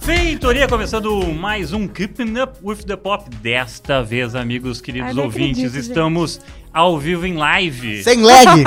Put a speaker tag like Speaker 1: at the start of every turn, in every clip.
Speaker 1: Diretoria começando mais um Keeping Up with the Pop. Desta vez, amigos queridos
Speaker 2: Ai, não
Speaker 1: ouvintes,
Speaker 2: acredito, gente.
Speaker 1: estamos ao vivo em live.
Speaker 3: Sem lag!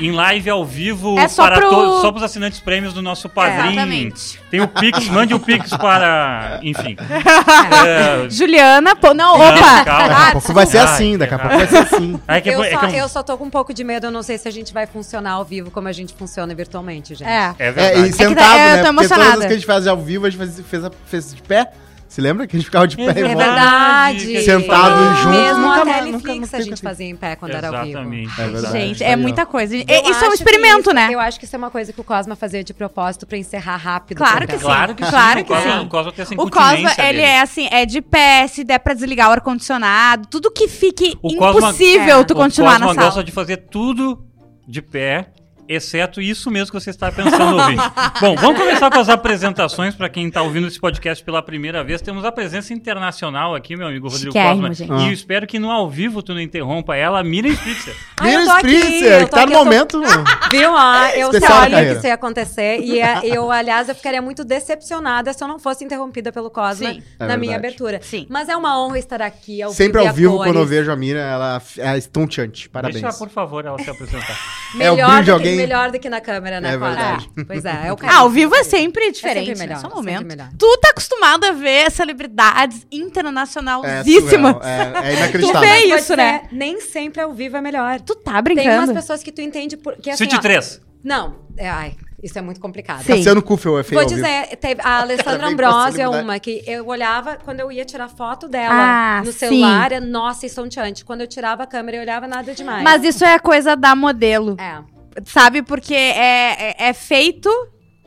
Speaker 1: Em live ao vivo
Speaker 2: É só
Speaker 1: para
Speaker 2: pro-
Speaker 1: todos, só para os assinantes prêmios do nosso padrinho.
Speaker 4: Exatamente.
Speaker 1: Tem o Pix, mande o Pix para. Enfim. É,
Speaker 2: Juliana, pô, não,
Speaker 1: Não,
Speaker 2: opa!
Speaker 1: calma.
Speaker 3: Daqui a pouco vai ser
Speaker 1: Ai,
Speaker 3: assim, daqui a
Speaker 1: errado.
Speaker 3: pouco vai ser assim.
Speaker 1: é que é-
Speaker 4: eu,
Speaker 1: é
Speaker 4: só,
Speaker 1: que é um-
Speaker 4: eu só tô com um pouco de medo, eu não sei se a gente vai funcionar ao vivo como a gente funciona virtualmente, gente.
Speaker 2: É.
Speaker 1: É
Speaker 3: É,
Speaker 1: verdade.
Speaker 3: e
Speaker 2: tá-
Speaker 3: sentado,
Speaker 2: é, eu
Speaker 3: né?
Speaker 2: tô
Speaker 3: Porque todas as
Speaker 2: emocionada.
Speaker 3: que a gente faz ao vivo, a gente faz- fez, a- fez de pé. Se lembra que a gente ficava de pé
Speaker 1: É
Speaker 3: e
Speaker 4: É
Speaker 3: volta?
Speaker 4: verdade.
Speaker 1: Verdade.
Speaker 3: Sentado
Speaker 1: Ah,
Speaker 3: junto.
Speaker 4: Mesmo
Speaker 3: nunca mais-
Speaker 4: a Teleflix
Speaker 3: nunca- nunca
Speaker 4: a
Speaker 3: teve
Speaker 4: gente
Speaker 3: assim.
Speaker 4: fazia em pé quando era ao vivo.
Speaker 1: Exatamente.
Speaker 3: É verdade.
Speaker 2: Gente,
Speaker 3: Aí,
Speaker 2: é
Speaker 3: ó.
Speaker 2: muita coisa. E-
Speaker 4: Eu
Speaker 2: Isso é um
Speaker 4: acho que
Speaker 2: experimento,
Speaker 4: isso-
Speaker 2: né?
Speaker 4: Eu acho que isso é uma coisa que o Cosma fazia de propósito pra encerrar rápido.
Speaker 2: Claro
Speaker 4: o
Speaker 2: que
Speaker 4: programa.
Speaker 1: Claro que sim.
Speaker 2: Claro
Speaker 1: o
Speaker 2: que
Speaker 1: Cosma-
Speaker 2: sim.
Speaker 1: O Cosma tem essa
Speaker 2: O Cosma,
Speaker 1: incontinência
Speaker 2: ele
Speaker 1: dele.
Speaker 2: é assim, é de pé, se der pra desligar o ar-condicionado, tudo que fique
Speaker 1: O Cosma-
Speaker 2: impossível
Speaker 4: É.
Speaker 2: tu
Speaker 1: O
Speaker 2: continuar
Speaker 1: Cosma
Speaker 2: na sala.
Speaker 1: gosta de fazer tudo de pé, exceto isso mesmo que você está pensando ouvir. Bom, vamos começar com as apresentações para quem está ouvindo esse podcast pela primeira vez. Temos a presença internacional aqui, meu amigo Rodrigo
Speaker 2: Chiquérrimo,
Speaker 1: Cosma.
Speaker 2: gente.
Speaker 1: E eu
Speaker 3: Ah.
Speaker 1: espero que no ao vivo tu não interrompa ela, Miriam Spritzer.
Speaker 4: Ai, Ah, eu
Speaker 3: Miriam
Speaker 4: tô aqui,
Speaker 3: Spritzer,
Speaker 4: eu
Speaker 3: que
Speaker 4: tô
Speaker 3: tá
Speaker 4: aqui,
Speaker 3: no
Speaker 4: eu tô-
Speaker 3: momento.
Speaker 4: Viu? Ah, eu
Speaker 3: Especial
Speaker 4: sabia que
Speaker 3: carreira.
Speaker 4: isso ia acontecer. E é, eu, aliás, eu ficaria muito decepcionada se eu não fosse interrompida pelo Cosma
Speaker 2: Sim.
Speaker 3: É
Speaker 4: na minha
Speaker 3: verdade.
Speaker 4: abertura.
Speaker 2: Sim.
Speaker 4: Mas é uma honra estar aqui ao
Speaker 3: Sempre
Speaker 4: vivo. e
Speaker 3: ao
Speaker 4: a
Speaker 3: vivo,
Speaker 4: cores.
Speaker 3: quando eu vejo a Mira, ela f- é estonteante. Parabéns.
Speaker 1: Deixa, por favor, ela se apresentar.
Speaker 3: É o brilho
Speaker 4: Melhor, do
Speaker 3: de
Speaker 4: que,
Speaker 3: alguém.
Speaker 4: melhor do que na câmera, né,
Speaker 3: É
Speaker 4: Cosma?
Speaker 3: verdade.
Speaker 4: É, Pois é, é o carinho.
Speaker 2: Ah, ao vivo é sempre diferente,
Speaker 4: melhor,
Speaker 2: né? Só um
Speaker 4: é sempre
Speaker 2: momento.
Speaker 4: melhor.
Speaker 2: Tu tá acostumado a ver celebridades
Speaker 3: É
Speaker 2: internacionalzíssimas.
Speaker 3: surreal, É, é
Speaker 2: Tu
Speaker 3: inacreditável.
Speaker 2: vê
Speaker 4: Pode
Speaker 2: isso, né?
Speaker 4: ser, Nem sempre ao vivo é melhor.
Speaker 2: Tu tá
Speaker 4: Tem umas
Speaker 2: brincando.
Speaker 4: pessoas que tu entende por, que assim,
Speaker 1: City
Speaker 4: ó,
Speaker 1: 3.
Speaker 4: Não, é, ai, isso é muito complicado.
Speaker 2: Sim.
Speaker 3: Luciano Kuffel é feio
Speaker 4: Vou
Speaker 3: ao vivo.
Speaker 4: dizer, teve- a
Speaker 3: Cara,
Speaker 4: Alessandra
Speaker 3: vem com
Speaker 4: Ambrosio é
Speaker 3: facilidade.
Speaker 4: uma que eu olhava, quando eu ia tirar foto dela
Speaker 2: Ah,
Speaker 4: no
Speaker 2: sim.
Speaker 4: celular, é nossa, estonteante. Quando eu tirava a câmera, eu olhava nada demais.
Speaker 2: Mas isso é coisa da modelo.
Speaker 4: É.
Speaker 2: sabe? Porque é, é, é feito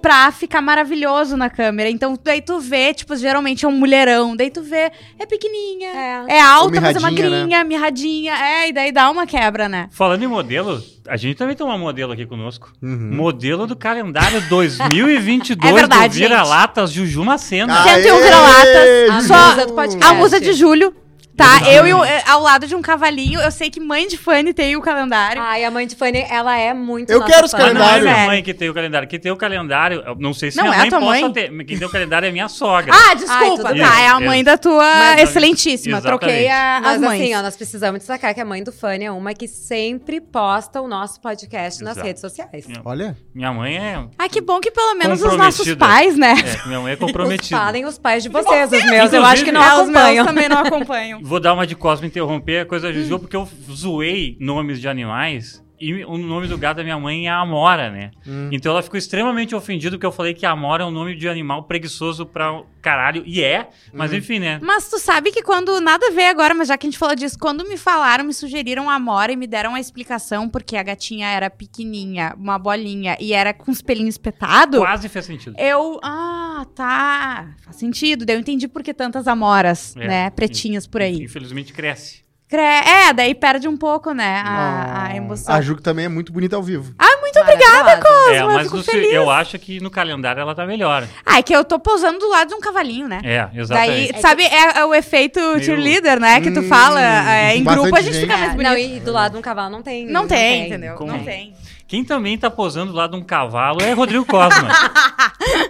Speaker 2: pra ficar maravilhoso na câmera. Então, daí tu vê, tipo, geralmente é um mulherão. Daí tu vê, é pequenininha,
Speaker 4: É.
Speaker 2: é alta,
Speaker 3: Ou
Speaker 2: mas é
Speaker 3: mirradinha,
Speaker 2: magrinha, mirradinha. É, e daí dá uma quebra, né?
Speaker 1: Falando em modelo, a gente também tem uma modelo aqui conosco.
Speaker 3: Uhum.
Speaker 1: Modelo do calendário 2022
Speaker 2: É verdade,
Speaker 1: do Vira-Latas Juju Macena.
Speaker 3: Aê!
Speaker 2: 101
Speaker 3: É
Speaker 2: vira-latas,
Speaker 4: só-
Speaker 3: Juju!
Speaker 4: do podcast.
Speaker 2: A
Speaker 4: Verdade.
Speaker 2: musa de julho, tá?
Speaker 1: Verdade.
Speaker 2: Eu e o- é, ao lado de um cavalinho. Eu sei que mãe de Fanny tem o calendário.
Speaker 4: Ai, a mãe de Fanny, ela é muito
Speaker 3: Eu
Speaker 4: nossa
Speaker 3: quero os
Speaker 4: fã.
Speaker 1: Ah, não é
Speaker 3: calendários.
Speaker 1: minha
Speaker 2: Sério.
Speaker 1: mãe que tem o calendário. Quem tem o calendário, eu não sei se
Speaker 2: Não,
Speaker 1: minha
Speaker 2: é a
Speaker 1: mãe
Speaker 2: tua
Speaker 1: possa
Speaker 2: mãe?
Speaker 1: ter. mas Quem tem o calendário é minha sogra.
Speaker 2: Ah, desculpa,
Speaker 4: Ai, tudo
Speaker 2: tá?
Speaker 1: bem.
Speaker 2: É a mãe da tua
Speaker 1: Mas-
Speaker 2: excelentíssima.
Speaker 1: Exatamente.
Speaker 2: Troquei a, as
Speaker 4: Mas
Speaker 2: mães.
Speaker 4: assim, ó, nós precisamos destacar que a mãe do Fanny é uma que sempre posta o nosso podcast nas
Speaker 1: Exato.
Speaker 4: redes sociais.
Speaker 1: É.
Speaker 3: Olha,
Speaker 1: Minha mãe é.
Speaker 2: Ah, que bom que pelo menos os nossos
Speaker 1: Comprometida.
Speaker 2: pais, né?
Speaker 1: é, minha mãe é
Speaker 4: Os
Speaker 1: comprometida.
Speaker 4: falem os pais de vocês, os meus. Eu
Speaker 1: Inclusive,
Speaker 4: acho que não
Speaker 2: É, os meus
Speaker 4: acompanham.
Speaker 2: também não acompanham.
Speaker 1: Vou dar uma de Cosmo interromper a coisa
Speaker 2: Hum.
Speaker 1: Juju, porque eu zoei nomes de animais e o nome do gato da minha mãe é Amora, né?
Speaker 2: Hum.
Speaker 1: Então ela ficou extremamente ofendida porque eu falei que Amora é um nome de animal preguiçoso pra um caralho, e é, mas enfim, né?
Speaker 2: Hum. Mas tu sabe que quando nada a ver agora, mas já que a gente falou disso, quando me falaram, me sugeriram a Mora e me deram a explicação porque a gatinha era pequenininha, uma bolinha e era com os pelinhos espetado.
Speaker 1: Quase fez sentido.
Speaker 2: Eu, ah, tá, faz sentido. Daí eu entendi por que tantas amoras,
Speaker 1: É.
Speaker 2: né, pretinhas por aí.
Speaker 1: Infelizmente cresce.
Speaker 2: Cre- É, daí perde um pouco, né,
Speaker 4: Ah,
Speaker 2: a, a emoção. Ah,
Speaker 3: a Ju também é muito bonita ao vivo.
Speaker 2: Muito obrigada, Cosmo,
Speaker 1: é,
Speaker 2: eu
Speaker 1: mas
Speaker 2: fico
Speaker 1: no se-
Speaker 2: feliz.
Speaker 1: eu acho que no calendário ela tá melhor.
Speaker 2: Ah, é que eu tô posando do lado de um cavalinho, né?
Speaker 1: É,
Speaker 2: Daí,
Speaker 1: exatamente.
Speaker 2: sabe, é, é o efeito cheerleader, né? Que tu
Speaker 3: Hum,
Speaker 2: fala é, em
Speaker 3: bastante
Speaker 2: grupo, a gente
Speaker 3: gente.
Speaker 2: fica mais
Speaker 4: É,
Speaker 2: bonito.
Speaker 4: não, e do lado de um cavalo não tem.
Speaker 2: Não tem, entendeu?
Speaker 1: Como?
Speaker 2: Não tem.
Speaker 1: Quem também tá posando lá de um cavalo é Rodrigo Cosma.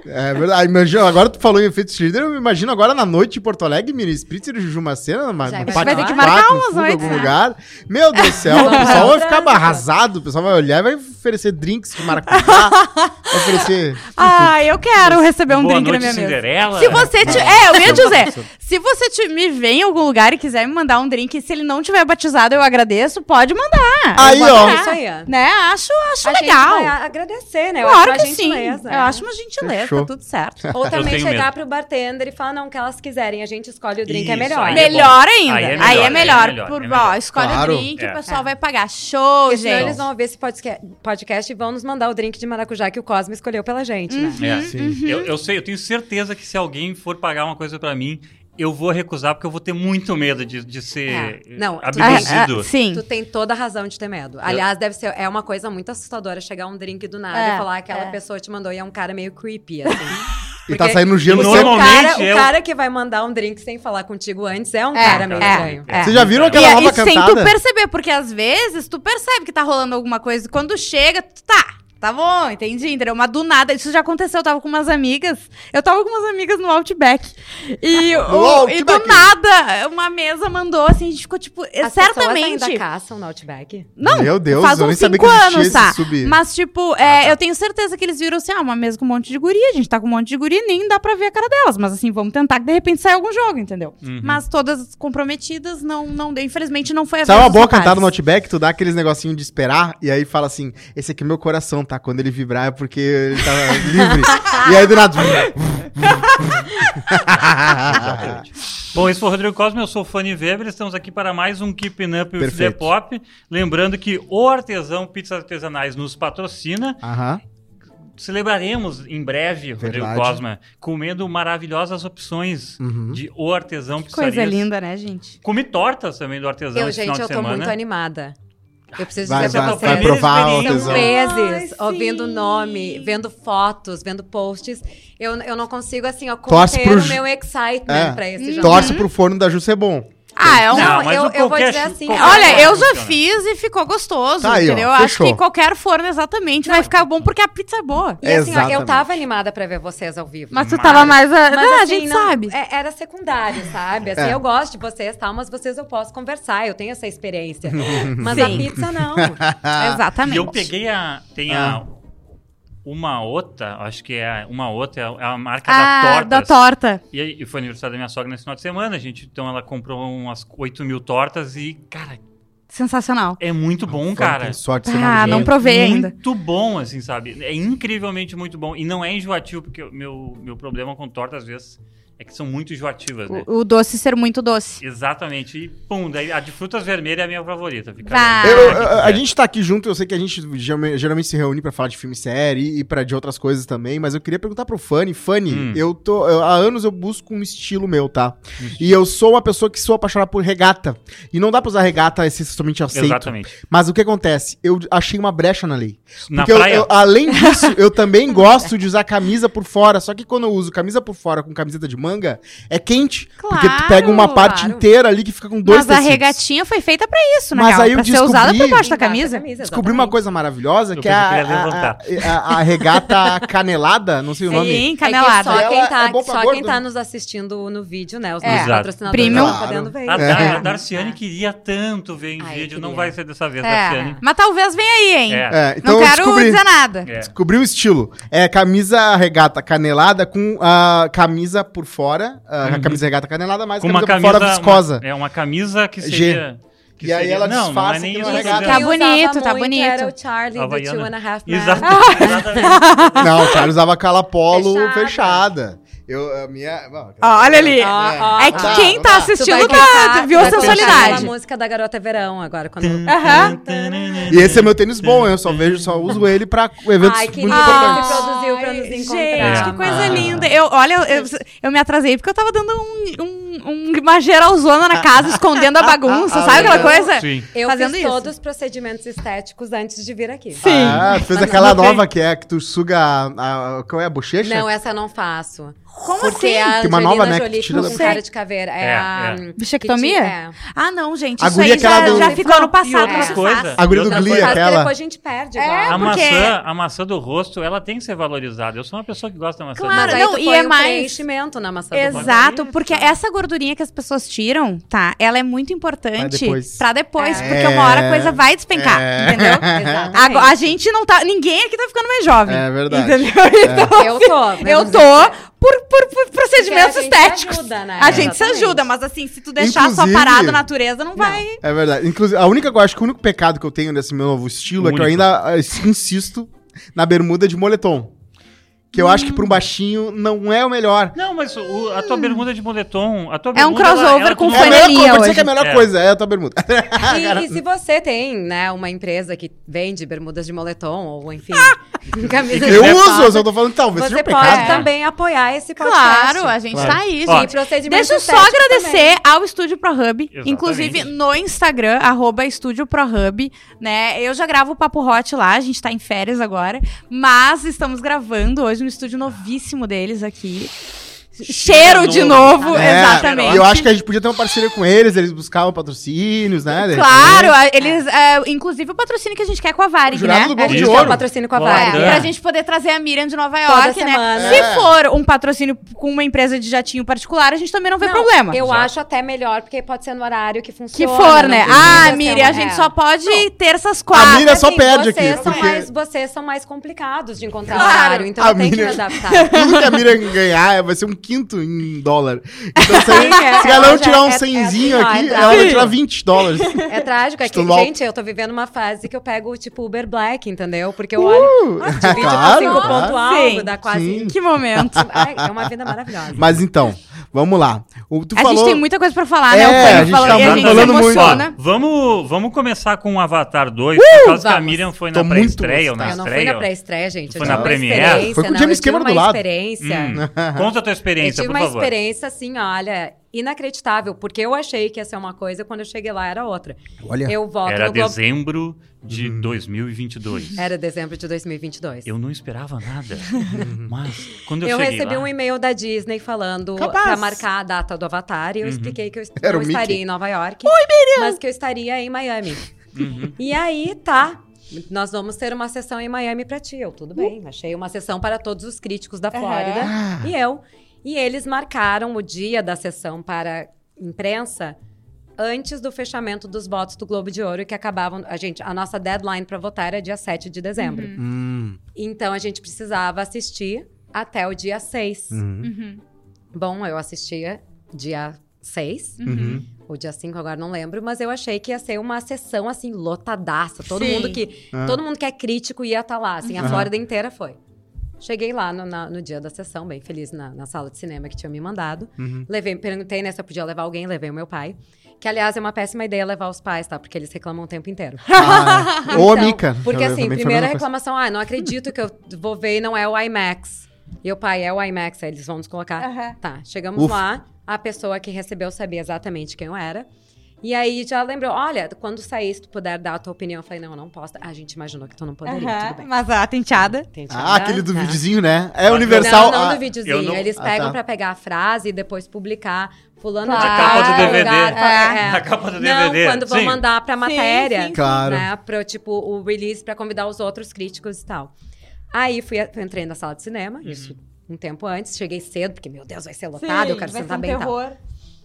Speaker 3: É verdade. Imagina, agora tu falou em efeitos cheerleader, eu imagino agora na noite em Porto Alegre, Mira Spritzer e Juju Macena. Uma,
Speaker 4: Já
Speaker 3: uma
Speaker 4: vai ter que
Speaker 2: marcar
Speaker 3: pátio, um
Speaker 2: umas
Speaker 3: fundo,
Speaker 2: noites,
Speaker 3: algum
Speaker 2: né?
Speaker 3: lugar. Meu Deus do céu, o pessoal vai ficar arrasado, o pessoal vai olhar e vai oferecer drinks de maracujá, vai oferecer...
Speaker 2: Ah, eu quero receber um
Speaker 1: Boa
Speaker 2: drink na
Speaker 1: noite,
Speaker 2: minha mesa.
Speaker 1: Cinderela.
Speaker 2: Se você te... É, eu ia dizer. Se você te- me vê em algum lugar e quiser me mandar um drink, se ele não tiver batizado, eu agradeço, pode mandar.
Speaker 3: Aí,
Speaker 2: Eu vou
Speaker 3: ó.
Speaker 2: adorar.
Speaker 4: Isso aí, ó.
Speaker 2: Né? Acho, acho
Speaker 4: A gente
Speaker 2: legal.
Speaker 4: vai agradecer, né? Eu
Speaker 2: Claro
Speaker 4: acho
Speaker 2: que
Speaker 4: uma
Speaker 2: sim.
Speaker 4: gentileza, né?
Speaker 2: Eu acho uma gentileza, tá
Speaker 3: Fechou.
Speaker 2: tudo certo.
Speaker 1: é
Speaker 4: Ou também
Speaker 1: tenho
Speaker 4: chegar
Speaker 1: medo.
Speaker 4: pro bartender e falar, não, o que elas quiserem, a gente escolhe o drink, é
Speaker 1: Isso,
Speaker 4: melhor.
Speaker 1: aí é bom.
Speaker 2: Melhor ainda.
Speaker 1: Aí é melhor,
Speaker 2: Aí é melhor.
Speaker 1: aí é melhor,
Speaker 2: Por-
Speaker 1: é melhor.
Speaker 2: ó, escolhe
Speaker 3: Claro.
Speaker 2: o drink,
Speaker 1: É.
Speaker 2: o pessoal
Speaker 4: É.
Speaker 2: vai pagar. Show,
Speaker 4: Porque senão
Speaker 2: gente.
Speaker 4: eles vão ver esse podca- podcast e vão nos mandar o drink de maracujá que o Cosme escolheu pela gente,
Speaker 2: Uhum.
Speaker 4: né?
Speaker 1: É,
Speaker 3: Sim.
Speaker 1: Eu, eu sei, eu tenho certeza que se alguém for pagar uma coisa pra mim, eu vou recusar, porque eu vou ter muito medo de, de ser
Speaker 4: É, não, tu-
Speaker 1: abduzido.
Speaker 2: Ah, ah, sim.
Speaker 4: Tu tem toda a razão de ter medo. Aliás, deve ser é uma coisa muito assustadora chegar um drink do nada
Speaker 2: É,
Speaker 4: e falar que aquela
Speaker 2: é.
Speaker 4: pessoa te mandou e é um cara meio creepy, assim.
Speaker 3: E tá saindo gelo
Speaker 1: Porque-
Speaker 3: seco.
Speaker 4: o cara,
Speaker 1: Normalmente eu-
Speaker 4: o cara que vai mandar um drink sem falar contigo antes é um
Speaker 2: É,
Speaker 4: cara meio
Speaker 2: é,
Speaker 4: estranho.
Speaker 2: é.
Speaker 3: Vocês já viram
Speaker 2: E
Speaker 1: Então,
Speaker 3: aquela
Speaker 2: aí,
Speaker 3: nova
Speaker 2: sem tu
Speaker 3: cantada?
Speaker 2: perceber, porque às vezes tu percebe que tá rolando alguma coisa e quando chega, tu tá. Tá bom, entendi, entendeu? Mas do nada, isso já aconteceu, eu tava com umas amigas, eu tava com umas amigas no Outback, e,
Speaker 3: No
Speaker 2: o- e do
Speaker 3: Outback.
Speaker 2: nada, uma mesa mandou, assim, a gente ficou, tipo,
Speaker 4: As pessoas
Speaker 2: certamente...
Speaker 4: ainda caçam no Outback.
Speaker 2: Não,
Speaker 3: Meu Ah, tá. Deus,
Speaker 2: faz
Speaker 3: eu nem
Speaker 2: uns
Speaker 3: sabia
Speaker 2: cinco
Speaker 3: que existia
Speaker 2: anos,
Speaker 3: esse
Speaker 2: tá?
Speaker 3: sub-
Speaker 2: Mas, tipo, é, eu tenho certeza que eles viram assim, ah, uma mesa com um monte de guria, a gente tá com um monte de guria e nem dá pra ver a cara delas. Mas assim, vamos tentar que de repente saia algum jogo, entendeu?
Speaker 1: Uhum.
Speaker 2: Mas todas comprometidas, não, não, infelizmente não foi a
Speaker 3: Sabe
Speaker 2: vez
Speaker 3: uma
Speaker 2: dos
Speaker 3: boa
Speaker 2: otários.
Speaker 3: cantada no Outback? Tu dá aqueles negocinho de esperar e aí fala assim: esse aqui é meu coração, tá? Quando ele vibrar é porque ele tá livre. e aí do nada.
Speaker 5: Exatamente.
Speaker 1: Bom, esse foi o Rodrigo Cosme, eu sou o Fanny Weber, estamos aqui para mais um Keeping Up with the
Speaker 3: Perfeito.
Speaker 1: Pop. Lembrando que o Artesão Pizzas Artesanais nos patrocina.
Speaker 3: Aham.
Speaker 1: Celebraremos em breve, Rodrigo
Speaker 3: Verdade.
Speaker 1: Cosma, comendo maravilhosas opções
Speaker 3: Uhum.
Speaker 1: de O Artesão
Speaker 2: Que coisa
Speaker 1: Pizzarias.
Speaker 2: linda, né, gente?
Speaker 1: Comi tortas também do Artesão
Speaker 3: é
Speaker 4: Eu,
Speaker 1: esse
Speaker 4: gente,
Speaker 1: final
Speaker 4: eu
Speaker 1: de
Speaker 4: tô
Speaker 1: semana.
Speaker 4: muito animada. Eu preciso
Speaker 3: Vai,
Speaker 4: dizer
Speaker 3: vai,
Speaker 4: pra
Speaker 1: vai
Speaker 4: vocês.
Speaker 3: provar o
Speaker 4: São
Speaker 3: tesão.
Speaker 4: meses
Speaker 2: Ai,
Speaker 4: ouvindo o
Speaker 2: sim.
Speaker 4: nome, vendo fotos, vendo posts. Eu, eu não consigo, assim, ó,
Speaker 3: Torce
Speaker 4: conter
Speaker 3: pro
Speaker 4: o
Speaker 3: ju-
Speaker 4: meu excitement
Speaker 3: É.
Speaker 4: pra
Speaker 2: Hum.
Speaker 4: esse jogo.
Speaker 3: Torce pro forno da Ju ser bom.
Speaker 2: Ah, é um.
Speaker 1: Não, mas
Speaker 4: eu-
Speaker 1: o
Speaker 4: eu vou
Speaker 1: qualquer-
Speaker 4: dizer assim,
Speaker 1: qualquer-
Speaker 2: É, Olha, eu já
Speaker 1: funciona.
Speaker 2: fiz e ficou gostoso,
Speaker 3: Tá aí, ó,
Speaker 2: entendeu? Eu Acho
Speaker 3: fechou.
Speaker 2: que qualquer forno, exatamente, vai ficar bom porque a pizza é boa.
Speaker 4: E assim, ó, eu
Speaker 3: Exatamente.
Speaker 4: tava animada pra ver vocês ao vivo.
Speaker 2: Mas tu
Speaker 1: Mas-
Speaker 2: tava mais... A,
Speaker 4: Mas,
Speaker 2: Ah, a
Speaker 4: assim,
Speaker 2: gente
Speaker 4: não-
Speaker 2: sabe.
Speaker 4: é- era secundário, sabe? Assim,
Speaker 3: É.
Speaker 4: eu gosto de vocês, tal, mas vocês eu posso conversar, eu tenho essa experiência. mas a
Speaker 2: Sim.
Speaker 4: pizza não.
Speaker 3: Ah,
Speaker 2: Exatamente.
Speaker 1: E eu peguei a. Tem a. Uma outra, acho que é a- uma outra, é a- é a marca da
Speaker 2: Ah,
Speaker 1: tortas.
Speaker 2: da torta.
Speaker 1: E, aí- e foi aniversário da minha sogra nesse final de semana, gente. Então ela comprou umas 8 mil tortas e, cara,
Speaker 2: Sensacional.
Speaker 1: é muito bom, cara.
Speaker 3: Tem sorte de ser
Speaker 2: Ah, não
Speaker 3: nojento.
Speaker 2: provei ainda.
Speaker 1: Muito bom, assim, sabe? É incrivelmente muito bom. E não é enjoativo, porque o meu, meu problema com torta, às vezes, é que são muito enjoativas, né?
Speaker 2: O, o doce ser muito doce.
Speaker 1: Exatamente. E, pum, daí a de frutas vermelhas é a minha favorita. Fica
Speaker 2: Vai.
Speaker 3: Eu- eu-
Speaker 1: Ah,
Speaker 3: a gente tá aqui junto, eu sei que a gente geralme- geralmente se reúne pra falar de filme e série e pra de outras coisas também, mas eu queria perguntar pro Fanny. Fanny,
Speaker 1: Hum. Um
Speaker 3: eu tô. eu- há anos eu busco um estilo meu, tá? E eu sou uma pessoa que sou apaixonada por regata. E não dá pra usar regata excessivamente aceito.
Speaker 1: Exatamente.
Speaker 3: Mas o que acontece? Eu achei uma brecha na lei.
Speaker 1: Na
Speaker 3: Porque eu-
Speaker 1: praia,
Speaker 3: eu- além disso, eu também gosto de usar camisa por fora. Só que quando eu uso camisa por fora com camiseta de manga, é quente. porque tu pega uma
Speaker 2: Claro,
Speaker 3: parte
Speaker 4: claro.
Speaker 3: inteira ali que fica com dois
Speaker 2: Mas a
Speaker 3: tecidos.
Speaker 2: regatinha foi feita pra isso, né?
Speaker 3: Mas aí eu
Speaker 2: pra ser usada por
Speaker 3: descobri-
Speaker 2: baixo da
Speaker 4: Embaixo da
Speaker 2: camisa.
Speaker 4: camisa,
Speaker 3: Descobri uma coisa maravilhosa,
Speaker 1: Eu
Speaker 3: que é a,
Speaker 1: pensei que ele ia
Speaker 3: a, a- a regata canelada, não sei o nome. É
Speaker 2: Sim,
Speaker 4: Canelada.
Speaker 2: canelada.
Speaker 4: só quem,
Speaker 3: Ela
Speaker 4: tá,
Speaker 3: é bom pra
Speaker 4: só
Speaker 3: gordo.
Speaker 4: quem tá nos assistindo no vídeo, né? Os
Speaker 2: É.
Speaker 4: nossos
Speaker 1: Exato.
Speaker 4: patrocinadores
Speaker 2: Premium.
Speaker 4: estão podendo ver.
Speaker 1: a, Dar-
Speaker 3: É.
Speaker 1: a Darciane queria tanto ver em
Speaker 4: Ai,
Speaker 1: vídeo. Não
Speaker 4: queria.
Speaker 1: vai ser dessa vez,
Speaker 2: É.
Speaker 1: Darciane.
Speaker 2: Mas talvez venha aí, hein?
Speaker 1: É.
Speaker 3: É, então
Speaker 2: não
Speaker 3: eu
Speaker 2: quero
Speaker 3: descobri.
Speaker 2: dizer nada.
Speaker 1: É.
Speaker 3: Descobri o estilo. É camisa regata canelada com a camisa por fora. A
Speaker 1: Uhum.
Speaker 3: camisa regata canelada, mais
Speaker 1: Com
Speaker 3: camisa
Speaker 1: uma
Speaker 3: por
Speaker 1: camisa.
Speaker 3: fora viscosa.
Speaker 1: uma- é uma camisa que
Speaker 3: G.
Speaker 1: seria. que
Speaker 3: E aí
Speaker 1: seria-
Speaker 3: ela
Speaker 1: não, não é
Speaker 3: disfarça
Speaker 1: nem
Speaker 3: que
Speaker 1: isso.
Speaker 3: é uma
Speaker 1: que eu
Speaker 3: regata.
Speaker 1: quero
Speaker 2: Tá
Speaker 1: dizer.
Speaker 4: Quem
Speaker 2: bonito,
Speaker 4: usava
Speaker 2: tá
Speaker 4: muito
Speaker 2: bonito.
Speaker 4: Era o Charlie do
Speaker 1: Havaiana.
Speaker 4: Two and a Half Men.
Speaker 1: Exato.
Speaker 2: Ah.
Speaker 3: Não, o Charles usava cala polo
Speaker 4: Fechada.
Speaker 3: fechada. Eu, a minha... né? bom,
Speaker 2: Ó, olha ali.
Speaker 4: Ó, ó,
Speaker 3: Ah,
Speaker 2: É
Speaker 4: ó.
Speaker 2: que quem
Speaker 3: Não
Speaker 2: tá
Speaker 3: dá.
Speaker 4: Tu vai
Speaker 2: assistindo
Speaker 4: cantar-
Speaker 2: tá, viu a
Speaker 4: tu vai cantar
Speaker 2: sensualidade.
Speaker 4: aquela música da Garota Verão agora. Quando...
Speaker 2: Aham.
Speaker 3: E esse é meu tênis bom, eu só vejo, só uso ele pra eventos
Speaker 4: Ai,
Speaker 3: muito
Speaker 4: querido,
Speaker 3: importantes.
Speaker 2: Ah,
Speaker 4: você Ah, produziu pra nos
Speaker 2: Ai,
Speaker 4: encontrar.
Speaker 2: Gente, que coisa
Speaker 3: mano.
Speaker 2: linda. Eu, olha, eu, eu- eu me atrasei porque eu tava dando um, um, uma geralzona na casa, escondendo a bagunça,
Speaker 3: Ah,
Speaker 2: sabe aquela
Speaker 4: legal.
Speaker 2: coisa?
Speaker 1: Sim.
Speaker 4: Eu
Speaker 2: Fazendo
Speaker 4: fiz
Speaker 2: isso.
Speaker 4: todos os procedimentos estéticos antes de vir aqui.
Speaker 3: Ah, tu fez aquela nova que é que tu suga a, a- qual é a bochecha?
Speaker 4: Não, essa eu não faço.
Speaker 2: Como
Speaker 4: Porque
Speaker 2: assim?
Speaker 4: a
Speaker 3: Tem uma
Speaker 4: Angelina
Speaker 3: nova, né, que
Speaker 4: Jolie
Speaker 3: tira
Speaker 4: ficou
Speaker 3: da-
Speaker 4: com cara de caveira. É,
Speaker 1: É,
Speaker 4: a...
Speaker 1: é.
Speaker 2: Bichectomia?
Speaker 4: que ti- é.
Speaker 2: Ah, não, gente.
Speaker 3: A
Speaker 2: Isso
Speaker 3: guria
Speaker 2: aí
Speaker 3: que ela
Speaker 2: já,
Speaker 3: do-
Speaker 2: já ficou no
Speaker 1: E
Speaker 2: passado.
Speaker 1: outra
Speaker 2: não se
Speaker 1: coisa.
Speaker 2: faz.
Speaker 3: A guria
Speaker 1: e
Speaker 3: do
Speaker 1: outra
Speaker 3: Glee,
Speaker 1: coisa,
Speaker 4: Mas
Speaker 3: aquela.
Speaker 4: Então, depois a gente perde.
Speaker 2: É,
Speaker 4: igual.
Speaker 1: A
Speaker 2: porque-
Speaker 1: maçã, a maçã do rosto, ela tem que ser valorizada. Eu sou uma pessoa que gosta da maçã. do
Speaker 2: Claro,
Speaker 4: Mas
Speaker 1: rosto.
Speaker 4: aí
Speaker 2: não,
Speaker 4: tu
Speaker 2: e
Speaker 4: põe
Speaker 2: é
Speaker 4: um
Speaker 2: mais-
Speaker 4: preenchimento na maçã do rosto.
Speaker 2: Exato,
Speaker 1: Isso.
Speaker 2: porque essa gordurinha que as pessoas tiram, tá? Ela é muito importante
Speaker 3: Pra depois.
Speaker 2: pra depois,
Speaker 4: É.
Speaker 2: porque uma hora a coisa vai despencar,
Speaker 3: É.
Speaker 2: entendeu?
Speaker 4: Exatamente.
Speaker 2: Agora, a gente não tá. Ninguém aqui tá ficando mais jovem.
Speaker 3: É verdade.
Speaker 2: Entendeu? Então,
Speaker 4: Eu tô. né?
Speaker 2: Eu tô por, por- por procedimentos
Speaker 4: Porque a gente
Speaker 2: estéticos.
Speaker 4: ajuda, né?
Speaker 2: A gente se
Speaker 4: Exatamente.
Speaker 2: ajuda, mas assim, se tu deixar só
Speaker 3: Inclusive-
Speaker 2: parado a natureza, não vai.
Speaker 3: É verdade. Inclusive, a única, eu acho que o único pecado que eu tenho nesse meu novo estilo é que eu
Speaker 1: Único.
Speaker 3: ainda ah, insisto na bermuda de moletom. Que eu acho que pra um baixinho não é o melhor.
Speaker 1: Não, mas o- a tua
Speaker 4: Hum.
Speaker 1: bermuda de moletom. A tua
Speaker 2: É um
Speaker 1: bermuda, ela-
Speaker 2: crossover
Speaker 1: ela
Speaker 2: com
Speaker 1: tem-
Speaker 3: é a melhor
Speaker 2: flanelinha
Speaker 3: coisa, pode dizer
Speaker 2: hoje.
Speaker 3: que é a melhor
Speaker 1: É.
Speaker 3: coisa, é a tua bermuda.
Speaker 4: E, e se você tem, né, uma empresa que vende bermudas de moletom, ou enfim, camisas
Speaker 3: Eu
Speaker 4: de
Speaker 3: uso, eu
Speaker 4: sapato,
Speaker 3: só tô falando, talvez seja
Speaker 4: Você
Speaker 3: um
Speaker 4: pode
Speaker 3: pecado.
Speaker 4: também apoiar esse podcast.
Speaker 2: Claro, a gente
Speaker 3: Claro.
Speaker 2: tá aí,
Speaker 1: Ó,
Speaker 2: gente.
Speaker 4: E procedimentos
Speaker 2: Deixa eu só
Speaker 4: estéticos também.
Speaker 2: agradecer ao Estúdio ProHub,
Speaker 1: Exatamente.
Speaker 2: inclusive no Instagram, arroba Estúdio ProHub, né? Eu já gravo o Papo Hot lá, a gente tá em férias agora, mas estamos gravando hoje no estúdio novíssimo deles aqui. Cheiro de novo,
Speaker 3: É,
Speaker 2: exatamente.
Speaker 3: E eu acho que a gente podia ter uma parceria com eles, eles buscavam patrocínios, né? de
Speaker 2: Claro, a- eles. é, inclusive o patrocínio que a gente quer com a Varig,
Speaker 3: Jurado
Speaker 2: né?
Speaker 3: do Globo
Speaker 4: a gente
Speaker 1: de
Speaker 4: tem um
Speaker 1: Ouro.
Speaker 4: patrocínio com a
Speaker 1: Olá,
Speaker 4: Varig.
Speaker 2: É,
Speaker 1: É.
Speaker 2: pra gente poder trazer a Miriam de Nova
Speaker 4: Toda
Speaker 2: York, né?
Speaker 4: semana.
Speaker 2: Se
Speaker 3: É.
Speaker 2: for um patrocínio com uma empresa de jatinho particular, a gente também não vê
Speaker 4: Não,
Speaker 2: problema.
Speaker 4: Eu
Speaker 1: Exato.
Speaker 4: acho até melhor, porque pode ser no horário que funciona.
Speaker 2: Que for,
Speaker 4: não
Speaker 2: né?
Speaker 4: tem
Speaker 2: Ah,
Speaker 4: ligação,
Speaker 2: Miriam, a
Speaker 4: é.
Speaker 2: gente só pode ter essas
Speaker 3: A
Speaker 2: quatro.
Speaker 3: Miriam só
Speaker 4: Assim,
Speaker 3: perde aqui.
Speaker 4: vocês São
Speaker 3: porque
Speaker 4: mais, vocês são mais complicados de encontrar
Speaker 2: Claro.
Speaker 4: horário, então
Speaker 3: A
Speaker 4: eu tenho que me
Speaker 3: Miriam-
Speaker 4: adaptar.
Speaker 3: Tudo que a Miriam ganhar vai ser um quinto em dólar. Então, se,
Speaker 4: Sim, é,
Speaker 3: se ela não
Speaker 4: ela já
Speaker 3: tirar um
Speaker 4: é- é
Speaker 3: cenzinho
Speaker 4: assim, ó,
Speaker 3: aqui,
Speaker 4: é
Speaker 3: ela vai
Speaker 4: trágico.
Speaker 3: tirar 20 dólares.
Speaker 4: É trágico, é que,
Speaker 3: Estou mal.
Speaker 4: gente, eu tô vivendo uma fase que eu pego, tipo, Uber Black, entendeu? Porque eu olho, nossa, divide
Speaker 3: É claro,
Speaker 4: por cinco
Speaker 3: claro.
Speaker 4: ponto algo,
Speaker 2: Uh! Sim,
Speaker 4: dá quase...
Speaker 3: sim.
Speaker 2: Que momento.
Speaker 4: Ai, é uma vida maravilhosa.
Speaker 3: Mas então, vamos lá. O, tu
Speaker 2: A
Speaker 3: falou...
Speaker 2: gente tem muita coisa pra falar,
Speaker 3: É,
Speaker 2: né? O Fanny
Speaker 3: a gente
Speaker 2: falou
Speaker 3: tá
Speaker 2: e a
Speaker 3: muito
Speaker 2: gente
Speaker 3: falando
Speaker 2: se
Speaker 3: muito.
Speaker 2: emociona.
Speaker 1: Vamos, vamos começar com o Avatar 2, por causa que a
Speaker 4: Uh, vamos.
Speaker 1: Miriam foi
Speaker 3: Tô
Speaker 1: na
Speaker 3: muito
Speaker 1: pré-estreia ou na
Speaker 4: eu não fui na
Speaker 1: estreia.
Speaker 4: pré-estreia, gente.
Speaker 1: Tu
Speaker 4: eu
Speaker 1: foi
Speaker 4: tive
Speaker 1: na
Speaker 4: uma
Speaker 1: premiere?
Speaker 4: experiência,
Speaker 3: Foi com o
Speaker 4: não,
Speaker 3: James
Speaker 4: eu tive
Speaker 3: Cameron do
Speaker 4: uma
Speaker 3: lado.
Speaker 4: experiência.
Speaker 1: Hum, Conta a tua
Speaker 4: Eu
Speaker 1: experiência,
Speaker 4: tive
Speaker 1: por
Speaker 4: uma
Speaker 1: favor.
Speaker 4: experiência, assim, olha, inacreditável, porque eu achei que ia ser uma coisa, quando eu cheguei lá era outra.
Speaker 3: Olha,
Speaker 4: Eu voto
Speaker 1: Era
Speaker 4: no Globo...
Speaker 1: dezembro de
Speaker 3: Hum.
Speaker 1: 2022.
Speaker 4: Era dezembro de 2022.
Speaker 1: Eu não esperava nada. Mas quando eu,
Speaker 4: Eu,
Speaker 1: cheguei
Speaker 4: recebi
Speaker 1: lá,
Speaker 4: um e-mail da Disney falando
Speaker 3: Capaz.
Speaker 4: pra marcar a data do Avatar e
Speaker 1: Uhum.
Speaker 4: eu expliquei que eu est-
Speaker 3: Era o
Speaker 4: não
Speaker 3: Mickey.
Speaker 4: estaria em Nova York, Oi, Miriam! mas que eu estaria em Miami.
Speaker 1: Uhum.
Speaker 4: E aí, tá. Nós vamos ter uma sessão em Miami pra ti. Eu, tudo bem. Achei uma sessão para todos os críticos da Flórida.
Speaker 3: Ah,
Speaker 4: E eu. E eles marcaram o dia da sessão para imprensa antes do fechamento dos votos do Globo de Ouro, que acabavam. A, gente, a nossa deadline para votar era dia 7 de dezembro.
Speaker 3: Hum,
Speaker 4: Então a gente precisava assistir até o dia 6.
Speaker 3: hum,
Speaker 2: Uhum,
Speaker 4: Bom, eu assistia dia 6,
Speaker 2: uhum.
Speaker 3: uhum.
Speaker 4: ou dia 5, agora não lembro, mas eu achei que ia ser uma sessão assim lotadaça, todo
Speaker 2: Sim.
Speaker 4: mundo que
Speaker 3: Ah.
Speaker 4: todo mundo que é crítico ia estar lá, assim, a
Speaker 3: Uhum.
Speaker 4: Flórida inteira foi. Cheguei lá no, na- no dia da sessão, bem feliz na, na sala de cinema que tinha me mandado.
Speaker 3: Uhum.
Speaker 4: Levei, perguntei né, se eu podia levar alguém, levei o meu pai. Que, aliás, é uma péssima ideia levar os pais, tá? Porque eles reclamam o tempo inteiro.
Speaker 3: Ah, é. Ou a
Speaker 4: Então,
Speaker 3: Mica.
Speaker 4: Porque
Speaker 3: Eu- eu
Speaker 4: assim,
Speaker 3: também fui a
Speaker 4: primeira
Speaker 3: mesma coisa.
Speaker 4: reclamação, ah, não acredito que eu vou ver e não é o IMAX. E o pai, é o IMAX, aí eles vão nos colocar.
Speaker 2: Aham.
Speaker 4: Tá, chegamos
Speaker 3: Ufa.
Speaker 4: lá, a pessoa que recebeu sabia exatamente quem eu era. E aí já lembrou, olha, quando sair, se tu puder dar a tua opinião. Eu falei, não, eu não posso. Ah, a gente imaginou que tu não poderia,
Speaker 2: Aham,
Speaker 4: tudo bem.
Speaker 2: Mas a tenteada.
Speaker 4: Entendi,
Speaker 3: Ah,
Speaker 4: né?
Speaker 3: aquele do
Speaker 4: Tá.
Speaker 3: videozinho, né? É
Speaker 1: Não,
Speaker 3: universal.
Speaker 4: Não, não
Speaker 3: ah,
Speaker 4: do videozinho.
Speaker 1: eu não-
Speaker 4: Eles
Speaker 3: Ah,
Speaker 4: pegam
Speaker 3: tá.
Speaker 4: pra pegar a frase e depois publicar. Fulano tá
Speaker 2: Claro. Na
Speaker 4: de tal
Speaker 2: capa do
Speaker 4: lugar,
Speaker 1: DVD.
Speaker 4: fala-
Speaker 1: Na capa do DVD,
Speaker 4: é. Não, quando vão
Speaker 1: sim.
Speaker 4: mandar pra matéria.
Speaker 2: sim,
Speaker 3: Claro.
Speaker 4: Né, pra, tipo, o release pra convidar os outros críticos e tal. Aí fui, a- entrei na sala de cinema, isso um tempo antes. Cheguei cedo, porque, meu Deus, vai ser um lotado, eu quero
Speaker 2: um
Speaker 4: sentar bem e tal.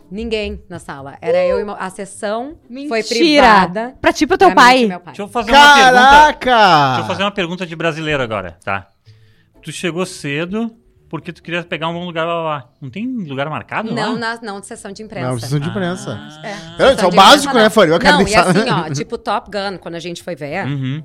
Speaker 4: Ninguém na sala. Era eu e meu- a sessão foi privada.
Speaker 2: Pra ti e pro teu
Speaker 4: pra mim e pro
Speaker 2: pai.
Speaker 4: meu pai.
Speaker 1: deixa eu fazer uma pergunta. Deixa eu fazer
Speaker 3: Caraca!
Speaker 1: uma pergunta de brasileiro agora, tá? Tu chegou cedo porque tu queria pegar um bom lugar lá. lá. Não tem lugar marcado lá?
Speaker 4: Não, na, não de sessão de imprensa.
Speaker 3: Não, precisa de imprensa.
Speaker 1: Ah.
Speaker 3: É, isso é o
Speaker 4: Então, de
Speaker 3: básico,
Speaker 4: imprensa,
Speaker 3: né, Fanny? Eu Hum.
Speaker 4: Não,
Speaker 3: acabei
Speaker 4: e assim, ó, tipo Top Gun, quando a gente foi ver,
Speaker 1: Uhum.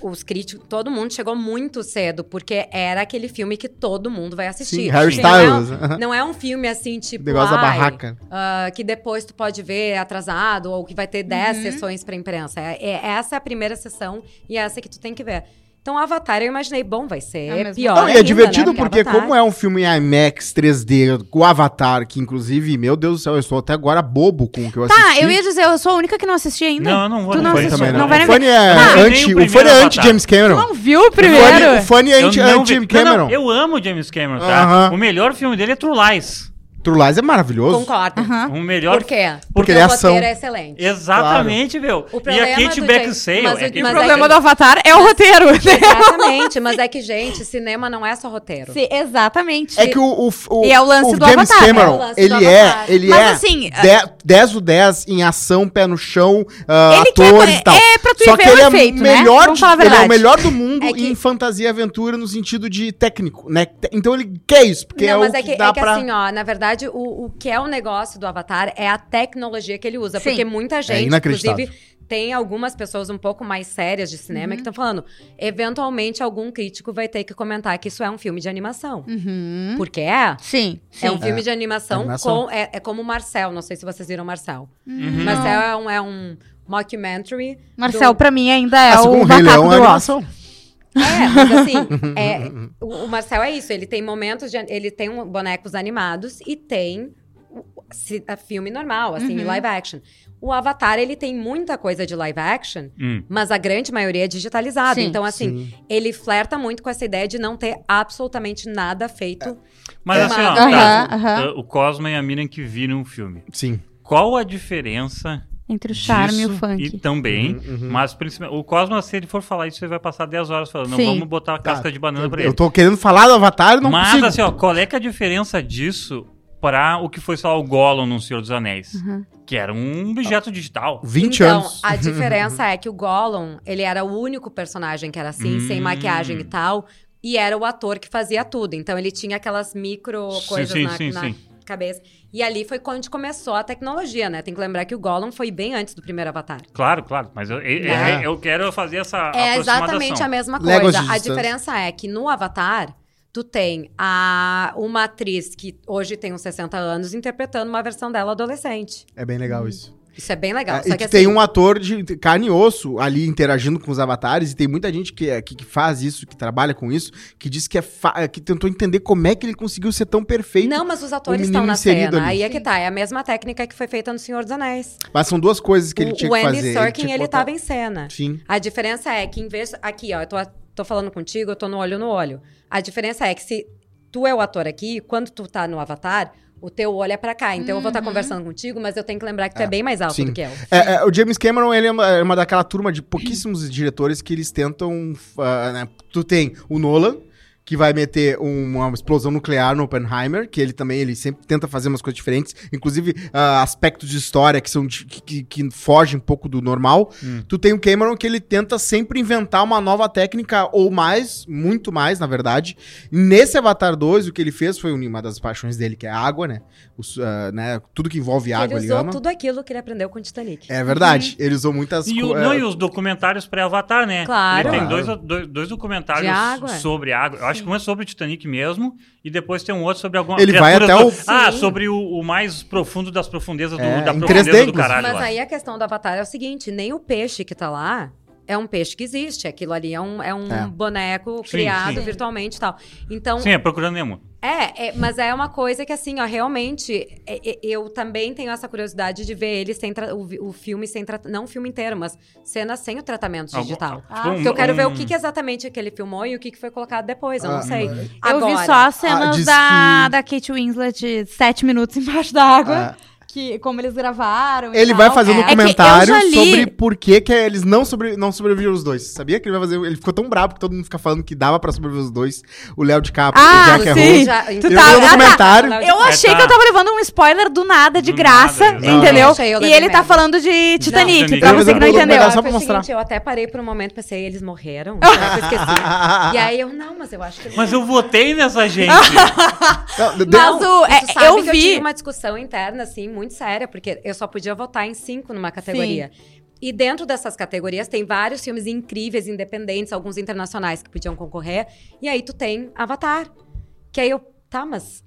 Speaker 4: os críticos, todo mundo chegou muito cedo, porque era aquele filme que todo mundo vai assistir.
Speaker 3: Sim, Harry
Speaker 1: Sim.
Speaker 3: Styles. né?
Speaker 4: Não é, um- não é um filme assim, tipo.
Speaker 3: Negócio da
Speaker 4: ai,
Speaker 3: barraca.
Speaker 4: ah, que depois tu pode ver atrasado, ou que vai ter 10
Speaker 3: Uhum.
Speaker 4: sessões pra imprensa. É, é- essa é a primeira sessão e é essa que tu tem que ver. Então, Avatar, eu imaginei, bom, vai
Speaker 2: É o
Speaker 4: ser
Speaker 2: mesmo.
Speaker 4: pior.
Speaker 3: Não, e é
Speaker 4: ainda,
Speaker 3: divertido
Speaker 4: né,
Speaker 3: porque,
Speaker 4: Avatar-
Speaker 3: como é um filme em IMAX 3D com o Avatar, que inclusive, meu Deus do céu, eu estou até agora bobo com o que eu assisti.
Speaker 2: Tá, eu ia dizer, eu sou a única que não assisti ainda.
Speaker 1: Não, eu não vou
Speaker 2: Tu
Speaker 1: no
Speaker 2: não
Speaker 1: banho
Speaker 2: assistiu,
Speaker 3: também,
Speaker 2: não,
Speaker 3: né?
Speaker 2: vai
Speaker 3: o
Speaker 2: na
Speaker 3: Fanny é
Speaker 1: Ah, nem
Speaker 3: anti,
Speaker 1: o
Speaker 3: o Fanny
Speaker 1: primeiro
Speaker 3: é
Speaker 1: Avatar.
Speaker 3: anti-James Cameron.
Speaker 2: Não viu o
Speaker 3: O Fanny-
Speaker 2: primeiro?
Speaker 3: O Fanny é
Speaker 1: Eu
Speaker 3: anti-
Speaker 1: não vi-
Speaker 3: anti-James
Speaker 1: Não, não,
Speaker 3: Cameron.
Speaker 1: eu amo James Cameron, tá?
Speaker 3: Aham.
Speaker 1: O melhor filme dele é True Lies.
Speaker 3: True Lies é maravilhoso.
Speaker 4: Concordo.
Speaker 2: Aham.
Speaker 1: O melhor...
Speaker 4: Por quê?
Speaker 3: Porque
Speaker 4: Porque,
Speaker 3: ele é
Speaker 4: o
Speaker 3: ação.
Speaker 4: roteiro é excelente.
Speaker 1: Exatamente, meu.
Speaker 4: O
Speaker 1: E
Speaker 4: problema
Speaker 1: a Kate
Speaker 4: do
Speaker 1: Beckinsale.
Speaker 4: James- mas
Speaker 1: é
Speaker 4: o-
Speaker 1: aquele
Speaker 2: O
Speaker 1: problema-
Speaker 4: mas é
Speaker 2: problema
Speaker 4: que-
Speaker 2: do Avatar é o roteiro, né?
Speaker 4: Exatamente, mas é que, gente, cinema não é só roteiro.
Speaker 2: Sim, exatamente.
Speaker 3: É que o, o, f- o,
Speaker 2: E é o lance
Speaker 3: o
Speaker 2: do
Speaker 3: James
Speaker 2: Avatar,
Speaker 3: Cameron,
Speaker 4: é o lance do
Speaker 3: ele é,
Speaker 4: Avatar.
Speaker 3: ele
Speaker 2: Mas
Speaker 3: é
Speaker 2: assim,
Speaker 3: de- 10 o 10 em ação, pé no chão, ah,
Speaker 2: Ele quer-
Speaker 3: atores e tal.
Speaker 2: é pra tu ir
Speaker 3: Só
Speaker 2: ver
Speaker 3: que
Speaker 2: o
Speaker 3: ele é
Speaker 2: efeito, né?
Speaker 3: melhor
Speaker 2: Vamos
Speaker 3: de-
Speaker 2: falar a
Speaker 3: ele é o
Speaker 2: verdade.
Speaker 3: melhor do mundo
Speaker 4: É que-
Speaker 3: em fantasia e aventura no sentido de técnico, né? Te- Então ele quer isso, porque é
Speaker 4: não,
Speaker 3: o
Speaker 4: mas
Speaker 3: que,
Speaker 4: é que,
Speaker 3: dá
Speaker 4: é que
Speaker 3: pra...
Speaker 4: assim, ó, na verdade, o, o que é o negócio do Avatar é a tecnologia que ele usa.
Speaker 2: Sim.
Speaker 4: Porque muita gente,
Speaker 3: É inacreditável. Uhum.
Speaker 4: inclusive, tem algumas pessoas um pouco mais sérias de cinema que estão falando. Eventualmente, algum crítico vai ter que comentar que isso é um filme de animação.
Speaker 2: Uhum.
Speaker 4: Porque é.
Speaker 2: Sim, sim.
Speaker 4: É um filme de animação,
Speaker 3: Animação.
Speaker 4: com- é, é como Marcel. Não sei se vocês viram Marcel.
Speaker 1: Uhum.
Speaker 4: Marcel é um, é um mockumentary.
Speaker 2: Marcel,
Speaker 4: do-
Speaker 2: pra mim, ainda é
Speaker 3: assim como
Speaker 2: o
Speaker 3: o Rei
Speaker 2: macaco
Speaker 3: Leão é
Speaker 2: do Oz.
Speaker 3: animação.
Speaker 4: É, mas assim, é, o, o Marcel é isso. Ele tem momentos de. Ele tem um- bonecos animados e tem se- a filme normal, assim,
Speaker 1: Uhum.
Speaker 4: live action. O Avatar, ele tem muita coisa de live action,
Speaker 1: Hum.
Speaker 4: mas a grande maioria é digitalizada.
Speaker 2: Sim.
Speaker 4: Então, assim, ele flerta muito com essa ideia de não ter absolutamente nada feito.
Speaker 1: Mas
Speaker 4: É.
Speaker 1: assim, ó,
Speaker 2: Aham,
Speaker 1: tá,
Speaker 2: aham.
Speaker 1: uh, o Cosma e a Miriam que viram um filme.
Speaker 3: Sim.
Speaker 1: Qual a diferença
Speaker 2: Entre o charme e o
Speaker 1: disso
Speaker 2: funk.
Speaker 1: E
Speaker 3: Uhum.
Speaker 1: também,
Speaker 3: Hum.
Speaker 1: mas principalmente, o Cosma, se ele for falar isso, ele vai passar 10 horas falando, não,
Speaker 2: Sim.
Speaker 1: vamos botar a casca de banana pra
Speaker 3: Tá. Eu
Speaker 1: ele.
Speaker 3: tô querendo falar do Avatar, não
Speaker 1: Mas
Speaker 3: consigo.
Speaker 1: assim, ó, qual é que é a diferença disso pra o que foi, sei lá, o Gollum no Senhor dos Anéis?
Speaker 4: Uhum.
Speaker 1: Que era um objeto digital.
Speaker 3: 20
Speaker 4: então,
Speaker 3: anos.
Speaker 4: a diferença é que o Gollum, ele era o único personagem que era assim, sem
Speaker 1: Hum.
Speaker 4: maquiagem e tal. E era o ator que fazia tudo. Então, ele tinha aquelas micro
Speaker 1: Sim,
Speaker 4: coisas
Speaker 1: sim,
Speaker 4: na,
Speaker 1: sim,
Speaker 4: na
Speaker 1: sim.
Speaker 4: cabeça. E ali foi quando começou a tecnologia, né? Tem que lembrar que o Gollum foi bem antes do primeiro Avatar.
Speaker 1: Claro, claro, mas eu, eu-
Speaker 3: É.
Speaker 1: eu- eu quero fazer essa
Speaker 4: Né? É
Speaker 1: aproximação.
Speaker 4: exatamente a mesma coisa.
Speaker 3: Léguas de
Speaker 4: a
Speaker 3: distância.
Speaker 4: diferença é que no Avatar, tu tem a, uma atriz que hoje tem uns 60 anos interpretando uma versão dela adolescente.
Speaker 3: É bem legal isso.
Speaker 4: Isso é bem legal.
Speaker 3: É,
Speaker 4: só
Speaker 3: e
Speaker 4: que
Speaker 3: que
Speaker 4: assim,
Speaker 3: tem um ator de carne e osso ali interagindo com os avatares, e tem muita gente que, é, que, que faz isso, que trabalha com isso, que diz que é fa- que tentou entender como é que ele conseguiu ser tão perfeito.
Speaker 4: Não, mas os atores
Speaker 3: um
Speaker 4: estão
Speaker 3: menino
Speaker 4: na
Speaker 3: inserido
Speaker 4: cena.
Speaker 3: ali.
Speaker 4: Aí é que tá. É a mesma técnica que foi feita no Senhor dos Anéis.
Speaker 3: Mas são duas coisas que ele
Speaker 4: o
Speaker 3: tinha
Speaker 4: o
Speaker 3: que
Speaker 4: Andy
Speaker 3: fazer.
Speaker 4: Serkin,
Speaker 3: tinha que
Speaker 4: ele
Speaker 3: botar-
Speaker 4: tava em cena.
Speaker 3: Sim.
Speaker 4: A diferença é que em vez. Aqui, ó, eu tô, tô falando contigo, eu tô no olho no olho. A diferença é que se tu é o ator aqui, quando tu tá no avatar, o teu olho é pra cá. Então eu vou estar conversando contigo, mas eu tenho que lembrar que tu é, bem mais alto
Speaker 3: Uhum. sim.
Speaker 4: do que eu.
Speaker 3: É, é, o James Cameron, ele é uma, é uma daquela turma de pouquíssimos diretores que eles tentam... ah, né? Tu tem o Nolan, que vai meter um- uma explosão nuclear no Oppenheimer, que ele também ele sempre tenta fazer umas coisas diferentes, inclusive ah, aspectos de história que são de- que, que fogem um pouco do normal. Tu tem o Cameron que ele tenta sempre inventar uma nova técnica ou mais, muito mais, na verdade. Nesse Avatar 2, o que ele fez foi uma das paixões dele, que é a água, né? Os, ah, né? Tudo que envolve água,
Speaker 4: ele
Speaker 3: ele,
Speaker 4: usou
Speaker 3: ama.
Speaker 4: tudo aquilo que ele aprendeu com o Titanic.
Speaker 3: É verdade. Ele usou muitas
Speaker 1: E, o-
Speaker 3: co-
Speaker 1: não,
Speaker 3: é,
Speaker 1: e os documentários pré-Avatar, né?
Speaker 4: Claro.
Speaker 1: Ele tem
Speaker 3: Claro.
Speaker 1: dois, dois, dois documentários
Speaker 4: De água.
Speaker 1: sobre água. Eu acho que um é sobre o Titanic mesmo, e depois tem um outro sobre alguma
Speaker 3: Ele vai
Speaker 1: criatura
Speaker 3: até
Speaker 1: do-
Speaker 3: o-
Speaker 1: Ah,
Speaker 4: Sim.
Speaker 1: sobre o, o mais profundo das profundezas do,
Speaker 3: É,
Speaker 1: da
Speaker 3: em
Speaker 1: profundeza
Speaker 3: 3D,
Speaker 1: do caralho.
Speaker 4: Mas
Speaker 1: lá.
Speaker 4: aí a questão do Avatar é o seguinte: nem o peixe que tá lá é um peixe que existe. Aquilo ali é um, é um
Speaker 3: É.
Speaker 4: boneco
Speaker 1: Sim,
Speaker 4: criado
Speaker 1: sim.
Speaker 4: virtualmente e tal. Então,
Speaker 1: Sim, é procurando Nemo.
Speaker 4: é, é, mas é uma coisa que, assim, ó, realmente, é, é, eu também tenho essa curiosidade de ver ele sem tra- o, vi- o filme sem tra- Não o filme inteiro, mas cenas sem o tratamento
Speaker 1: Algum-
Speaker 4: digital.
Speaker 1: tipo
Speaker 2: Ah,
Speaker 4: Porque eu quero ver o que,
Speaker 1: um-
Speaker 4: que exatamente que ele filmou e o que, que foi colocado depois, eu
Speaker 3: Ah,
Speaker 4: não sei.
Speaker 3: eu
Speaker 2: Eu
Speaker 4: Agora,
Speaker 2: vi só as cenas
Speaker 3: Ah, diz
Speaker 2: da,
Speaker 3: que-
Speaker 2: da Kate Winslet de 7 minutos embaixo da água.
Speaker 3: Ah.
Speaker 2: Que, como eles gravaram. e
Speaker 3: Ele
Speaker 2: tal.
Speaker 3: vai fazer um
Speaker 4: é. É que
Speaker 3: documentário
Speaker 2: eu já li-
Speaker 3: sobre por que, que eles não, sobre, não sobreviveram os dois. Sabia que ele vai fazer. Ele ficou tão bravo que todo mundo fica falando que dava pra sobreviver os dois. O Léo de Capa,
Speaker 2: Ah,
Speaker 3: o Jack é
Speaker 2: sim.
Speaker 3: Arrow.
Speaker 4: Já- então,
Speaker 2: Tu
Speaker 3: Eu
Speaker 2: tá-
Speaker 3: vi um
Speaker 2: ah, tá.
Speaker 3: documentário.
Speaker 2: Eu
Speaker 1: É,
Speaker 2: achei
Speaker 1: tá.
Speaker 2: que eu tava levando um spoiler do nada, de
Speaker 1: Do
Speaker 2: graça,
Speaker 1: nada, exato.
Speaker 2: entendeu?
Speaker 4: Não, achei, eu
Speaker 2: e
Speaker 4: levei
Speaker 2: ele tá
Speaker 4: merda.
Speaker 2: falando de Titanic,
Speaker 1: Titanic.
Speaker 2: pra você que não
Speaker 3: Eu vou
Speaker 2: entendeu.
Speaker 3: mandar
Speaker 4: Foi
Speaker 3: só pra
Speaker 4: o
Speaker 3: mostrar.
Speaker 4: seguinte, eu até parei por um momento, pensei, eles morreram? Será que eu esqueci? e aí eu, não, mas eu acho que...
Speaker 1: Mas eu votei nessa gente.
Speaker 3: Ah, Não, de-
Speaker 2: Mas o-
Speaker 4: e tu
Speaker 2: é,
Speaker 4: sabe
Speaker 2: eu
Speaker 4: que eu
Speaker 2: vi-
Speaker 4: tive uma discussão interna, assim, muito séria, porque eu só podia votar em cinco numa categoria. E dentro dessas categorias tem vários filmes incríveis, independentes, alguns internacionais que podiam concorrer. E aí tu tem Avatar. Que aí eu. Tá, mas.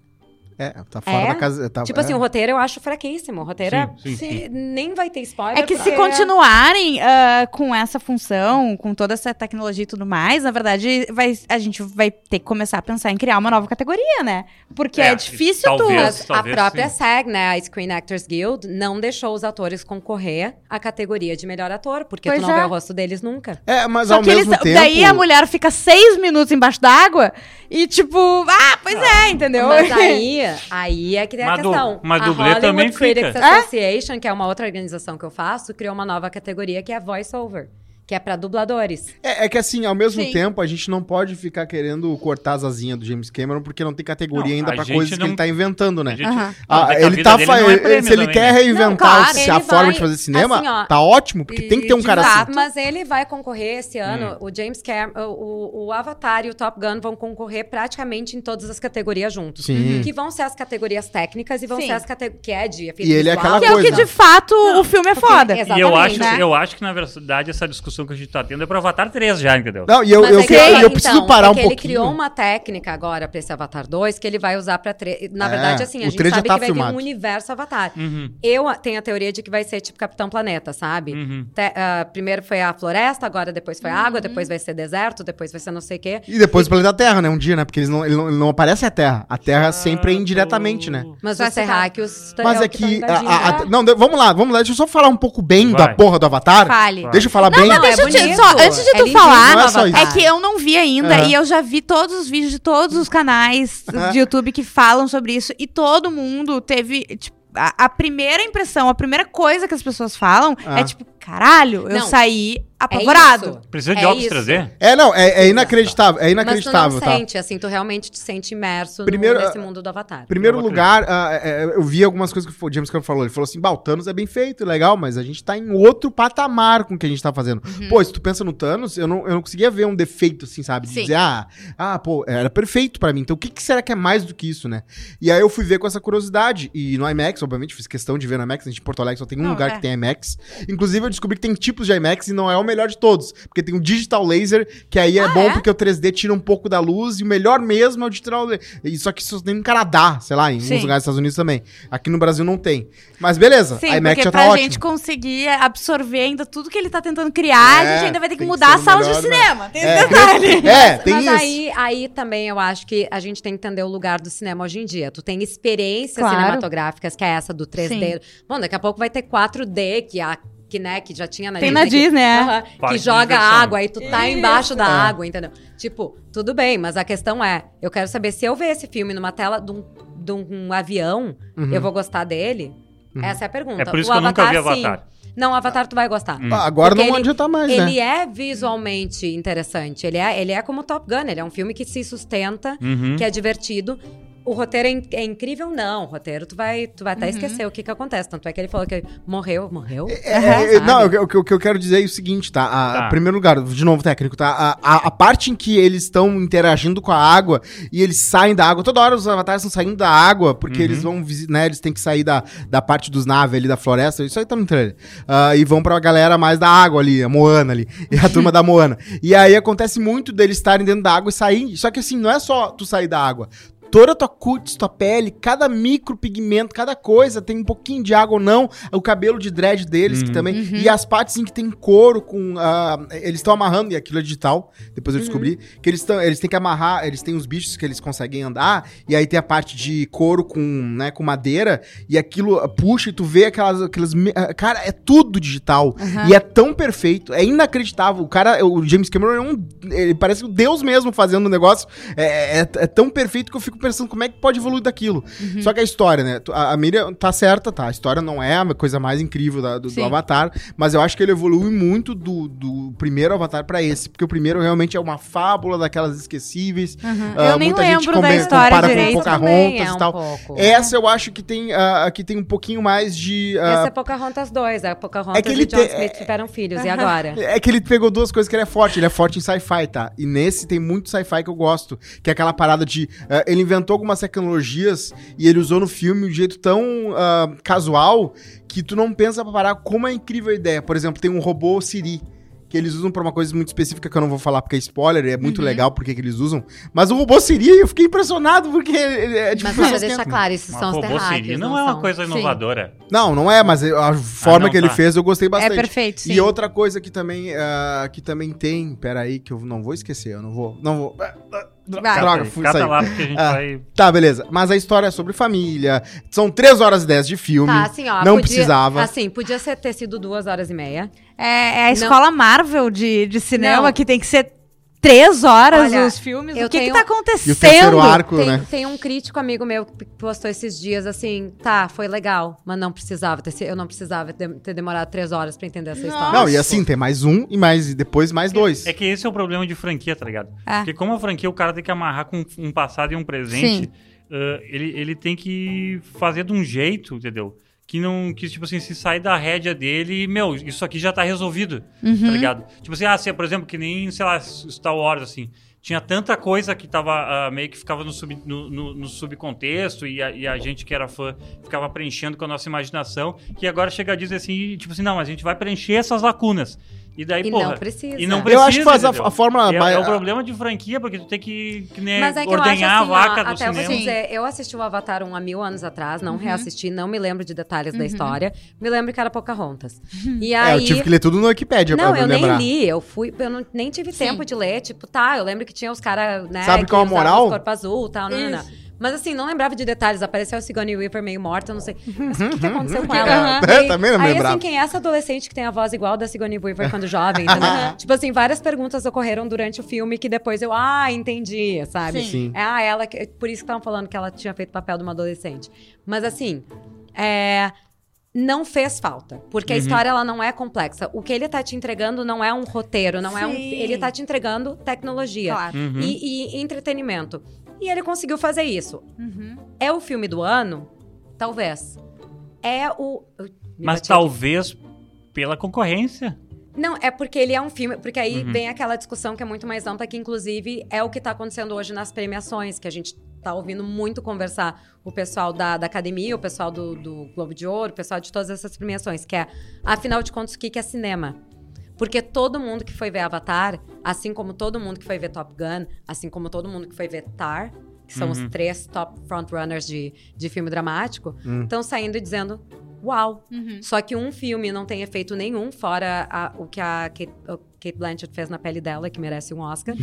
Speaker 3: É, tá fora
Speaker 4: É?
Speaker 3: da casa. tá-
Speaker 4: tipo
Speaker 3: é.
Speaker 4: assim, o roteiro eu acho fraquíssimo. O roteiro é-
Speaker 1: Sim, sim,
Speaker 4: se-
Speaker 1: sim.
Speaker 4: nem vai ter spoiler.
Speaker 2: É que se
Speaker 4: porque-
Speaker 2: continuarem ah, com essa função, com toda essa tecnologia e tudo mais, na verdade, vai- a gente vai ter que começar a pensar em criar uma nova categoria, né? Porque é,
Speaker 1: É,
Speaker 2: difícil
Speaker 1: talvez.
Speaker 2: tu.
Speaker 4: Mas a
Speaker 1: Talvez
Speaker 4: própria
Speaker 1: sim.
Speaker 4: SAG, né, a Screen Actors Guild, não deixou os atores concorrer à categoria de melhor ator, porque
Speaker 2: Pois
Speaker 4: tu não
Speaker 2: é.
Speaker 4: vê o rosto deles nunca.
Speaker 3: É, mas
Speaker 2: Só
Speaker 3: ao
Speaker 2: que eles,
Speaker 3: mesmo tempo.
Speaker 2: daí a mulher fica seis minutos embaixo d'água e tipo, ah, pois é, entendeu?
Speaker 4: Mas aí, aí é que tem a
Speaker 1: Mas du-
Speaker 4: questão.
Speaker 1: mas
Speaker 4: a
Speaker 1: dublê
Speaker 4: Hollywood
Speaker 1: também
Speaker 4: Critics
Speaker 1: fica.
Speaker 4: Association, que é uma outra organização que eu faço, criou uma nova categoria que é voiceover, que é pra dubladores.
Speaker 3: É, é que assim, ao mesmo
Speaker 2: Sim.
Speaker 3: tempo, a gente não pode ficar querendo cortar as asinhas do James Cameron, porque não tem categoria
Speaker 1: Não,
Speaker 3: ainda
Speaker 1: a
Speaker 3: pra
Speaker 1: gente
Speaker 3: coisas
Speaker 1: não-
Speaker 3: que ele tá inventando, né?
Speaker 1: A gente-
Speaker 2: Aham.
Speaker 3: Ah,
Speaker 1: Até que a
Speaker 3: ele
Speaker 1: vida
Speaker 3: tá
Speaker 1: dele
Speaker 3: fa-
Speaker 1: não é
Speaker 3: ele-
Speaker 1: prêmio
Speaker 3: se ele
Speaker 1: também,
Speaker 3: quer
Speaker 1: né?
Speaker 3: reinventar
Speaker 4: Não, claro,
Speaker 3: se a
Speaker 4: ele
Speaker 3: forma
Speaker 4: vai-
Speaker 3: de fazer cinema,
Speaker 4: assim, ó,
Speaker 3: tá ótimo, porque tem que ter um
Speaker 2: de
Speaker 3: cara
Speaker 2: fato,
Speaker 3: assim.
Speaker 4: Mas ele vai concorrer esse ano,
Speaker 1: Hum.
Speaker 4: o James Cameron, o, o Avatar e o Top Gun vão concorrer praticamente em todas as categorias juntos.
Speaker 3: Sim.
Speaker 4: Que vão ser as categorias técnicas e vão
Speaker 2: Sim.
Speaker 4: ser as categorias que é de efeito
Speaker 3: E ele é
Speaker 4: visual.
Speaker 3: aquela
Speaker 2: Que é o que de
Speaker 3: coisa.
Speaker 2: fato o filme é
Speaker 4: porque-
Speaker 2: foda.
Speaker 4: exato.
Speaker 1: E eu
Speaker 4: Exatamente,
Speaker 1: acho,
Speaker 2: né?
Speaker 1: eu acho que, na verdade, essa discussão que a gente tá tendo é pro Avatar 3 já, entendeu?
Speaker 3: Não, e eu,
Speaker 4: Mas
Speaker 3: eu,
Speaker 4: é que
Speaker 3: quero-
Speaker 4: ele-
Speaker 3: eu preciso
Speaker 4: então,
Speaker 3: parar
Speaker 4: é
Speaker 3: um
Speaker 4: que
Speaker 3: pouquinho.
Speaker 4: Ele criou uma técnica agora pra esse Avatar 2 que ele vai usar pra. Tre... Na
Speaker 3: É,
Speaker 4: verdade, assim, a
Speaker 3: o
Speaker 4: gente
Speaker 3: três já
Speaker 4: sabe que
Speaker 3: tá
Speaker 4: vai
Speaker 3: filmado.
Speaker 4: vir um universo Avatar.
Speaker 1: Uhum,
Speaker 4: Eu a- tenho a teoria de que vai ser tipo Capitão Planeta, sabe?
Speaker 1: uhum.
Speaker 4: Te- ah, primeiro foi a floresta, agora depois foi a água, depois vai ser deserto, depois vai ser não sei o quê.
Speaker 3: E depois o planeta Terra, né? Um dia, né? Porque eles não, ele, não, ele não aparece a Terra. A Terra sempre é indiretamente, né?
Speaker 4: Mas
Speaker 2: Vai
Speaker 4: os
Speaker 2: ser
Speaker 4: terráqueos... tá-
Speaker 3: Mas
Speaker 4: Ah, o
Speaker 3: é
Speaker 4: tá
Speaker 3: que.
Speaker 4: invadindo.
Speaker 3: a- a- a- não, de- vamos lá, vamos lá. Deixa eu só falar um pouco bem
Speaker 1: Vai.
Speaker 3: da porra do Avatar.
Speaker 2: Fale.
Speaker 1: Vai.
Speaker 3: Deixa eu falar bem.
Speaker 2: Não,
Speaker 4: é
Speaker 2: deixa eu te,
Speaker 4: bonito.
Speaker 2: só, antes de
Speaker 4: É
Speaker 2: tu
Speaker 4: lindíssimo
Speaker 2: falar,
Speaker 3: Não é só isso.
Speaker 2: é que eu não vi ainda
Speaker 3: Aham.
Speaker 2: e eu já vi todos os vídeos de todos os canais
Speaker 3: Aham.
Speaker 2: de YouTube que falam sobre isso e todo mundo teve, tipo, a, a primeira impressão, a primeira coisa que as pessoas falam
Speaker 3: Ah.
Speaker 2: é tipo, caralho, eu
Speaker 4: Não.
Speaker 2: saí
Speaker 4: É
Speaker 2: apavorado.
Speaker 4: isso.
Speaker 1: Precisa de
Speaker 4: É
Speaker 1: óculos
Speaker 4: isso.
Speaker 1: 3D?
Speaker 3: É, não, é, é inacreditável. É
Speaker 4: Mas tu não
Speaker 3: inacreditável, tá?
Speaker 4: sente, assim, tu realmente te sente imerso no-
Speaker 3: Primeiro,
Speaker 4: nesse
Speaker 3: ah,
Speaker 4: mundo do
Speaker 2: Tá,
Speaker 4: Avatar.
Speaker 3: Primeiro
Speaker 1: Eu
Speaker 3: lugar, ah, é, é, eu vi algumas coisas que o James Cameron falou. Ele falou assim: "Bah, o Thanos é bem feito, legal, mas a gente tá em outro patamar com o que a gente tá fazendo.
Speaker 2: Uhum.
Speaker 3: Pô, se tu pensa no Thanos, eu não, eu não conseguia ver um defeito, assim, sabe? De
Speaker 2: Sim.
Speaker 3: dizer, ah, ah, pô, era perfeito pra mim. Então o que, que será que é mais do que isso, né? E aí eu fui ver com essa curiosidade. E no IMAX, obviamente, fiz questão de ver no IMAX. A gente em Porto Alegre só tem um
Speaker 2: Não,
Speaker 3: lugar
Speaker 2: é.
Speaker 3: que tem IMAX. Inclusive, eu descobri que tem tipos de IMAX e não é o melhor de todos. Porque tem o digital laser, que aí é
Speaker 4: Ah,
Speaker 3: bom
Speaker 4: é?
Speaker 3: porque o 3D tira um pouco da luz. E o melhor mesmo é o digital laser. E Só que isso tem no Canadá, sei lá, em
Speaker 2: Sim.
Speaker 3: alguns lugares dos Estados Unidos também. Aqui no Brasil não tem. Mas beleza,
Speaker 2: Sim,
Speaker 3: a IMAX
Speaker 2: porque
Speaker 3: já
Speaker 2: pra
Speaker 3: tá ótimo.
Speaker 2: gente conseguir absorver ainda tudo que ele tá tentando criar,
Speaker 3: É,
Speaker 2: a gente ainda vai ter que
Speaker 3: tem que
Speaker 2: mudar
Speaker 3: ser
Speaker 2: a sala
Speaker 3: melhor,
Speaker 2: de
Speaker 3: né?
Speaker 2: cinema. Tem
Speaker 3: É.
Speaker 2: esse detalhe.
Speaker 3: É, tem
Speaker 4: Mas
Speaker 3: isso.
Speaker 4: Aí, aí também eu acho que a gente tem que entender o lugar do cinema hoje em dia. Tu tem experiências
Speaker 2: Claro.
Speaker 4: cinematográficas, que é essa do 3D. Bom, daqui a pouco vai ter 4D, que a que, né, que já tinha na
Speaker 2: Tem na
Speaker 4: que-
Speaker 2: Disney, é.
Speaker 4: Aham,
Speaker 1: Parque
Speaker 4: que
Speaker 1: de
Speaker 4: joga
Speaker 1: diversão.
Speaker 4: água e tu tá
Speaker 2: Isso.
Speaker 4: embaixo da
Speaker 3: É.
Speaker 4: água, entendeu? Tipo, tudo bem, mas a questão é, eu quero saber se eu ver esse filme numa tela de um, de um avião,
Speaker 3: Uhum.
Speaker 4: eu vou gostar dele?
Speaker 3: Uhum.
Speaker 4: Essa é a pergunta.
Speaker 1: É por isso
Speaker 4: O
Speaker 1: que eu nunca vi
Speaker 4: sim.
Speaker 1: Avatar.
Speaker 4: Não, o Avatar tu vai gostar.
Speaker 1: Hum.
Speaker 3: Ah, agora
Speaker 4: Porque
Speaker 3: não
Speaker 4: ele-
Speaker 3: adianta mais, né?
Speaker 4: Ele é visualmente interessante. Ele é, ele é como Top Gun. Ele é um filme que se sustenta,
Speaker 1: Uhum.
Speaker 4: que é divertido. O roteiro é, in- é incrível? Não. O roteiro, tu vai, tu vai até esquecer o que que acontece. Tanto é que ele falou que morreu, morreu.
Speaker 3: Uhum. É, é,
Speaker 4: sabe?
Speaker 3: não, o que- o que eu quero dizer é o seguinte, tá? A,
Speaker 1: Tá.
Speaker 3: Em primeiro lugar, de novo técnico, tá? A, a- a parte em que eles estão interagindo com a água e eles saem da água, toda hora os avatares estão saindo da água, porque
Speaker 1: Uhum.
Speaker 3: eles vão, visi- né? Eles têm que sair da, da parte dos naves ali, da floresta, isso aí tá no trailer. Ah, e vão pra galera mais da água ali, a Moana ali, e a turma da Moana. E aí acontece muito deles estarem dentro da água e sair, só que assim, não é só tu sair da água. Toda a tua cutis, tua pele, cada micropigmento, cada coisa tem um pouquinho de água ou não. O cabelo de dread deles, que
Speaker 1: Uhum.
Speaker 3: também. E as partes em que tem couro com. ah, eles estão amarrando, e aquilo é digital, depois eu descobri. Que eles, tão, eles têm que amarrar, eles têm os bichos que eles conseguem andar, e aí tem a parte de couro com, né, com madeira, e aquilo ah, puxa e tu vê aquelas. aquelas me- ah, cara, é tudo digital.
Speaker 2: Aham.
Speaker 3: E é tão perfeito, é inacreditável. O cara, o James Cameron é um. Ele parece um Deus mesmo fazendo o negócio. É, é- é tão perfeito que eu fico pensando como é que pode evoluir daquilo. Só que a história, né? tu- A, a Miriam tá certa, tá? A história não é a coisa mais incrível da- do, do
Speaker 2: Sim.
Speaker 3: Avatar, mas eu acho que ele evolui muito do, do primeiro Avatar pra esse, porque o primeiro realmente é uma fábula daquelas esquecíveis.
Speaker 2: Uhum.
Speaker 3: Ah,
Speaker 2: eu nem
Speaker 3: muita gente
Speaker 2: lembro da
Speaker 3: come-
Speaker 2: história
Speaker 3: compara com
Speaker 2: direito.
Speaker 3: Pocahontas
Speaker 4: também é
Speaker 3: e
Speaker 4: um
Speaker 3: tal.
Speaker 4: pouco.
Speaker 3: Essa eu acho que tem, ah, que tem um pouquinho mais de. ah,
Speaker 4: Essa é Pocahontas 2. A Pocahontas
Speaker 3: É que
Speaker 4: e
Speaker 3: ele
Speaker 4: John
Speaker 3: tem-
Speaker 4: Smith tiveram filhos. E agora?
Speaker 3: É que ele pegou duas coisas que ele é forte. Ele é forte em sci-fi, tá? E nesse tem muito sci-fi que eu gosto. Que é aquela parada de. ah, ele inventou algumas tecnologias e ele usou no filme de um jeito tão ah, casual que tu não pensa pra parar como é incrível a ideia. Por exemplo, tem um robô Siri. Que eles usam pra uma coisa muito específica que eu não vou falar porque é spoiler, e é
Speaker 4: Uhum.
Speaker 3: muito legal porque que eles usam. Mas o robô Siri, eu fiquei impressionado porque ele- ele é
Speaker 4: Mas
Speaker 3: pessoas
Speaker 4: deixa
Speaker 3: que-
Speaker 4: deixar claro, esses
Speaker 1: Mas,
Speaker 4: são os
Speaker 1: pô, Bolsonaro
Speaker 4: terráqueos.
Speaker 1: não, é uma
Speaker 4: são.
Speaker 1: coisa
Speaker 2: Sim.
Speaker 1: inovadora.
Speaker 3: Não, não é, mas a forma
Speaker 1: não,
Speaker 3: que ele
Speaker 1: tá.
Speaker 3: fez eu gostei
Speaker 2: É
Speaker 3: bastante.
Speaker 2: perfeito, sim.
Speaker 3: E outra coisa que também, ah, que também tem, peraí, que eu não vou esquecer, eu não vou, não vou. ah, ah,
Speaker 2: Vai.
Speaker 3: Droga,
Speaker 1: Cata aí, É.
Speaker 3: fui
Speaker 1: Cata
Speaker 3: sair.
Speaker 1: lá, porque a gente
Speaker 3: Ah.
Speaker 1: vai...
Speaker 3: Tá, beleza. Mas a história é sobre família. São 3 horas e 10 de filme.
Speaker 4: Tá, assim, ó,
Speaker 3: não
Speaker 4: podia-
Speaker 3: precisava.
Speaker 4: Assim, podia ser, ter sido duas horas e meia.
Speaker 2: É, é a
Speaker 4: Não.
Speaker 2: escola Marvel de, de cinema
Speaker 4: Não.
Speaker 2: que tem que ser três horas
Speaker 4: Olha,
Speaker 2: os filmes.
Speaker 4: eu
Speaker 2: O que,
Speaker 4: tenho- um-
Speaker 2: que tá
Speaker 3: e o terceiro
Speaker 2: acontecendo?
Speaker 3: arco,
Speaker 4: Tem,
Speaker 3: né?
Speaker 4: tem um crítico amigo meu que postou esses dias assim, tá, foi legal, mas não precisava ter, se- eu não precisava ter, ter demorado três horas pra entender essa história.
Speaker 3: Não, e assim, tem mais um e mais e depois mais dois.
Speaker 1: É que esse é o problema de franquia, tá ligado?
Speaker 2: É.
Speaker 1: Porque como a franquia, o cara tem que amarrar com um passado e um presente, ah, ele, ele tem que fazer de um jeito, entendeu? Que não. Que, tipo assim, se sair da rédea dele, meu,
Speaker 4: Uhum.
Speaker 1: isso aqui já tá resolvido, tá ligado? Tipo assim, ah, se, por exemplo, que nem, sei lá, Star Wars, assim. tinha tanta coisa que tava ah, meio que ficava no, sub- no- no- no subcontexto e a, e a gente que era fã ficava preenchendo com a nossa imaginação, que agora chega a dizer assim, tipo assim, não, mas a gente vai preencher essas lacunas. E daí,
Speaker 4: E
Speaker 1: porra,
Speaker 4: não precisa.
Speaker 1: E não
Speaker 3: Eu
Speaker 1: precisa,
Speaker 3: acho que faz a-
Speaker 1: entendeu?
Speaker 3: Ah, a forma
Speaker 1: E É,
Speaker 3: mai-
Speaker 1: é o problema de franquia, porque tu tem que, que nem
Speaker 4: Mas é que eu acho assim,
Speaker 1: ordenhar a vaca
Speaker 4: ó,
Speaker 1: do
Speaker 4: até eu vou te
Speaker 1: cinema.
Speaker 4: dizer, eu assisti o Avatar 1 há mil anos atrás, não reassisti, não me lembro de detalhes da história. Me lembro que era Pocahontas. E
Speaker 3: É,
Speaker 4: aí...
Speaker 3: eu tive que ler tudo no Wikipedia
Speaker 4: Não,
Speaker 3: pra
Speaker 4: eu
Speaker 3: me lembrar.
Speaker 4: nem li, eu fui, eu não, nem tive
Speaker 2: Sim.
Speaker 4: tempo de ler, tipo, tá, eu lembro que tinha os caras, né,
Speaker 3: Sabe
Speaker 4: que
Speaker 3: qual é a
Speaker 4: usavam
Speaker 3: moral?
Speaker 4: os corpo azul, tal, não, não, não. Mas assim, não lembrava de detalhes, apareceu a Sigourney Weaver meio morta, eu não sei. Mas o que, que aconteceu com ela?
Speaker 3: Uhum.
Speaker 4: Aí-
Speaker 3: Também não
Speaker 4: aí,
Speaker 3: lembrava.
Speaker 4: assim, quem é essa adolescente que tem a voz igual da Sigourney Weaver quando jovem, entendeu?
Speaker 3: Uhum.
Speaker 4: tipo assim, várias perguntas ocorreram durante o filme que depois eu, ah, entendi, sabe?
Speaker 2: Sim.
Speaker 3: Sim.
Speaker 4: É ah, ela, que- por isso que estavam falando que ela tinha feito o papel de uma adolescente. Mas assim, é, não fez falta, porque a história ela não é complexa. O que ele tá te entregando não é um roteiro, não é um,
Speaker 2: Sim.
Speaker 4: ele tá te entregando tecnologia
Speaker 2: Claro.
Speaker 1: Uhum.
Speaker 4: e, e entretenimento. E ele conseguiu fazer isso.
Speaker 2: Uhum.
Speaker 4: É o filme do ano, talvez. É o eu- me
Speaker 1: Mas
Speaker 4: bati aqui.
Speaker 1: talvez pela concorrência.
Speaker 4: Não, é porque ele é um filme. Porque aí
Speaker 1: Uhum.
Speaker 4: vem aquela discussão que é muito mais ampla, que inclusive é o que tá acontecendo hoje nas premiações, que a gente tá ouvindo muito conversar o pessoal da, da academia, o pessoal do, do Globo de Ouro, o pessoal de todas essas premiações, que é, afinal de contas, o que, que é cinema? Porque todo mundo que foi ver Avatar, assim como todo mundo que foi ver Top Gun, assim como todo mundo que foi ver Tar, que são os
Speaker 1: Uhum.
Speaker 4: três top frontrunners de, de filme dramático,
Speaker 3: Hum.
Speaker 4: estão saindo e dizendo: Uau,
Speaker 2: Uhum.
Speaker 4: só que um filme não tem efeito nenhum, fora a- o que a Kate, o Kate Blanchett fez na pele dela, que merece um Oscar.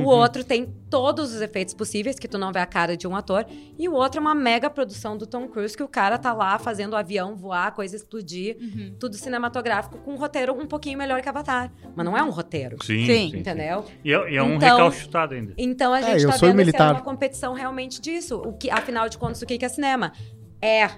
Speaker 4: o outro tem todos os efeitos possíveis, que tu não vê a cara de um ator. E o outro é uma mega produção do Tom Cruise, que o cara tá lá fazendo o avião voar, a coisa explodir.
Speaker 2: Uhum.
Speaker 4: Tudo cinematográfico, com um roteiro um pouquinho melhor que Avatar. Mas não é um roteiro,
Speaker 1: Sim,
Speaker 2: Sim. sim.
Speaker 4: entendeu?
Speaker 1: E é, e é um
Speaker 4: Então-
Speaker 1: recalchutado ainda.
Speaker 4: Então a
Speaker 3: É,
Speaker 4: gente
Speaker 3: eu
Speaker 4: tá
Speaker 3: sou
Speaker 4: vendo
Speaker 3: militar.
Speaker 4: que é uma competição realmente disso. O que, afinal de contas, o que que é cinema? É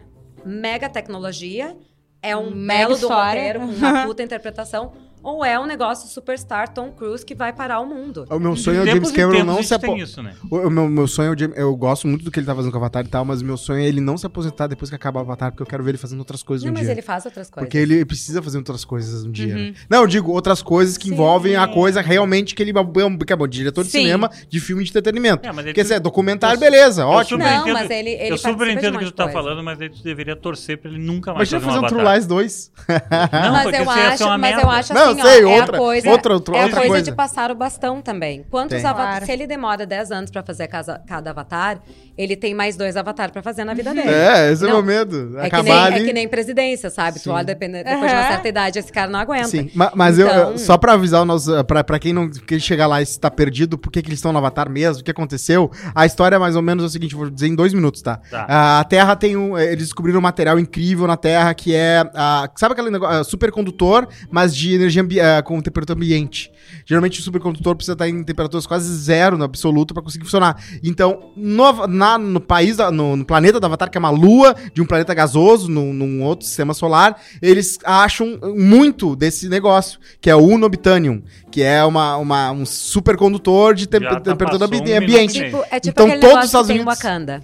Speaker 4: mega tecnologia, é um
Speaker 2: Mega
Speaker 4: belo do
Speaker 2: história.
Speaker 4: roteiro, uma puta interpretação, ou é um negócio superstar Tom Cruise que vai parar o mundo.
Speaker 3: O meu
Speaker 1: De
Speaker 3: sonho é o
Speaker 1: tempos
Speaker 3: James
Speaker 1: em
Speaker 3: Cameron
Speaker 1: tempos a
Speaker 3: não
Speaker 1: gente
Speaker 3: se
Speaker 1: tem
Speaker 3: aposentar.
Speaker 1: isso, né?
Speaker 3: O meu, meu sonho é o James... Eu gosto muito do que ele tá fazendo com o Avatar e tal, mas o meu sonho é ele não se aposentar depois que acabar o Avatar, porque eu quero ver ele fazendo outras coisas
Speaker 4: Não,
Speaker 3: um
Speaker 4: mas
Speaker 3: dia.
Speaker 4: ele faz Uhum. outras coisas.
Speaker 3: Porque ele precisa fazer outras coisas um dia. né? Não, eu digo outras coisas que envolvem a coisa realmente que ele é um, que é bom, de diretor de
Speaker 2: Sim.
Speaker 3: cinema, de filme de entretenimento.
Speaker 1: É, mas ele-
Speaker 3: Quer dizer, documentário,
Speaker 1: eu-
Speaker 3: beleza,
Speaker 1: eu
Speaker 3: ótimo.
Speaker 1: super
Speaker 4: Não,
Speaker 1: entendo-
Speaker 4: mas ele- ele
Speaker 1: eu
Speaker 4: participa
Speaker 1: super
Speaker 4: de
Speaker 1: entendo
Speaker 4: um
Speaker 1: o que
Speaker 4: monte
Speaker 1: tu
Speaker 4: de
Speaker 1: tá
Speaker 4: coisa.
Speaker 1: falando, mas aí tu deveria torcer pra ele nunca mais
Speaker 3: Imagina
Speaker 1: fazer um
Speaker 3: fazer um True
Speaker 1: avatar.
Speaker 3: Lies 2.
Speaker 1: Não,
Speaker 4: mas,
Speaker 1: porque
Speaker 4: eu
Speaker 1: isso ia ser um
Speaker 4: acho,
Speaker 1: uma
Speaker 4: mas eu
Speaker 1: merda.
Speaker 4: acho
Speaker 3: Não,
Speaker 4: assim,
Speaker 3: eu sei,
Speaker 4: ó,
Speaker 3: outra-
Speaker 4: é a coisa,
Speaker 3: outra- outra-
Speaker 4: é a
Speaker 3: outra
Speaker 4: coisa,
Speaker 3: coisa.
Speaker 4: de passar o bastão também. Quantos
Speaker 3: Tem.
Speaker 4: avatares?
Speaker 2: Claro.
Speaker 4: Se ele demora 10 anos pra fazer casa- cada avatar, ele tem mais dois avatares pra fazer na vida dele.
Speaker 3: É, esse é o meu
Speaker 4: Não,
Speaker 3: medo.
Speaker 4: É que, nem,
Speaker 3: Acabar
Speaker 4: é
Speaker 3: ali.
Speaker 4: que nem presidência, sabe?
Speaker 3: Sim.
Speaker 4: Tu olha, depende- depois de uma
Speaker 2: Aham.
Speaker 4: certa idade, esse cara não aguenta.
Speaker 3: Sim, ma- mas eu-
Speaker 4: Então-
Speaker 3: eu, só pra avisar o nosso, eh, pra, pra quem não que chegar lá e está perdido, por que que eles estão no Avatar mesmo, o que aconteceu, a história é mais ou menos o seguinte, vou dizer em dois minutos, tá?
Speaker 1: Tá.
Speaker 3: Ah, A Terra tem um, eh, eles descobriram um material incrível na Terra que é, ah, sabe aquele negócio, ah, supercondutor, mas de energia ambi- ah, com temperatura ambiente. Geralmente o supercondutor precisa estar em temperaturas quase zero no absoluto pra conseguir funcionar. Então, no, Ava- na- no país, da- no, no planeta do Avatar, que é uma lua de um planeta gasoso, num, num outro sistema solar, eles acham muito desse negócio, que é o Unobitanium, que é uma, uma- um supercondutor de temp-
Speaker 1: Já tá passou
Speaker 3: temperatura
Speaker 1: um
Speaker 3: ambi-
Speaker 1: minuto
Speaker 3: ambiente.
Speaker 1: e meio.
Speaker 4: Tipo, é tipo
Speaker 3: Então,
Speaker 4: aquele
Speaker 3: todos
Speaker 4: negócio
Speaker 3: os Estados
Speaker 4: que tem em
Speaker 3: Unidos-
Speaker 4: Wakanda.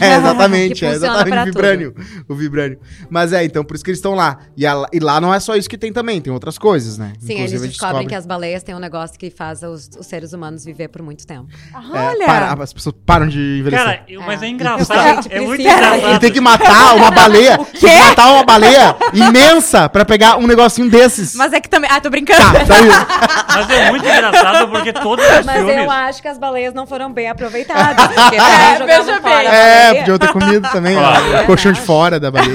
Speaker 3: É, exatamente,
Speaker 4: Que
Speaker 3: é
Speaker 4: funciona
Speaker 3: exatamente o
Speaker 4: pra
Speaker 3: Vibranium. O Vibranium. Mas é, então, por isso que eles estão lá. E, a- e lá não é só isso que tem também, tem outras coisas, né?
Speaker 4: Sim, eles descobrem que as baleias têm um negócio que faz os, os seres humanos viver por muito tempo.
Speaker 2: Olha!
Speaker 3: É, para- as pessoas param de envelhecer.
Speaker 1: Cara, eu- mas é
Speaker 4: Isso,
Speaker 1: engraçado.
Speaker 4: gente,
Speaker 1: É muito
Speaker 4: precisa.
Speaker 3: ele
Speaker 1: engraçado.
Speaker 3: tem que matar uma baleia. tem que matar uma baleia imensa pra pegar um negocinho desses.
Speaker 2: Mas é que também. Ah, tô brincando.
Speaker 3: Tá, tá aí.
Speaker 1: Mas é muito engraçado porque todos os
Speaker 4: Mas
Speaker 1: filmes...
Speaker 4: eu acho que as baleias não foram bem aproveitadas. Porque é,
Speaker 2: veja
Speaker 4: jogavam
Speaker 2: bem.
Speaker 4: fora a
Speaker 3: É,
Speaker 4: baleia.
Speaker 3: podia ter comido também.
Speaker 1: Claro.
Speaker 3: ó, o colchão de fora da baleia.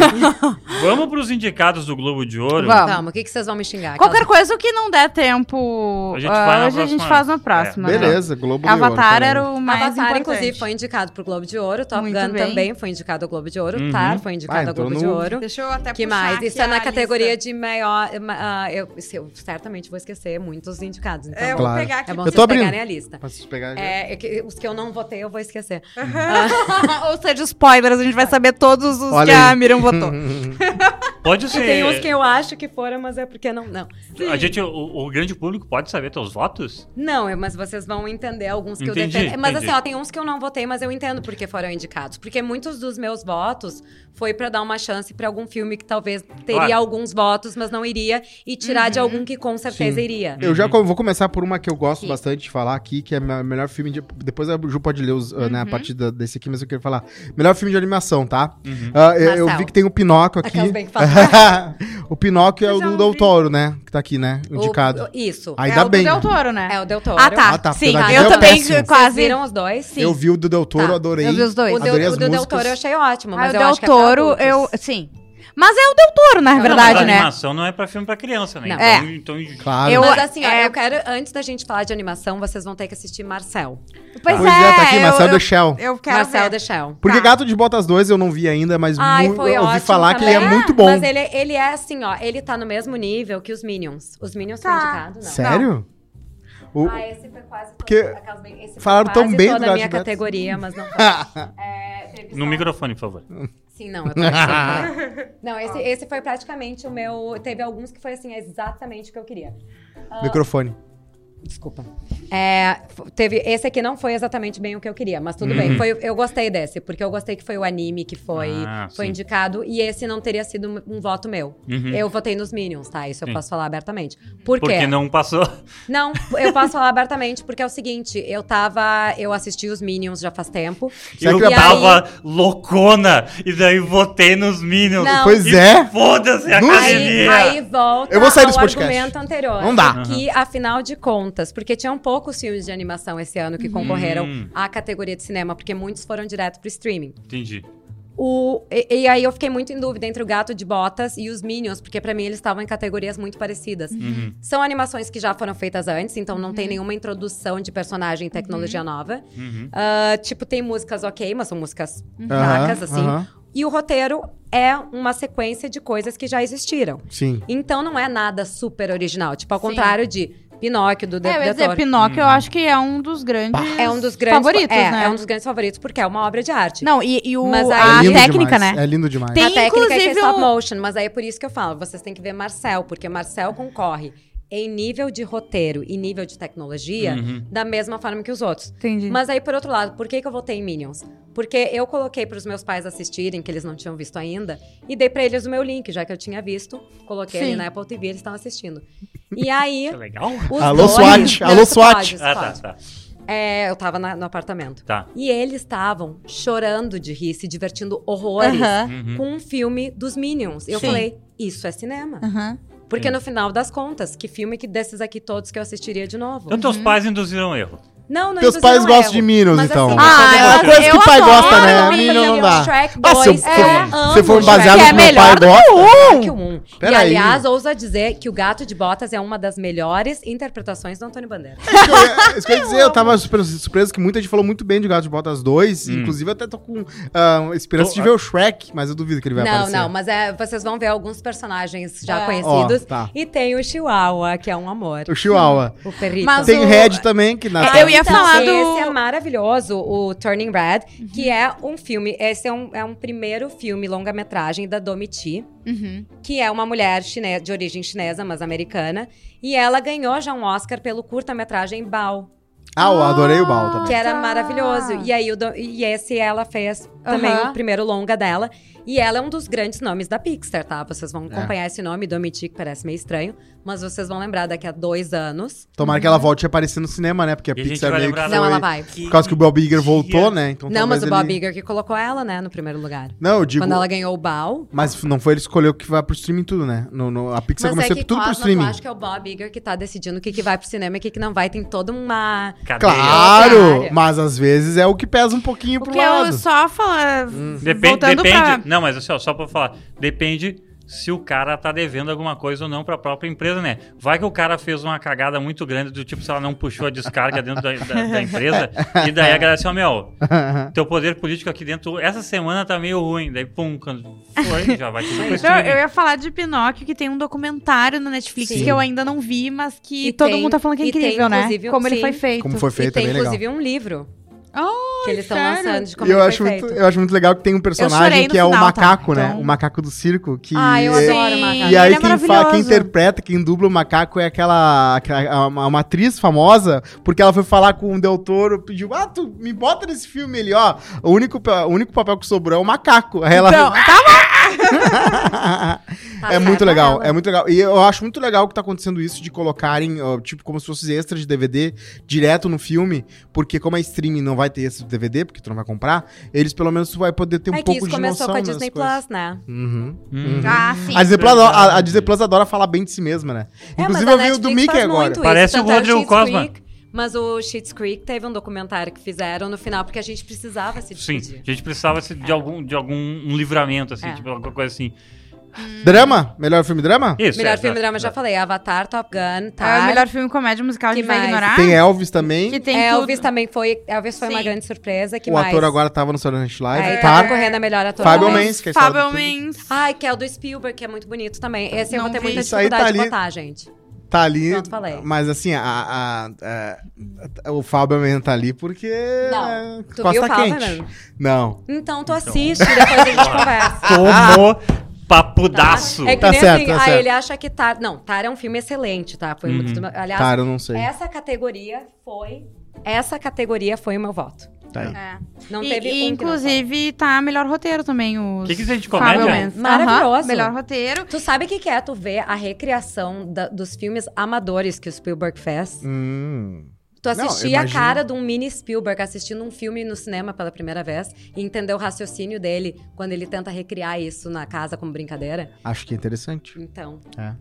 Speaker 1: Vamos pros indicados do Globo de Ouro.
Speaker 2: Vamos.
Speaker 4: Calma, o que, que vocês vão me xingar?
Speaker 2: Qualquer coisa que não der tempo.
Speaker 1: A gente
Speaker 2: ah,
Speaker 1: vai na
Speaker 2: hoje a gente
Speaker 1: próxima.
Speaker 2: faz na próxima.
Speaker 1: É.
Speaker 2: né?
Speaker 3: Beleza, Globo de Ouro,
Speaker 2: Avatar
Speaker 3: falei.
Speaker 2: era o mais
Speaker 4: Avatar,
Speaker 2: importante.
Speaker 4: inclusive, foi indicado pro Globo de Ouro. Top
Speaker 2: Muito
Speaker 4: Gun
Speaker 2: bem.
Speaker 4: também foi indicado ao Globo de Ouro.
Speaker 1: Uhum.
Speaker 4: Tar foi
Speaker 3: Ah,
Speaker 4: indicado ao
Speaker 3: entrou
Speaker 4: Globo
Speaker 3: no-
Speaker 4: de Ouro.
Speaker 2: Deixa eu até
Speaker 4: Que
Speaker 2: puxar
Speaker 4: mais?
Speaker 2: aqui
Speaker 4: Isso é na
Speaker 2: a
Speaker 4: categoria
Speaker 2: lista.
Speaker 4: de maior. ma- ah, eu, eu certamente vou esquecer muitos indicados. Então,
Speaker 2: É, eu
Speaker 3: Claro.
Speaker 2: vou pegar aqui.
Speaker 4: é bom
Speaker 3: Eu
Speaker 4: vocês
Speaker 3: tô abrindo.
Speaker 4: pegarem a lista.
Speaker 3: Pra vocês pegarem.
Speaker 4: É, é que- os que eu não votei, eu vou esquecer.
Speaker 2: É. Ou seja, spoilers, a gente vai saber todos os
Speaker 3: Olha
Speaker 2: que
Speaker 3: aí.
Speaker 2: a Miriam votou.
Speaker 1: Pode ser.
Speaker 4: Tem uns que eu acho que foram, mas é porque não. Não,
Speaker 1: A gente, o, o grande público pode saber teus votos?
Speaker 4: não é- mas vocês vão entender alguns que
Speaker 1: Entendi,
Speaker 4: eu defendo. Mas
Speaker 1: entendi.
Speaker 4: assim, ó, tem uns que eu não votei, mas eu entendo porque foram indicados. Porque muitos dos meus votos foi pra dar uma chance pra algum filme que talvez teria
Speaker 1: Claro.
Speaker 4: alguns votos, mas não iria, e tirar
Speaker 2: Uhum.
Speaker 4: de algum que com certeza
Speaker 3: Sim.
Speaker 4: iria.
Speaker 3: Eu já co- vou começar por uma que eu gosto
Speaker 2: Sim.
Speaker 3: bastante de falar aqui, que é o melhor filme de. Depois a Ju pode ler os, né, a
Speaker 4: Uhum.
Speaker 3: partir da- desse aqui, mas eu quero falar. Melhor filme de animação, tá? Ah, eu, eu
Speaker 4: Marcel.
Speaker 3: vi que tem o Pinóquio aqui.
Speaker 4: Aquelas bem que falam.
Speaker 3: o Pinóquio é
Speaker 2: Eu
Speaker 3: o
Speaker 2: já
Speaker 3: do
Speaker 2: ouvi.
Speaker 3: Del Toro, né? Que tá aqui, né?
Speaker 4: O-
Speaker 3: Indicado.
Speaker 4: o- isso.
Speaker 3: Ainda
Speaker 2: é o
Speaker 3: bem.
Speaker 2: do Del Toro, né?
Speaker 4: É o Del Toro.
Speaker 2: Ah, tá.
Speaker 3: Ah, tá,
Speaker 2: Sim,
Speaker 4: porque
Speaker 2: eu também
Speaker 3: Del
Speaker 4: da
Speaker 3: é péssimo.
Speaker 4: Vocês
Speaker 2: quase.
Speaker 4: viram os dois? Sim. Tá.
Speaker 3: Eu vi o do Del Toro, eu adorei.
Speaker 2: Eu vi os dois.
Speaker 4: O,
Speaker 3: Adorei
Speaker 4: Del,
Speaker 3: as
Speaker 4: o Del
Speaker 3: músicas.
Speaker 4: Toro eu achei ótimo,
Speaker 2: Ah,
Speaker 4: mas
Speaker 2: o
Speaker 4: eu
Speaker 2: Del
Speaker 4: acho que é pra
Speaker 2: Toro,
Speaker 4: adultos.
Speaker 2: eu. Sim. Mas é o Del Toro, na
Speaker 4: Não,
Speaker 2: verdade,
Speaker 1: mas
Speaker 2: né?
Speaker 1: animação não é pra filme pra criança, né?
Speaker 4: Não.
Speaker 1: Então, então-
Speaker 3: Claro.
Speaker 2: Eu-
Speaker 4: Mas assim, ó,
Speaker 2: é-
Speaker 4: eu quero, antes da gente falar de animação, vocês vão ter que assistir Marcel.
Speaker 2: Pois,
Speaker 3: Pois é, tá aqui,
Speaker 2: eu-
Speaker 3: Marcel
Speaker 2: eu,
Speaker 3: The Shell.
Speaker 2: eu quero.
Speaker 4: Marcel
Speaker 2: ver.
Speaker 4: Deschel.
Speaker 3: Porque
Speaker 2: Tá.
Speaker 3: Gato de Botas 2 eu não vi ainda, mas
Speaker 4: Ai,
Speaker 3: mu-
Speaker 4: foi
Speaker 3: eu ouvi
Speaker 4: ótimo
Speaker 3: falar que ele é
Speaker 4: também.
Speaker 3: muito bom.
Speaker 4: Mas ele, ele é assim, ó, ele tá no mesmo nível que os Minions. Os Minions são
Speaker 2: Tá.
Speaker 4: indicados, não.
Speaker 3: Sério? O-
Speaker 4: Ah, esse foi quase
Speaker 3: Porque
Speaker 4: toda, aquelas bem- esse foi
Speaker 3: falaram tão
Speaker 4: quase
Speaker 3: bem do
Speaker 4: toda a
Speaker 3: Gato
Speaker 4: minha
Speaker 3: de Botas.
Speaker 4: categoria, mas não foi. É, teve
Speaker 1: No
Speaker 4: só-
Speaker 1: microfone, por favor.
Speaker 4: Sim, não, eu tô achando. Não, esse, esse foi praticamente o meu. Teve alguns que foi assim, exatamente o que eu queria.
Speaker 3: Microfone.
Speaker 4: Desculpa. É, f- teve, esse aqui não foi exatamente bem o que eu queria, mas tudo
Speaker 1: Uhum.
Speaker 4: bem. Foi, eu gostei desse, porque eu gostei que foi o anime que foi,
Speaker 1: Ah,
Speaker 4: foi
Speaker 1: sim.
Speaker 4: indicado. E esse não teria sido um, um voto meu.
Speaker 1: Uhum.
Speaker 4: Eu votei nos Minions, tá? Isso eu
Speaker 1: Sim.
Speaker 4: posso falar abertamente. Por
Speaker 1: Porque
Speaker 4: quê?
Speaker 1: não passou.
Speaker 4: Não, eu posso falar abertamente, porque é o seguinte, eu tava. Eu assisti os Minions já faz tempo.
Speaker 3: Será
Speaker 1: eu
Speaker 3: que ele-
Speaker 1: tava loucona e daí votei nos Minions.
Speaker 4: Não.
Speaker 3: Pois
Speaker 1: E
Speaker 3: é.
Speaker 1: Foda-se a
Speaker 3: Duas-
Speaker 4: Aí,
Speaker 1: academia!
Speaker 4: aí volta
Speaker 3: Eu vou sair
Speaker 4: ao
Speaker 3: desse podcast.
Speaker 4: argumento anterior.
Speaker 3: Não dá.
Speaker 4: Que, afinal de contas, porque tinham poucos filmes de animação esse ano que concorreram
Speaker 1: Hum.
Speaker 4: à categoria de cinema, porque muitos foram direto pro streaming.
Speaker 1: Entendi.
Speaker 4: O, e, e aí eu fiquei muito em dúvida entre o Gato de Botas e os Minions, porque pra mim eles estavam em categorias muito parecidas.
Speaker 1: Uhum.
Speaker 4: São animações que já foram feitas antes, então não tem nenhuma introdução de personagem e tecnologia nova.
Speaker 1: Uhum.
Speaker 4: Ah, tipo, tem músicas ok, mas são músicas
Speaker 3: Aham,
Speaker 4: fracas, assim.
Speaker 3: aham.
Speaker 4: E o roteiro é uma sequência de coisas que já existiram.
Speaker 3: Sim.
Speaker 4: Então não é nada super original. Tipo, ao
Speaker 2: Sim.
Speaker 4: contrário de Pinóquio, do
Speaker 2: É, eu ia
Speaker 4: Del
Speaker 2: dizer,
Speaker 4: Toro.
Speaker 2: Pinóquio eu
Speaker 3: Hum.
Speaker 2: acho que é um dos grandes
Speaker 4: É um dos grandes
Speaker 2: favoritos,
Speaker 4: é,
Speaker 2: né?
Speaker 4: É um dos grandes favoritos, porque é uma obra de arte.
Speaker 2: Não, e, e o,
Speaker 4: Mas aí-
Speaker 2: a
Speaker 4: É lindo
Speaker 2: técnica,
Speaker 3: demais,
Speaker 2: né?
Speaker 3: É lindo demais.
Speaker 2: Tem-
Speaker 4: a técnica é que é
Speaker 2: inclusive,
Speaker 4: stop
Speaker 2: o-
Speaker 4: motion, mas aí é por isso que eu falo, vocês têm que ver Marcel, porque Marcel concorre em nível de roteiro e nível de tecnologia
Speaker 1: Uhum.
Speaker 4: da mesma forma que os
Speaker 3: É.
Speaker 4: outros.
Speaker 2: Entendi.
Speaker 4: Mas aí, por outro lado, por que, que eu votei em Minions? Porque eu coloquei para os meus pais assistirem, que eles não tinham visto ainda, e dei para eles o meu link, já que eu tinha visto. Coloquei
Speaker 2: Sim.
Speaker 4: ele na Apple TV, eles estão assistindo. E aí.
Speaker 1: Que legal.
Speaker 4: os
Speaker 3: Alô,
Speaker 4: dois-
Speaker 3: SWAT,
Speaker 4: Não,
Speaker 3: alô,
Speaker 4: isso pode,
Speaker 3: SWAT.
Speaker 4: isso
Speaker 1: Ah,
Speaker 4: pode.
Speaker 1: tá, tá.
Speaker 4: É, eu tava na- no apartamento.
Speaker 1: Tá.
Speaker 4: E eles estavam chorando de rir, se divertindo horrores
Speaker 2: Aham,
Speaker 3: Hum.
Speaker 1: Uhum.
Speaker 4: com um filme dos Minions. Eu
Speaker 2: Sim.
Speaker 4: falei, isso é cinema.
Speaker 2: aham.
Speaker 4: Porque
Speaker 1: Sim.
Speaker 4: no final das contas, que filme que desses aqui todos que eu assistiria de novo?
Speaker 1: Então teus pais induziram erro.
Speaker 4: Não, não
Speaker 3: Teus
Speaker 4: induziram
Speaker 3: pais
Speaker 4: erro.
Speaker 3: gostam de Minions,
Speaker 4: Mas,
Speaker 3: então.
Speaker 4: assim,
Speaker 2: Ah,
Speaker 4: eu
Speaker 3: é uma
Speaker 2: eu-
Speaker 3: coisa
Speaker 2: eu
Speaker 3: que pai
Speaker 2: adoro
Speaker 3: gosta, né?
Speaker 2: Minions,
Speaker 3: Minions não dá.
Speaker 4: Shrek
Speaker 3: Ah, se eu-
Speaker 4: 2,
Speaker 3: se eu-
Speaker 4: é,
Speaker 3: se for
Speaker 4: amo
Speaker 3: baseado
Speaker 4: Shrek.
Speaker 2: Que
Speaker 3: no
Speaker 2: é
Speaker 3: que meu
Speaker 2: melhor
Speaker 3: pai
Speaker 2: do
Speaker 3: gosta.
Speaker 2: que o um.
Speaker 4: Que um. E
Speaker 3: Peraí.
Speaker 4: aliás, ousa dizer que o Gato de Botas é uma das melhores interpretações do Antônio Bandeira.
Speaker 3: É Isso que eu ia dizer, eu tava super- surpreso que muita gente falou muito bem de Gato de Botas 2.
Speaker 1: Hum.
Speaker 3: Inclusive, eu até tô com ah, esperança
Speaker 1: Tô-
Speaker 3: de ver o Shrek, mas eu duvido que ele vai
Speaker 4: não,
Speaker 3: aparecer.
Speaker 4: não, mas é, vocês vão ver alguns personagens já
Speaker 2: É.
Speaker 4: conhecidos.
Speaker 3: Ó, tá.
Speaker 4: E tem o Chihuahua, que é um amor.
Speaker 3: O Chihuahua.
Speaker 4: O perrito.
Speaker 2: Mas
Speaker 3: Tem
Speaker 2: o-
Speaker 3: Red também, que na
Speaker 2: Eu ia
Speaker 4: Então,
Speaker 2: falar do- Uhum.
Speaker 4: Esse é maravilhoso, o Turning Red, que é um filme. Esse é um, é um primeiro filme longa-metragem da Domiti,
Speaker 2: Uhum.
Speaker 4: que é uma mulher chine- de origem chinesa, mas americana. E ela ganhou já um Oscar pelo curta-metragem Bao,
Speaker 3: Ah, eu adorei o Bal
Speaker 4: que
Speaker 3: também.
Speaker 4: era
Speaker 2: tá.
Speaker 4: maravilhoso. E aí o do- e esse ela fez também
Speaker 2: Aham.
Speaker 4: o primeiro longa dela. E ela é um dos grandes nomes da Pixar, tá? Vocês vão acompanhar esse nome, Domiti, que parece meio estranho, mas vocês vão lembrar daqui a dois anos.
Speaker 3: Tomara que ela volte a aparecer no cinema, né? Porque a
Speaker 1: E a gente
Speaker 3: Pixar
Speaker 1: vai
Speaker 3: meio que
Speaker 1: lembrar
Speaker 3: foi...
Speaker 4: Não, ela vai.
Speaker 3: Por causa que o Bob Iger voltou, né? Então,
Speaker 4: Não, mas
Speaker 3: talvez
Speaker 4: o Bob
Speaker 3: ele- Tipo,
Speaker 4: Iger que colocou ela, né, no primeiro lugar.
Speaker 3: Não, eu digo...
Speaker 4: Quando ela ganhou o BAL.
Speaker 3: Mas não foi ele que escolheu que vai pro streaming tudo, né? No, no- a Pixar
Speaker 4: mas é
Speaker 3: começou
Speaker 4: que
Speaker 3: tudo pro
Speaker 4: Cosmos,
Speaker 3: streaming.
Speaker 4: eu acho que é o Bob Iger que tá decidindo o que, que vai pro cinema e o que, que não vai. Tem toda uma.
Speaker 1: Cadeia.
Speaker 3: Claro!
Speaker 4: Contrário.
Speaker 3: Mas às vezes é o que pesa um pouquinho pro
Speaker 2: Porque
Speaker 4: é
Speaker 2: eu
Speaker 3: lado.
Speaker 2: só falar.
Speaker 4: Hum.
Speaker 1: Depen-
Speaker 2: voltando
Speaker 1: depende.
Speaker 2: pra.
Speaker 1: Não, mas assim, ó, só pra falar. Depende se o cara tá devendo alguma coisa ou não pra própria empresa, né? Vai que o cara fez uma cagada muito grande do tipo, se ela não puxou a descarga dentro da, da- da empresa. E daí a galera assim, ó, meu, teu poder político aqui dentro, essa semana tá meio ruim. Daí, pum, quando foi, já vai tudo pro
Speaker 2: Então, eu
Speaker 1: streaming.
Speaker 2: ia falar de Pinóquio, que tem um documentário no Netflix
Speaker 3: Sim.
Speaker 2: que eu ainda não vi, mas que
Speaker 4: E
Speaker 2: todo
Speaker 4: tem-
Speaker 2: mundo tá falando que é
Speaker 4: e tem,
Speaker 2: incrível, né?
Speaker 4: inclusive, um-
Speaker 2: Como ele
Speaker 4: sim.
Speaker 2: foi feito.
Speaker 3: Como foi feito,
Speaker 4: e
Speaker 3: é
Speaker 4: tem,
Speaker 3: bem legal.
Speaker 4: inclusive, um livro que eles estão
Speaker 2: sério?
Speaker 4: lançando de como
Speaker 3: E eu
Speaker 4: ele
Speaker 3: acho,
Speaker 4: foi
Speaker 3: muito,
Speaker 4: feito.
Speaker 3: eu acho muito legal que tem um
Speaker 2: chorei
Speaker 3: personagem
Speaker 2: no
Speaker 3: que é o
Speaker 2: final, tá?
Speaker 3: macaco, né?
Speaker 2: Então-
Speaker 3: O macaco do circo. Que
Speaker 4: Ah, eu
Speaker 3: é-
Speaker 4: adoro
Speaker 2: Sim.
Speaker 4: macaco.
Speaker 3: E aí
Speaker 2: Ele é
Speaker 3: quem, fa-
Speaker 2: maravilhoso.
Speaker 3: quem interpreta, quem dubla o macaco é aquela, aquela- a- uma, uma atriz famosa, porque ela foi falar com o Del Toro, pediu, ah, tu me bota nesse filme ele, ó, o único, pa- o único papel que sobrou é o macaco. Aí ela...
Speaker 2: Então, tá
Speaker 4: Tá
Speaker 3: é muito
Speaker 4: certo,
Speaker 3: legal,
Speaker 4: ela.
Speaker 3: é muito legal. E eu acho muito legal que tá acontecendo isso de colocarem, ó, tipo, como se fosse extra de DVD direto no filme, porque como a streaming não vai ter esse DVD, porque tu não vai comprar, eles pelo menos tu vai poder ter um
Speaker 4: é que
Speaker 3: pouco
Speaker 4: isso
Speaker 3: de noção
Speaker 4: começou com a
Speaker 3: das
Speaker 4: Disney
Speaker 3: coisas.
Speaker 4: Plus, né?
Speaker 3: Uhum.
Speaker 1: Hum.
Speaker 2: Ah, sim.
Speaker 3: A Disney, Plus, adora- a, a
Speaker 1: Verdade.
Speaker 3: Disney Plus adora falar bem de si mesma, né?
Speaker 4: É,
Speaker 3: Inclusive
Speaker 4: mas a
Speaker 3: eu vi o do
Speaker 4: Netflix
Speaker 3: Mickey
Speaker 4: faz
Speaker 3: agora.
Speaker 4: muito
Speaker 1: Parece
Speaker 4: isso,
Speaker 1: o
Speaker 4: tanto é
Speaker 1: Rodrigo
Speaker 4: Schitt's
Speaker 1: Cosma.
Speaker 4: Creek, mas o Schitt's Creek teve um documentário que fizeram no final, porque a gente precisava se
Speaker 1: Sim,
Speaker 4: despedir.
Speaker 1: a gente precisava assim, de algum, de algum um livramento, assim,
Speaker 4: É.
Speaker 1: tipo, alguma coisa assim.
Speaker 3: Drama? Melhor filme drama?
Speaker 1: Isso.
Speaker 4: Melhor
Speaker 1: é,
Speaker 4: filme
Speaker 1: tá-
Speaker 4: drama, já falei. Avatar, Top Gun, tá?
Speaker 2: É o melhor filme comédia musical,
Speaker 4: Que
Speaker 2: a gente vai
Speaker 4: mais?
Speaker 2: ignorar.
Speaker 3: Tem Elvis também.
Speaker 2: Que tem
Speaker 4: Elvis tá
Speaker 2: tudo.
Speaker 4: também foi. Elvis foi uma
Speaker 2: Sim.
Speaker 4: grande surpresa. Que
Speaker 3: o
Speaker 4: mais?
Speaker 3: ator agora tava no Saturday Night Live.
Speaker 4: Aí
Speaker 3: Tar.
Speaker 4: tá correndo a melhor ator.
Speaker 3: Fábio
Speaker 4: também.
Speaker 3: Mendes. que é a história
Speaker 2: Fábio
Speaker 3: do filme.
Speaker 2: Mendes.
Speaker 4: Ai, que é o do Spielberg, que é muito bonito também. Esse eu
Speaker 2: Não
Speaker 4: vou ter
Speaker 2: vi.
Speaker 4: muita
Speaker 3: Isso aí tá
Speaker 4: dificuldade de
Speaker 3: ali.
Speaker 4: botar, gente.
Speaker 3: Tá ali.
Speaker 4: Pronto, falei.
Speaker 3: Mas assim, a, a- a- a- o Fábio Mendes tá ali porque.
Speaker 4: Não.
Speaker 3: é,
Speaker 4: Tu
Speaker 3: Costa
Speaker 4: viu o Fábio
Speaker 3: quente.
Speaker 4: Mendes?
Speaker 3: Não.
Speaker 4: Então tu assiste, depois a gente conversa.
Speaker 1: Tomou papudaço.
Speaker 4: É que
Speaker 3: Tá
Speaker 4: nem
Speaker 3: certo,
Speaker 4: assim,
Speaker 3: tá
Speaker 4: ah,
Speaker 3: certo.
Speaker 4: ele acha que Tar. Não, Tar é um filme excelente, tá? Foi muito. do meu- Aliás,
Speaker 3: Cara, eu não sei.
Speaker 4: essa categoria foi. Essa categoria foi o meu voto.
Speaker 3: Tá aí.
Speaker 2: É.
Speaker 4: Não
Speaker 2: e,
Speaker 4: teve
Speaker 2: e,
Speaker 4: um que não foi.
Speaker 2: inclusive, tá melhor roteiro também. O
Speaker 1: Que que isso é de comédia?
Speaker 4: Maravilhoso.
Speaker 2: melhor roteiro.
Speaker 4: Tu sabe o que, que é tu ver a recriação da- dos filmes amadores que o Spielberg fez?
Speaker 3: Hum.
Speaker 4: Tu
Speaker 3: Não,
Speaker 4: assistia a
Speaker 3: imagino.
Speaker 4: cara de um mini Spielberg assistindo um filme no cinema pela primeira vez e entender o raciocínio dele quando ele tenta recriar isso na casa como brincadeira?
Speaker 3: Acho que é interessante.
Speaker 4: Então. Ah,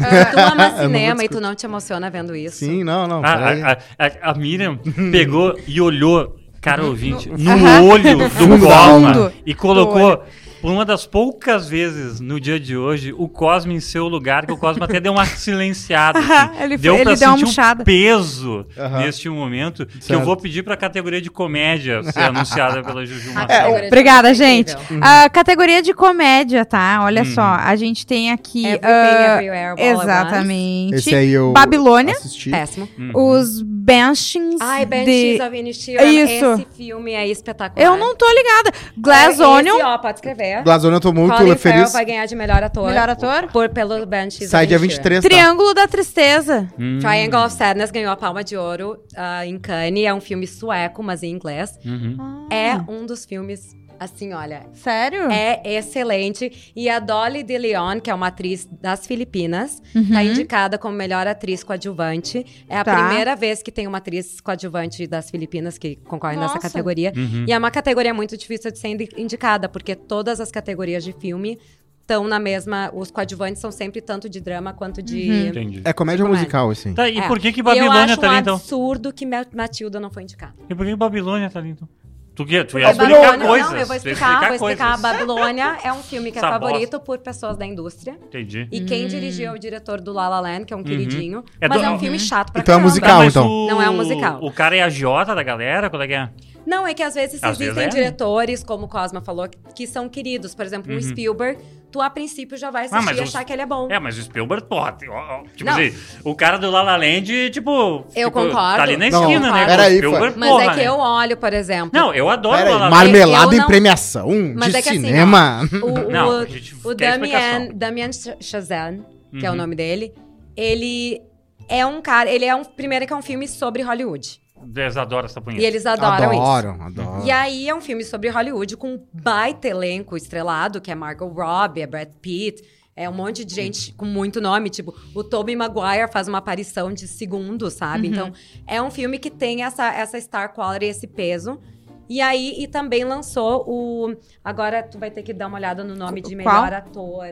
Speaker 3: É.
Speaker 4: Tu ama
Speaker 3: vou
Speaker 4: cinema e
Speaker 3: discutir.
Speaker 4: tu não te emociona vendo isso.
Speaker 3: Sim, não, não.
Speaker 1: Ah,
Speaker 3: peraí.
Speaker 1: a, a, a- a Miriam pegou e olhou, cara ouvinte, no
Speaker 2: Aham.
Speaker 1: olho do
Speaker 3: Fundo da
Speaker 1: Cosma
Speaker 2: alma.
Speaker 1: e colocou, por uma das poucas vezes no dia de hoje, o Cosma em seu lugar, que o Cosma até deu uma silenciada.
Speaker 2: Aham,
Speaker 1: assim.
Speaker 2: Ah, ele
Speaker 1: deu
Speaker 2: fe-
Speaker 1: pra
Speaker 2: ele deu uma
Speaker 1: sentir
Speaker 2: murchada.
Speaker 1: um peso
Speaker 3: Aham.
Speaker 1: neste momento, que eu
Speaker 3: Certo.
Speaker 1: vou pedir pra categoria de comédia ser anunciada pela
Speaker 3: É,
Speaker 1: Juju
Speaker 4: A
Speaker 1: Mafra.
Speaker 4: categoria de
Speaker 2: Obrigada,
Speaker 4: filme é
Speaker 2: gente.
Speaker 4: incrível.
Speaker 1: Uhum.
Speaker 2: A Ah, categoria de comédia, tá? Olha
Speaker 1: Hum.
Speaker 2: só, a gente tem aqui.
Speaker 4: É, Everything,
Speaker 2: ah,
Speaker 4: Everywhere, All at Once.
Speaker 2: exatamente.
Speaker 3: Esse aí é eu.
Speaker 2: Babilônia.
Speaker 3: Assisti.
Speaker 4: Péssimo.
Speaker 1: Uhum.
Speaker 2: Os Benchings.
Speaker 4: Ai,
Speaker 2: de...
Speaker 4: Banshees of Inisherin.
Speaker 2: Isso.
Speaker 4: Esse filme é espetacular.
Speaker 2: Eu não tô ligada.
Speaker 4: É,
Speaker 2: Glass
Speaker 4: esse,
Speaker 2: Onion.
Speaker 4: ó, pode escrever.
Speaker 3: Glazona, eu tô muito
Speaker 4: Colin Farrell
Speaker 3: feliz.
Speaker 4: vai ganhar de melhor ator.
Speaker 2: Melhor ator?
Speaker 4: Por, pelo Banshees
Speaker 3: Sai
Speaker 4: of
Speaker 3: dia
Speaker 4: Inisherin.
Speaker 3: 23. Tá?
Speaker 2: Triângulo da Tristeza.
Speaker 1: Hum.
Speaker 4: Triangle of Sadness ganhou a Palma de Ouro ah, em Cannes. É um filme sueco, mas em inglês.
Speaker 1: Uhum.
Speaker 4: É um dos filmes, assim, olha,
Speaker 2: Sério?
Speaker 4: é excelente. E a Dolly de Leon, que é uma atriz das Filipinas, tá indicada como melhor atriz coadjuvante. É a
Speaker 2: Uhum. Tá.
Speaker 4: primeira vez que tem uma atriz coadjuvante das Filipinas que concorre nessa
Speaker 2: Nossa.
Speaker 4: categoria.
Speaker 1: Uhum.
Speaker 4: E é uma categoria muito difícil de ser indi- indicada, porque todas as categorias de filme estão na mesma. Os coadjuvantes são sempre tanto de drama quanto de.
Speaker 1: Entendi.
Speaker 3: É comédia
Speaker 4: Comédia.
Speaker 3: musical, assim.
Speaker 1: Tá, e
Speaker 4: É.
Speaker 1: por que que
Speaker 4: eu
Speaker 1: Babilônia
Speaker 4: acho
Speaker 1: tá
Speaker 4: um
Speaker 1: ali, então?
Speaker 4: absurdo que Ma- Matilda não foi indicada.
Speaker 1: E por que Babilônia tá ali, então? Tu, que, tu ia
Speaker 3: Porque
Speaker 1: explicar coisas.
Speaker 3: Babilônia-
Speaker 4: É Não, eu
Speaker 1: tu
Speaker 4: vou
Speaker 1: ia
Speaker 4: explicar, vou explicar.
Speaker 1: coisas.
Speaker 4: Babilônia é um filme que é
Speaker 1: Essa
Speaker 4: favorito por pessoas da indústria.
Speaker 1: Entendi.
Speaker 4: E quem dirigiu é o diretor do La La Land, que é um queridinho.
Speaker 1: É
Speaker 4: mas
Speaker 1: do-
Speaker 4: é um filme chato pra
Speaker 3: Então é
Speaker 4: caramba.
Speaker 3: musical.
Speaker 1: Tá, mas
Speaker 3: então.
Speaker 1: o-
Speaker 4: Não é um musical.
Speaker 1: O cara é a Jota da galera? Qual é que é?
Speaker 4: Não, é que às vezes
Speaker 1: Às
Speaker 4: existem
Speaker 1: vezes é.
Speaker 4: diretores, como o Cosma falou, que- que são queridos. Por exemplo, um Spielberg, tu a princípio já vai assistir
Speaker 1: Uhum. Ah, mas
Speaker 4: e
Speaker 1: os-
Speaker 4: achar que ele é bom.
Speaker 1: É, mas o Spielberg, porra, tem- ó, ó, tipo
Speaker 4: Não.
Speaker 1: assim, o cara do La La Land, tipo...
Speaker 4: Eu
Speaker 1: tipo,
Speaker 4: concordo.
Speaker 1: Tá ali na
Speaker 3: Não,
Speaker 1: esquina, né?
Speaker 4: concordo.
Speaker 1: com o
Speaker 3: Peraí,
Speaker 1: Spielberg,
Speaker 4: Mas
Speaker 1: porra,
Speaker 4: é que
Speaker 1: né?
Speaker 4: eu olho, por exemplo.
Speaker 1: Não, eu adoro
Speaker 3: Pera
Speaker 1: La
Speaker 3: aí,
Speaker 1: La Land.
Speaker 3: marmelada
Speaker 4: Eu
Speaker 3: em
Speaker 4: não-
Speaker 3: premiação Hum,
Speaker 4: Mas
Speaker 3: de
Speaker 4: é que assim, ó,
Speaker 3: cinema.
Speaker 4: O, o,
Speaker 1: Não, a gente
Speaker 4: o
Speaker 1: quer
Speaker 4: Damien,
Speaker 1: explicação.
Speaker 4: Damien Ch- Chazelle, que é o
Speaker 1: Uhum.
Speaker 4: nome dele, ele é um cara. Ele é um. Primeiro que é um filme sobre Hollywood.
Speaker 1: Eles adoram essa
Speaker 4: E
Speaker 1: punheta.
Speaker 4: eles adoram isso.
Speaker 3: adoram. adoram.
Speaker 4: E aí é um filme sobre Hollywood com um baita elenco estrelado, que é Margot Robbie, é Brad Pitt, é um monte de gente com muito nome, tipo, o Tobey Maguire faz uma aparição de segundo,
Speaker 1: Uhum.
Speaker 4: sabe? Então, é um filme que tem essa essa star quality, esse peso. E aí e também lançou o agora tu vai ter que dar uma olhada no nome de
Speaker 2: Qual?
Speaker 4: melhor ator,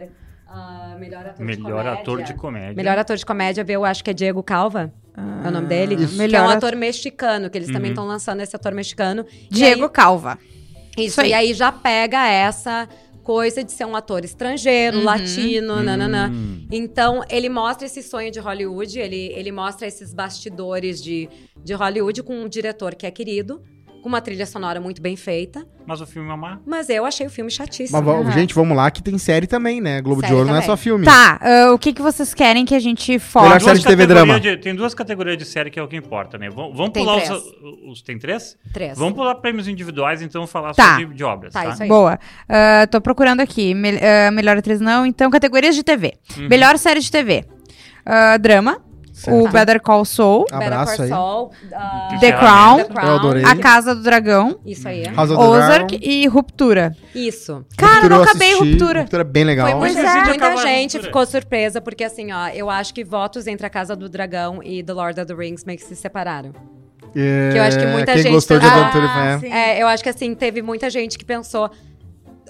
Speaker 4: ah, melhor ator de
Speaker 1: Melhor
Speaker 4: comédia.
Speaker 1: ator de comédia.
Speaker 4: Melhor ator de comédia, eu acho que é Diego Calva. é o
Speaker 3: Ah.
Speaker 4: nome dele.
Speaker 2: Isso.
Speaker 4: Que é um
Speaker 2: Melhor
Speaker 4: ator mexicano,
Speaker 3: Uhum.
Speaker 4: que eles também estão lançando esse ator mexicano. E
Speaker 2: Diego
Speaker 4: aí-
Speaker 2: Calva.
Speaker 4: isso,
Speaker 2: Isso aí.
Speaker 4: e aí já pega essa coisa de ser um ator
Speaker 3: Uhum.
Speaker 4: estrangeiro, latino, nananã.
Speaker 1: Hum.
Speaker 4: Então, ele mostra esse sonho de Hollywood, ele, ele mostra esses bastidores de, de Hollywood com um diretor que é querido, com uma trilha sonora muito bem feita.
Speaker 1: Mas o filme é uma.
Speaker 4: Mas eu achei o filme chatíssimo.
Speaker 3: Mas, va- gente, vamos lá, que tem série também, né? Globo de
Speaker 4: é. Série
Speaker 3: Ouro não é só
Speaker 4: também.
Speaker 3: filme.
Speaker 2: Tá, ah, o que, que vocês querem que a gente
Speaker 3: Melhor
Speaker 2: foque?
Speaker 3: série de TV
Speaker 1: categorias
Speaker 3: drama.
Speaker 1: de- tem duas categorias de série que é o que importa, né? Vamos, vamos
Speaker 4: Tem
Speaker 1: pular os,
Speaker 4: três.
Speaker 1: os- Tem três?
Speaker 4: Três.
Speaker 1: Vamos pular prêmios individuais, então falar
Speaker 2: Tá.
Speaker 1: só de, de obras. Tá,
Speaker 4: É assim. Tá, isso aí.
Speaker 2: Boa. Ah, tô procurando aqui. Mel- ah, melhor atriz não. Então, categorias de TV. Melhor série de TV. Ah, drama. O
Speaker 3: Certo.
Speaker 2: Better Call Saul.
Speaker 3: Abraço aí.
Speaker 4: Sol, ah,
Speaker 1: Que
Speaker 2: The
Speaker 1: ferramenta.
Speaker 2: Crown.
Speaker 4: The Crown.
Speaker 3: Eu adorei. Uhum.
Speaker 2: A Casa do Dragão.
Speaker 4: Isso aí.
Speaker 3: House of the
Speaker 2: Ozark
Speaker 3: Dragon.
Speaker 2: e Ruptura.
Speaker 4: Isso.
Speaker 2: Cara,
Speaker 3: Ruptura
Speaker 2: não
Speaker 3: eu
Speaker 2: acabei
Speaker 3: assisti.
Speaker 2: Ruptura.
Speaker 3: Ruptura é bem legal.
Speaker 4: Foi muito,
Speaker 1: Mas esse vídeo
Speaker 4: muita
Speaker 1: acabou a
Speaker 4: gente
Speaker 1: mistura.
Speaker 4: ficou surpresa, porque assim, ó, eu acho que votos entre a Casa do Dragão e The Lord of the Rings meio que se separaram.
Speaker 3: É,
Speaker 4: que eu acho que muita
Speaker 3: quem
Speaker 4: gente tá-
Speaker 3: gostou de
Speaker 4: também-
Speaker 3: Aventura
Speaker 2: Ah,
Speaker 3: é.
Speaker 2: sim.
Speaker 4: É, eu acho que assim, teve muita gente que pensou.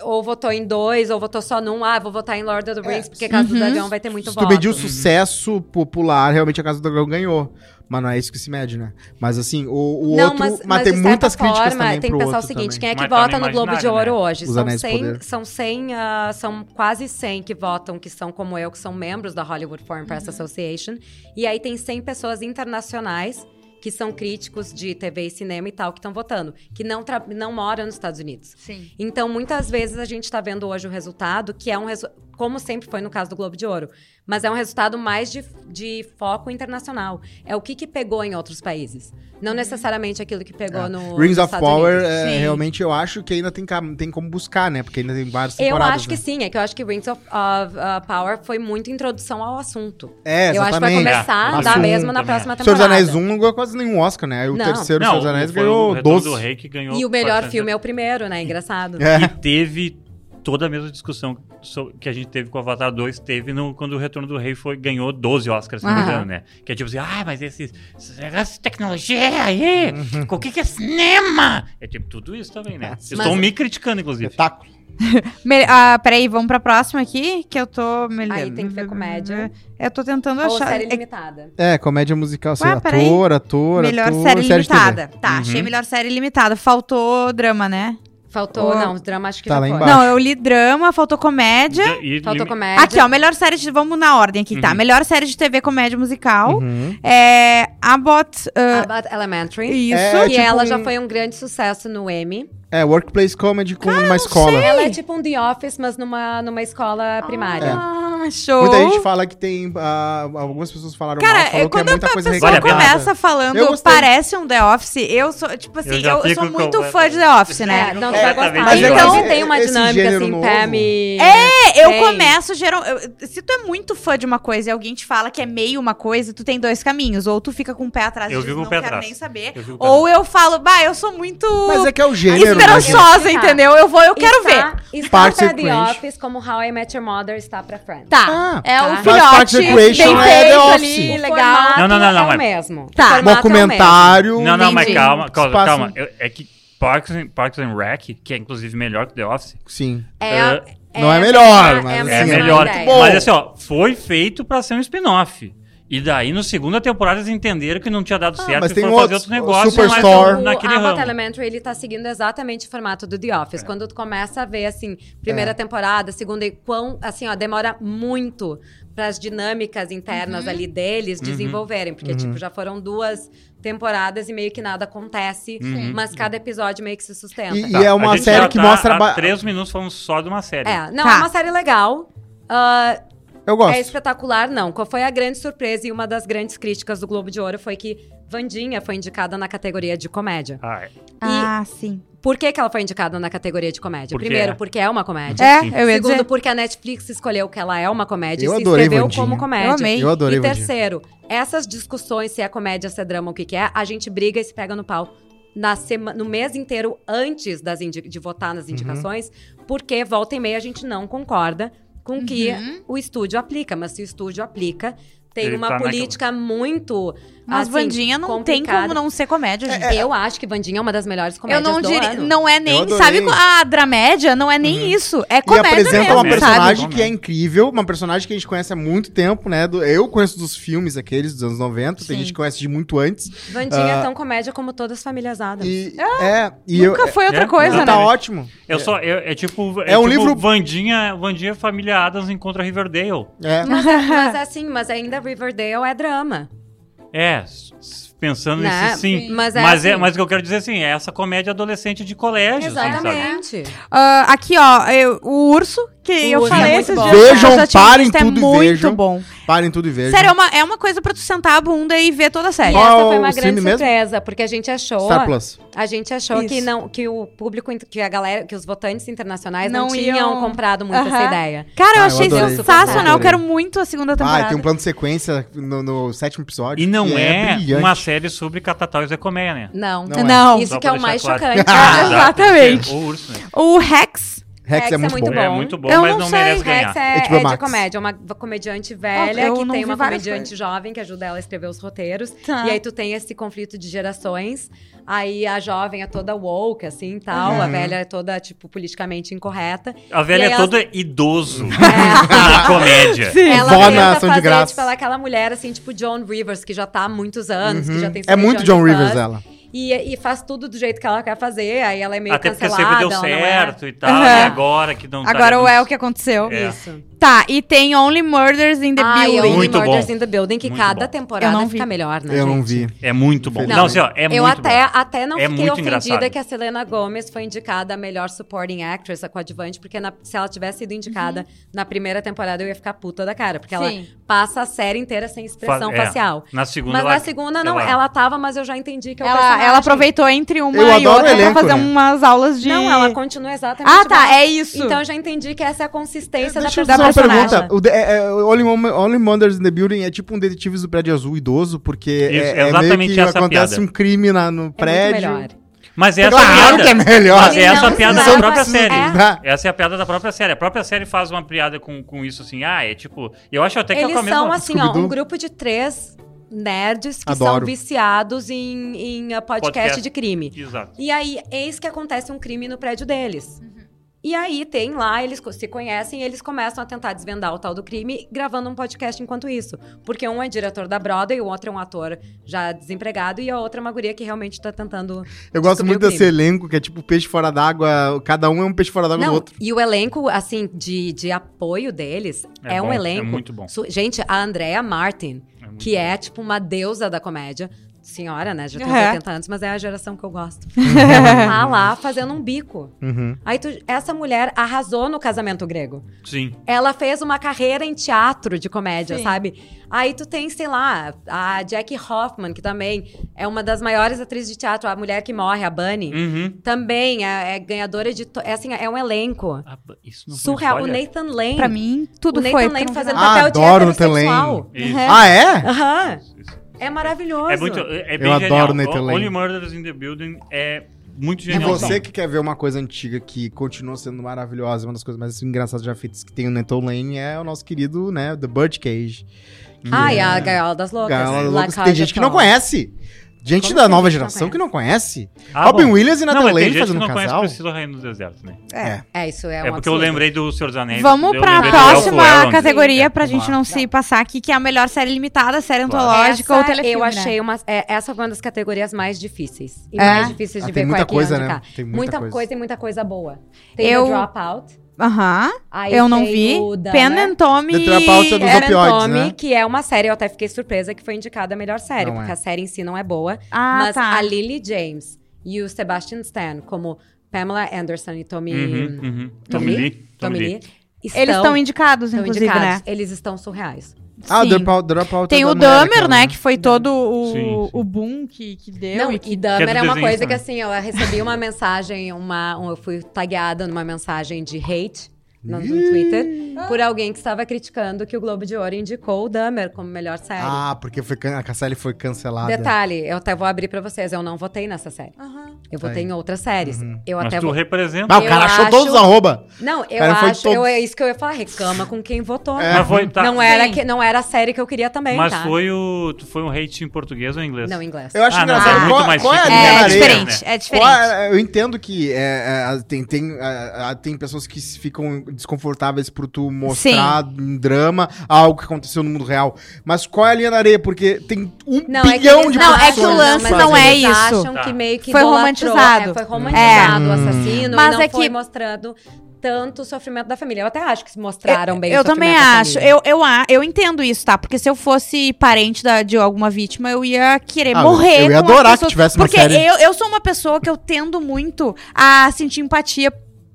Speaker 4: Ou votou em dois, ou votou só num. Ah, vou votar em Lord of the Rings, porque Casa do Dragão vai ter muito
Speaker 3: Se tu
Speaker 4: voto.
Speaker 3: medir o sucesso popular, realmente a Casa do Dragão ganhou. Mas não é isso que se mede, né? Mas assim, o, o outro. Mas, tem
Speaker 4: de certa
Speaker 3: muitas críticas
Speaker 4: forma,
Speaker 3: também
Speaker 4: Tem
Speaker 3: pro
Speaker 4: que pensar o
Speaker 3: outro
Speaker 4: seguinte:
Speaker 3: também.
Speaker 4: quem é que
Speaker 1: Mas tá no
Speaker 4: vota no Globo de Ouro
Speaker 1: imaginário, né?
Speaker 4: hoje?
Speaker 3: Os
Speaker 4: são
Speaker 3: Anéis do
Speaker 4: 100,
Speaker 3: Poder.
Speaker 4: são 100, ah, são quase 100 que votam, que são como eu, que são membros da Hollywood Foreign Press
Speaker 1: Uhum.
Speaker 4: Association. E aí tem 100 pessoas internacionais que são críticos de TV e cinema e tal, que estão votando, que não, tra- não moram nos Estados Unidos.
Speaker 2: Sim.
Speaker 4: Então, muitas vezes a gente está vendo hoje o resultado, que é um resultado, como sempre foi no caso do Globo de Ouro, mas é um resultado mais de, de foco internacional. É o que, que pegou em outros países. Não necessariamente aquilo que pegou no.
Speaker 3: Uhum. É. Rings
Speaker 4: nos
Speaker 3: of
Speaker 4: Estados
Speaker 3: Power,
Speaker 4: Unidos.
Speaker 3: é,
Speaker 2: Sim.
Speaker 3: realmente eu acho que ainda tem, cam- tem como buscar, né? Porque ainda tem várias
Speaker 4: Eu
Speaker 3: temporadas.
Speaker 4: acho que
Speaker 3: né?
Speaker 4: sim, é que eu acho que Rings of, of, uh, Power foi muito introdução ao assunto.
Speaker 3: É,
Speaker 4: eu acho que vai
Speaker 3: exatamente.
Speaker 4: começar
Speaker 3: É,
Speaker 4: a dar
Speaker 3: assunto
Speaker 4: mesmo na
Speaker 1: também.
Speaker 4: próxima
Speaker 3: O Senhor dos
Speaker 4: temporada.
Speaker 3: Anéis 1 não ganhou quase nenhum Oscar, né? E o
Speaker 4: Não.
Speaker 3: terceiro
Speaker 1: Não,
Speaker 3: Senhor dos Anéis
Speaker 1: foi o
Speaker 3: ganhou
Speaker 1: Retorno
Speaker 3: 12.
Speaker 1: do Rei que ganhou.
Speaker 4: E o melhor
Speaker 1: 400.
Speaker 4: filme é o primeiro, né? Engraçado.
Speaker 1: E
Speaker 3: É.
Speaker 1: teve toda a mesma discussão so- que a gente teve com o Avatar 2, teve no- quando o Retorno do Rei foi, ganhou 12 Oscars, se não me
Speaker 2: Aham.
Speaker 1: engano, né? Que é tipo assim, ah, mas esse, esse negócio de tecnologia aí,
Speaker 3: Uhum.
Speaker 1: com o que que é cinema? É tipo tudo isso também, né? Vocês Estão me criticando, inclusive.
Speaker 3: Espetáculo.
Speaker 2: Me, ah, peraí, vamos pra próxima aqui, que eu tô... Me...
Speaker 4: Aí tem que ver comédia.
Speaker 2: Eu tô tentando
Speaker 4: Ou
Speaker 2: achar...
Speaker 4: série
Speaker 2: é-
Speaker 4: limitada.
Speaker 3: É, comédia musical, sei
Speaker 2: Ué,
Speaker 3: lá,
Speaker 2: peraí.
Speaker 3: ator, ator,
Speaker 2: melhor
Speaker 3: ator,
Speaker 2: série
Speaker 3: de TV.
Speaker 2: limitada. Tá, achei melhor série limitada. Faltou drama, né?
Speaker 4: Faltou,
Speaker 2: Ou-
Speaker 4: não, drama acho que
Speaker 3: é Tá
Speaker 4: já
Speaker 3: lá
Speaker 4: foi.
Speaker 3: embaixo. Acho.
Speaker 2: Não, eu li drama, faltou comédia.
Speaker 1: E,
Speaker 4: Faltou
Speaker 1: limi-
Speaker 4: comédia.
Speaker 2: Aqui, ó, melhor série de... Vamos na ordem aqui, tá? Melhor série de TV comédia musical.
Speaker 3: Uhum.
Speaker 2: É... Abbott... ah,
Speaker 4: Abbott Elementary.
Speaker 2: Isso.
Speaker 3: É,
Speaker 4: que
Speaker 3: tipo
Speaker 4: ela
Speaker 3: um-
Speaker 4: já foi um grande sucesso no Emmy.
Speaker 3: É, workplace comedy com uma escola.
Speaker 4: Ela é tipo um The Office, mas numa, numa escola primária.
Speaker 2: Ah, show.
Speaker 3: É. Muita gente fala que tem. ah, algumas pessoas falaram mal,
Speaker 2: Cara,
Speaker 3: falou
Speaker 2: é,
Speaker 3: que é
Speaker 2: quando a
Speaker 3: muita coisa
Speaker 2: pessoa
Speaker 1: Vale a pena.
Speaker 2: começa
Speaker 3: Eu
Speaker 2: falando
Speaker 3: gostei.
Speaker 2: parece um The Office, eu sou, tipo assim,
Speaker 1: Eu já
Speaker 2: eu, eu
Speaker 1: fico
Speaker 2: sou muito
Speaker 1: com-
Speaker 2: fã de The Office, né?
Speaker 4: É, não, tu vai
Speaker 1: Completamente.
Speaker 4: gostar.
Speaker 1: Mas é que
Speaker 4: então
Speaker 3: esse-
Speaker 4: tem uma
Speaker 3: esse
Speaker 4: dinâmica
Speaker 3: gênero
Speaker 4: assim,
Speaker 3: novo-
Speaker 4: Pam e...
Speaker 2: É, eu
Speaker 4: Tem.
Speaker 2: começo geral. eu- se tu é muito fã de uma coisa e alguém te fala que é meio uma coisa, tu tem dois caminhos. Ou tu fica com o pé atrás e
Speaker 1: Eu
Speaker 2: diz,
Speaker 1: fico com
Speaker 2: não
Speaker 1: o pé
Speaker 2: quero
Speaker 1: atrás.
Speaker 2: nem saber.
Speaker 1: Eu fico com o pé
Speaker 2: Ou eu falo, bah, eu sou muito
Speaker 3: Mas é que é o gênero. né, gente?
Speaker 2: esperançosa,
Speaker 4: gente?
Speaker 2: entendeu? Eu vou, eu quero ver.
Speaker 4: está, Está
Speaker 3: Parks
Speaker 4: pra
Speaker 3: and
Speaker 4: The
Speaker 3: Recreation.
Speaker 4: Office, como How I Met Your Mother está pra Friends.
Speaker 2: Tá, Então
Speaker 3: Ah,
Speaker 2: é o
Speaker 4: tá.
Speaker 3: Mas Parks
Speaker 2: filhote
Speaker 3: and
Speaker 2: bem
Speaker 3: Recreation
Speaker 2: feito
Speaker 3: é The Office.
Speaker 2: ali,
Speaker 4: O
Speaker 2: legal.
Speaker 4: formato
Speaker 1: Não, não, não, não,
Speaker 4: é
Speaker 1: mas-
Speaker 4: o mesmo.
Speaker 2: Tá.
Speaker 4: O formato
Speaker 3: Documentário.
Speaker 1: Não, não, mas
Speaker 2: Entendi.
Speaker 1: calma, calma,
Speaker 3: Espaço.
Speaker 1: calma. Eu- é que Parks and, Parks and Rec, que é inclusive melhor que The Office,
Speaker 3: Sim.
Speaker 4: É o mesmo.
Speaker 1: É,
Speaker 3: não é melhor,
Speaker 4: a-
Speaker 3: mas
Speaker 4: a
Speaker 3: assim,
Speaker 1: É
Speaker 4: mesma
Speaker 3: Sim,
Speaker 1: melhor.
Speaker 4: ideia.
Speaker 3: bom.
Speaker 1: Mas assim, ó, foi feito pra ser um spin-off. E daí, no segunda temporada, eles entenderam que não tinha dado certo
Speaker 3: Ah, mas
Speaker 1: e
Speaker 3: tem
Speaker 1: foram fazer
Speaker 3: outros,
Speaker 1: outro
Speaker 3: o
Speaker 1: negócio
Speaker 3: Superstore.
Speaker 1: mas não
Speaker 4: O
Speaker 1: naquele
Speaker 4: Abbott
Speaker 1: ramo.
Speaker 4: Elementary, ele tá seguindo exatamente o formato do The
Speaker 3: É.
Speaker 4: Office. Quando tu começa a ver, assim, primeira temporada, segunda e quão, assim, ó, demora muito para as dinâmicas internas ali
Speaker 1: Uhum.
Speaker 4: deles desenvolverem. Porque, tipo, já foram duas temporadas e meio que nada acontece.
Speaker 1: Uhum.
Speaker 4: Mas cada episódio meio que se sustenta.
Speaker 3: E-
Speaker 1: Tá,
Speaker 3: e é uma
Speaker 1: a gente
Speaker 3: série
Speaker 1: já
Speaker 3: que
Speaker 1: tá
Speaker 3: mostra
Speaker 1: Há
Speaker 3: ba-
Speaker 1: três minutos falando só de uma série.
Speaker 4: É, não,
Speaker 2: Tá.
Speaker 4: é uma série legal. Ah,
Speaker 3: Eu
Speaker 4: é
Speaker 3: gosto.
Speaker 4: espetacular, não. Qual foi a grande surpresa e uma das grandes críticas do Globo de Ouro foi que Vandinha foi indicada na categoria de comédia.
Speaker 1: Ah, é.
Speaker 4: E
Speaker 2: Ah, sim.
Speaker 4: Por que, que ela foi indicada na categoria de comédia?
Speaker 1: Porque
Speaker 4: Primeiro,
Speaker 1: é.
Speaker 4: porque é uma comédia.
Speaker 2: É,
Speaker 1: Sim.
Speaker 2: eu ia
Speaker 4: Segundo,
Speaker 2: dizer.
Speaker 4: porque a Netflix escolheu que ela é uma comédia
Speaker 3: Eu
Speaker 4: e se
Speaker 3: adorei
Speaker 4: inscreveu
Speaker 3: Vandinha.
Speaker 4: como comédia.
Speaker 2: Eu amei.
Speaker 3: Eu adorei,
Speaker 4: E
Speaker 3: Vandinha.
Speaker 4: terceiro, essas discussões se é comédia, se é drama, o que, que é, a gente briga e se pega no pau na sema, no mês inteiro antes das indi- de votar nas indicações, porque volta e meia a gente não concorda com o que
Speaker 2: Uhum.
Speaker 4: o estúdio aplica. Mas se o estúdio aplica, tem
Speaker 1: Ele
Speaker 4: uma
Speaker 1: tá naquela-
Speaker 4: política muito.
Speaker 2: Mas
Speaker 4: assim,
Speaker 2: Vandinha não tem como
Speaker 4: complicada.
Speaker 2: não ser comédia, gente.
Speaker 4: Eu acho que Vandinha é uma das melhores
Speaker 2: Eu
Speaker 4: comédias
Speaker 2: não
Speaker 4: do
Speaker 2: diria.
Speaker 4: ano.
Speaker 2: Não é nem.
Speaker 3: adorei.
Speaker 2: Sabe a dramédia? Não é nem isso. É
Speaker 3: E
Speaker 2: comédia
Speaker 3: apresenta
Speaker 2: mesmo,
Speaker 3: uma
Speaker 1: sabe?
Speaker 3: personagem que é
Speaker 1: Comédia.
Speaker 3: incrível, uma personagem que a gente conhece há muito tempo, né? do- eu conheço dos filmes aqueles dos anos 90, tem
Speaker 2: Sim.
Speaker 3: gente que conhece de muito antes.
Speaker 4: Vandinha
Speaker 3: Ah.
Speaker 4: é tão comédia como todas as famílias Adams.
Speaker 3: E, é, e
Speaker 2: Nunca
Speaker 3: eu,
Speaker 2: foi outra
Speaker 1: né?
Speaker 2: coisa,
Speaker 3: Não,
Speaker 2: né?
Speaker 3: tá ótimo.
Speaker 1: Eu só, eu- é tipo.
Speaker 3: É
Speaker 1: tipo
Speaker 3: um livro-
Speaker 1: Vandinha, Vandinha Família Adams encontra Riverdale.
Speaker 3: É.
Speaker 4: Mas, é- mas é assim, mas ainda Riverdale é drama.
Speaker 1: É. s- s- pensando
Speaker 4: Né?
Speaker 1: nisso, sim.
Speaker 4: Sim.
Speaker 1: Mas,
Speaker 4: Mas
Speaker 1: é,
Speaker 4: é
Speaker 1: mas,
Speaker 4: assim-
Speaker 1: o que eu quero dizer, assim, é essa comédia adolescente de colégio. assim, sabe?
Speaker 4: Exatamente.
Speaker 2: Ah, aqui, ó, eu- o urso, que eu
Speaker 4: urso é
Speaker 2: falei
Speaker 4: muito
Speaker 2: esses
Speaker 4: bom.
Speaker 2: dias,
Speaker 3: Vejam,
Speaker 2: eu já tinha
Speaker 3: parem
Speaker 2: visto,
Speaker 3: tudo e
Speaker 2: É muito
Speaker 3: vejam.
Speaker 2: bom.
Speaker 3: Parem tudo e vejam.
Speaker 2: Sério, é uma, é uma coisa pra tu sentar a bunda e ver toda a série.
Speaker 4: E
Speaker 3: Qual
Speaker 4: essa foi uma
Speaker 3: streaming
Speaker 4: grande
Speaker 3: mesmo?
Speaker 4: surpresa, porque a gente achou,
Speaker 3: Star Plus.
Speaker 4: a gente achou que
Speaker 2: Isso.
Speaker 4: não, que o público, in- que a galera, que os votantes internacionais não,
Speaker 2: Não
Speaker 4: tinham
Speaker 2: iam-
Speaker 4: comprado muito essa
Speaker 2: Aham.
Speaker 4: ideia.
Speaker 2: Cara, eu
Speaker 3: Ah, eu
Speaker 2: achei
Speaker 3: adorei.
Speaker 2: sensacional.
Speaker 3: Adorei.
Speaker 2: Quero muito a segunda
Speaker 3: Ah,
Speaker 2: temporada.
Speaker 3: e tem um plano de sequência no, no sétimo episódio.
Speaker 1: E não
Speaker 3: que
Speaker 1: é,
Speaker 3: brilhante.
Speaker 1: uma série sobre Catatal e Zé Colmeia, né?
Speaker 4: Não.
Speaker 3: Não é.
Speaker 2: Não.
Speaker 4: Isso
Speaker 1: Só
Speaker 4: que é
Speaker 1: pra
Speaker 4: o mais
Speaker 1: deixar claro.
Speaker 4: chocante.
Speaker 2: Ah,
Speaker 1: Exato, porque
Speaker 2: exatamente.
Speaker 1: O urso, né?
Speaker 2: O Rex.
Speaker 3: Rex é muito, bom.
Speaker 1: É muito bom,
Speaker 2: Eu
Speaker 1: mas
Speaker 2: não
Speaker 1: não
Speaker 2: sei,
Speaker 1: merece ganhar.
Speaker 4: Rex é,
Speaker 3: É tipo
Speaker 4: é de
Speaker 3: Max.
Speaker 4: comédia, é uma comediante
Speaker 2: Ah,
Speaker 4: velha
Speaker 2: eu
Speaker 4: que
Speaker 2: não vi
Speaker 4: tem uma
Speaker 2: várias
Speaker 4: comediante
Speaker 2: coisas.
Speaker 4: jovem que ajuda ela a escrever os roteiros.
Speaker 2: Tá.
Speaker 4: E aí tu tem esse conflito de gerações. Aí a jovem é toda woke, assim, tal.
Speaker 3: Uhum.
Speaker 4: A velha é toda, tipo, politicamente incorreta.
Speaker 1: A velha
Speaker 4: E aí
Speaker 1: é
Speaker 4: ela-
Speaker 1: toda idoso
Speaker 4: É.
Speaker 1: na comédia.
Speaker 2: Sim.
Speaker 4: Ela
Speaker 3: Vó na
Speaker 4: tenta
Speaker 3: ação de
Speaker 4: fazer,
Speaker 3: graças.
Speaker 4: tipo, ela é aquela mulher, assim, tipo John Rivers, que já tá há muitos anos, que já tem
Speaker 3: É
Speaker 4: seus
Speaker 3: muito
Speaker 4: milhões
Speaker 3: John
Speaker 4: de fãs,
Speaker 3: Rivers é. ela.
Speaker 4: E, e faz tudo do jeito que ela quer fazer, aí ela é meio
Speaker 1: Até porque
Speaker 4: cancelada.
Speaker 1: sempre deu
Speaker 4: ela não é-
Speaker 1: certo e tal,
Speaker 2: Aham.
Speaker 1: e agora que não tá
Speaker 2: Agora o
Speaker 1: dando-
Speaker 2: é o que aconteceu.
Speaker 1: É.
Speaker 4: Isso.
Speaker 2: Tá, e tem Only Murders in the
Speaker 4: Ah, e
Speaker 2: Building.
Speaker 4: Only
Speaker 1: Muito
Speaker 4: Murders
Speaker 1: bom.
Speaker 4: in the Building, que
Speaker 1: Muito
Speaker 4: cada
Speaker 1: bom.
Speaker 2: Eu
Speaker 4: temporada
Speaker 2: não
Speaker 4: fica
Speaker 2: vi.
Speaker 4: melhor, né,
Speaker 3: Eu não
Speaker 4: gente?
Speaker 3: vi.
Speaker 1: É muito bom. Não,
Speaker 4: Não,
Speaker 1: assim, ó, é muito
Speaker 4: eu até,
Speaker 1: bom.
Speaker 4: até não
Speaker 1: É
Speaker 4: fiquei
Speaker 1: muito
Speaker 4: ofendida
Speaker 1: engraçado.
Speaker 4: que a Selena Gomez foi indicada a melhor supporting actress, a coadjuvante, porque na- se ela tivesse sido indicada na primeira temporada, eu ia ficar puta da cara, porque ela
Speaker 2: Uhum. Sim.
Speaker 4: passa a série inteira sem expressão
Speaker 1: Fa- é.
Speaker 4: facial.
Speaker 1: Na segunda,
Speaker 4: Mas
Speaker 1: ela-
Speaker 4: na segunda, não, é.
Speaker 1: ela-
Speaker 4: ela... tava, mas eu já entendi que é o
Speaker 2: Ela,
Speaker 4: personagem.
Speaker 2: ela aproveitou entre uma
Speaker 3: Eu
Speaker 2: e
Speaker 3: adoro
Speaker 2: outra
Speaker 3: o elenco,
Speaker 2: pra fazer
Speaker 3: né?
Speaker 2: umas aulas de.
Speaker 4: Não, ela continua exatamente
Speaker 2: Ah, tá,
Speaker 4: igual.
Speaker 2: é isso.
Speaker 4: Então eu já entendi que essa é a consistência
Speaker 3: Deixa eu
Speaker 4: da
Speaker 2: da
Speaker 3: fazer uma
Speaker 2: personagem.
Speaker 3: pergunta. O de- é- é- Only, Mom- Only Murders in the Building é tipo um Detetives do Prédio Azul idoso, porque
Speaker 1: Isso,
Speaker 3: é, é meio
Speaker 1: exatamente
Speaker 3: que
Speaker 1: essa
Speaker 3: acontece
Speaker 1: piada.
Speaker 3: um crime na- no
Speaker 4: É
Speaker 3: prédio.
Speaker 4: muito melhor.
Speaker 1: Mas essa
Speaker 3: Claro que é
Speaker 1: piada...
Speaker 3: melhor.
Speaker 1: Mas
Speaker 4: Ele
Speaker 1: essa é a
Speaker 4: não
Speaker 1: piada da
Speaker 4: precisava-
Speaker 1: própria série.
Speaker 3: É.
Speaker 1: Essa é a piada da própria série. A própria série faz uma piada com, com isso, assim. Ah, é tipo... Eu acho até que é
Speaker 4: Eles
Speaker 1: com a mesma...
Speaker 4: são, assim, ó,
Speaker 3: Scooby-Doo.
Speaker 4: um grupo de três nerds que
Speaker 3: Adoro.
Speaker 4: são viciados em, em uh, podcast,
Speaker 1: Podcast.
Speaker 4: de crime.
Speaker 1: Exato.
Speaker 4: E aí, eis que acontece um crime no prédio deles. E aí, tem lá, eles co- se conhecem e eles começam a tentar desvendar o tal do crime, gravando um podcast enquanto isso. Porque um é diretor da Broadway, o outro é um ator já desempregado e a outra é uma guria que realmente tá tentando.
Speaker 3: Eu gosto
Speaker 4: descobrir
Speaker 3: muito
Speaker 4: o
Speaker 3: desse
Speaker 4: crime.
Speaker 3: elenco, que é tipo peixe fora d'água. Cada um é um peixe fora d'água do
Speaker 4: Não,
Speaker 3: outro.
Speaker 4: e o elenco, assim, de, de apoio deles
Speaker 1: É
Speaker 4: é,
Speaker 1: bom,
Speaker 4: um
Speaker 1: é
Speaker 4: elenco.
Speaker 1: muito bom.
Speaker 4: su- Gente, a Andrea Martin,
Speaker 1: É muito
Speaker 4: que é tipo uma deusa da comédia. Senhora, né? Já tem
Speaker 2: É.
Speaker 4: 80 anos, mas é a geração que eu gosto. Ela tá lá fazendo um bico.
Speaker 3: Uhum.
Speaker 4: Aí tu- essa mulher arrasou no casamento grego.
Speaker 1: Sim.
Speaker 4: Ela fez uma carreira em teatro de comédia,
Speaker 2: Sim.
Speaker 4: sabe? Aí tu tem, sei lá, a Jackie Hoffman, que também é uma das maiores atrizes de teatro, a mulher que morre, a Bunny.
Speaker 3: Hum.
Speaker 1: Uhum.
Speaker 4: Também é, é ganhadora de. to- É, assim, é um elenco.
Speaker 1: Ah, isso
Speaker 3: um
Speaker 1: não foi
Speaker 4: Surreal. O
Speaker 1: spoiler?
Speaker 4: Nathan Lane.
Speaker 2: Pra mim, tudo
Speaker 4: o Nathan
Speaker 2: foi. porque
Speaker 4: Lane
Speaker 2: não vi
Speaker 4: fazendo
Speaker 2: nada.
Speaker 3: Ah,
Speaker 4: papel de
Speaker 3: adoro o
Speaker 4: heterossexual.
Speaker 1: Isso.
Speaker 3: Ah, é?
Speaker 4: Aham.
Speaker 1: Isso.
Speaker 4: É maravilhoso.
Speaker 1: É muito... É é bem
Speaker 3: Eu
Speaker 1: genial.
Speaker 3: adoro Nathan
Speaker 1: O-
Speaker 3: Lane.
Speaker 1: Only Murders in the Building é muito
Speaker 3: E
Speaker 1: genial.
Speaker 3: você que quer ver uma coisa antiga que continua sendo maravilhosa, uma das coisas mais engraçadas já feitas que tem o Neto Lane é o nosso querido, né, The Birdcage. é-
Speaker 4: Ah, e
Speaker 3: Uhum.
Speaker 4: a Gaiola das Loucas.
Speaker 3: Galera
Speaker 4: La
Speaker 3: louca,
Speaker 4: Casa
Speaker 3: tem gente que
Speaker 4: de
Speaker 3: não
Speaker 4: Papel.
Speaker 3: conhece. Gente
Speaker 4: Como
Speaker 3: da
Speaker 4: assim
Speaker 3: nova
Speaker 4: gente
Speaker 3: geração
Speaker 4: não
Speaker 3: que não conhece.
Speaker 1: Ah,
Speaker 3: Robin
Speaker 1: bom.
Speaker 3: Williams e
Speaker 1: Não,
Speaker 3: Nathan
Speaker 1: mas tem
Speaker 3: Lane
Speaker 1: gente que
Speaker 3: fazendo
Speaker 1: não
Speaker 3: um
Speaker 1: conhece
Speaker 3: casal.
Speaker 1: Priscila Rainha do Deserto, né?
Speaker 3: É.
Speaker 4: É, isso é,
Speaker 1: É,
Speaker 4: um
Speaker 1: porque eu
Speaker 4: absurdo.
Speaker 1: lembrei do Senhor dos Anéis.
Speaker 2: Vamos
Speaker 1: eu
Speaker 2: pra
Speaker 1: lembrei do
Speaker 2: próxima
Speaker 1: Elfo Elrond.
Speaker 2: categoria
Speaker 1: É.
Speaker 2: pra gente não se passar aqui, que é a melhor série limitada, série
Speaker 1: Claro.
Speaker 2: antológica ou
Speaker 4: Essa
Speaker 2: telefilme.
Speaker 4: Eu
Speaker 2: né?
Speaker 4: achei uma. é, essa foi uma das categorias mais difíceis. E
Speaker 2: É?
Speaker 4: mais difíceis de
Speaker 3: Ah,
Speaker 4: ver
Speaker 3: tem
Speaker 4: qual
Speaker 3: muita
Speaker 4: é que
Speaker 3: coisa,
Speaker 4: ia
Speaker 3: né?
Speaker 4: indicar.
Speaker 3: Tem muita
Speaker 4: muita
Speaker 3: coisa.
Speaker 4: coisa. e muita coisa boa. Tem
Speaker 2: Eu-
Speaker 4: o Dropout.
Speaker 2: Aham.
Speaker 4: aí
Speaker 2: Eu não
Speaker 4: tem
Speaker 2: vi.
Speaker 4: o né? Dahmer,
Speaker 2: Pen and Tommy.
Speaker 3: The Dropout é do- Os
Speaker 4: Aaron
Speaker 3: opioides,
Speaker 4: Tommy,
Speaker 3: né?
Speaker 4: que é uma série, eu até fiquei surpresa que foi indicada a melhor série,
Speaker 3: Não
Speaker 4: porque
Speaker 3: é.
Speaker 4: a série em si não é boa.
Speaker 2: Ah,
Speaker 4: mas
Speaker 2: tá.
Speaker 4: a Lily James e o Sebastian Stan, como Pamela Anderson e Tommy.
Speaker 1: Uhum, uhum. Tommy Lee. Tommy Lee.
Speaker 2: Eles estão indicados,
Speaker 4: estão
Speaker 2: inclusive,
Speaker 4: indicados.
Speaker 2: né?
Speaker 4: Eles estão surreais.
Speaker 3: Ah,
Speaker 2: Sim.
Speaker 3: The Dropout, Dropout é
Speaker 2: Tem
Speaker 3: da
Speaker 2: o
Speaker 3: mulher,
Speaker 2: Dahmer,
Speaker 3: aquela,
Speaker 2: né? Que foi todo
Speaker 1: Sim, sim.
Speaker 2: o, o boom que, que deu.
Speaker 4: Não,
Speaker 2: e
Speaker 4: e
Speaker 2: que...
Speaker 1: Que é
Speaker 4: Dahmer
Speaker 1: do
Speaker 4: é
Speaker 1: desenho
Speaker 4: uma
Speaker 3: né?
Speaker 4: coisa que
Speaker 1: também.
Speaker 4: assim, eu recebi uma mensagem, uma, um- eu fui tagueada numa mensagem de hate no, no Twitter por alguém que estava criticando que o Globo de Ouro indicou o Dahmer como melhor série.
Speaker 3: Ah, porque foi can- a série foi cancelada.
Speaker 4: Detalhe, eu até vou abrir pra vocês, eu não votei nessa série.
Speaker 2: Aham.
Speaker 4: Eu
Speaker 3: Tá
Speaker 4: votei
Speaker 3: aí. Uhum.
Speaker 4: em outras séries. Eu
Speaker 1: Mas
Speaker 4: até
Speaker 1: tu
Speaker 4: vou...
Speaker 1: representa.
Speaker 3: Mas o
Speaker 4: Eu
Speaker 3: cara achou
Speaker 4: acho-
Speaker 3: todos os arroba.
Speaker 4: Não, eu
Speaker 3: Cara, foi
Speaker 4: acho, eu-
Speaker 3: todos.
Speaker 4: é isso que eu ia falar, reclama com quem votou. né?
Speaker 3: É.
Speaker 1: Mas foi, tá.
Speaker 4: Não, era
Speaker 2: Sim.
Speaker 4: que, não era a série que eu queria também,
Speaker 1: Mas
Speaker 4: tá?
Speaker 1: foi o. Tu foi um hate em português ou em inglês?
Speaker 4: Não, em inglês.
Speaker 3: Eu acho
Speaker 1: Ah, não,
Speaker 3: engraçado.
Speaker 2: é muito
Speaker 3: qual,
Speaker 1: mais
Speaker 3: qual é a
Speaker 1: chique.
Speaker 3: linha
Speaker 2: É,
Speaker 3: da areia?
Speaker 2: diferente, é diferente.
Speaker 3: Qual é- eu entendo que é, é, a- tem, tem, a- a- tem pessoas que se ficam desconfortáveis por tu mostrar um drama, algo que aconteceu no mundo real. Mas qual é a linha da areia? Porque tem um bilhão
Speaker 4: eles
Speaker 3: de
Speaker 2: não,
Speaker 3: pessoas.
Speaker 2: é que o lance
Speaker 4: mas
Speaker 2: não é
Speaker 4: eles
Speaker 2: isso.
Speaker 4: acham
Speaker 1: Tá.
Speaker 4: que meio que
Speaker 2: Foi
Speaker 4: idolatrou,
Speaker 2: romantizado.
Speaker 4: É, foi romantizado
Speaker 3: É.
Speaker 4: o assassino
Speaker 2: Mas
Speaker 4: e não
Speaker 2: é
Speaker 4: foi
Speaker 2: que-
Speaker 4: mostrando tanto o sofrimento da família. Eu até acho que se mostraram bem o
Speaker 2: eu
Speaker 4: sofrimento
Speaker 2: também
Speaker 4: da
Speaker 2: acho.
Speaker 4: família.
Speaker 2: Eu, eu, a- eu entendo isso, tá? Porque se eu fosse parente da- de alguma vítima, eu ia querer
Speaker 3: Ah, eu-
Speaker 2: morrer.
Speaker 3: eu ia
Speaker 2: com as
Speaker 3: adorar que
Speaker 2: pessoas.
Speaker 3: tivesse uma
Speaker 2: Porque
Speaker 3: série.
Speaker 2: eu, eu sou uma pessoa que eu tendo muito a sentir empatia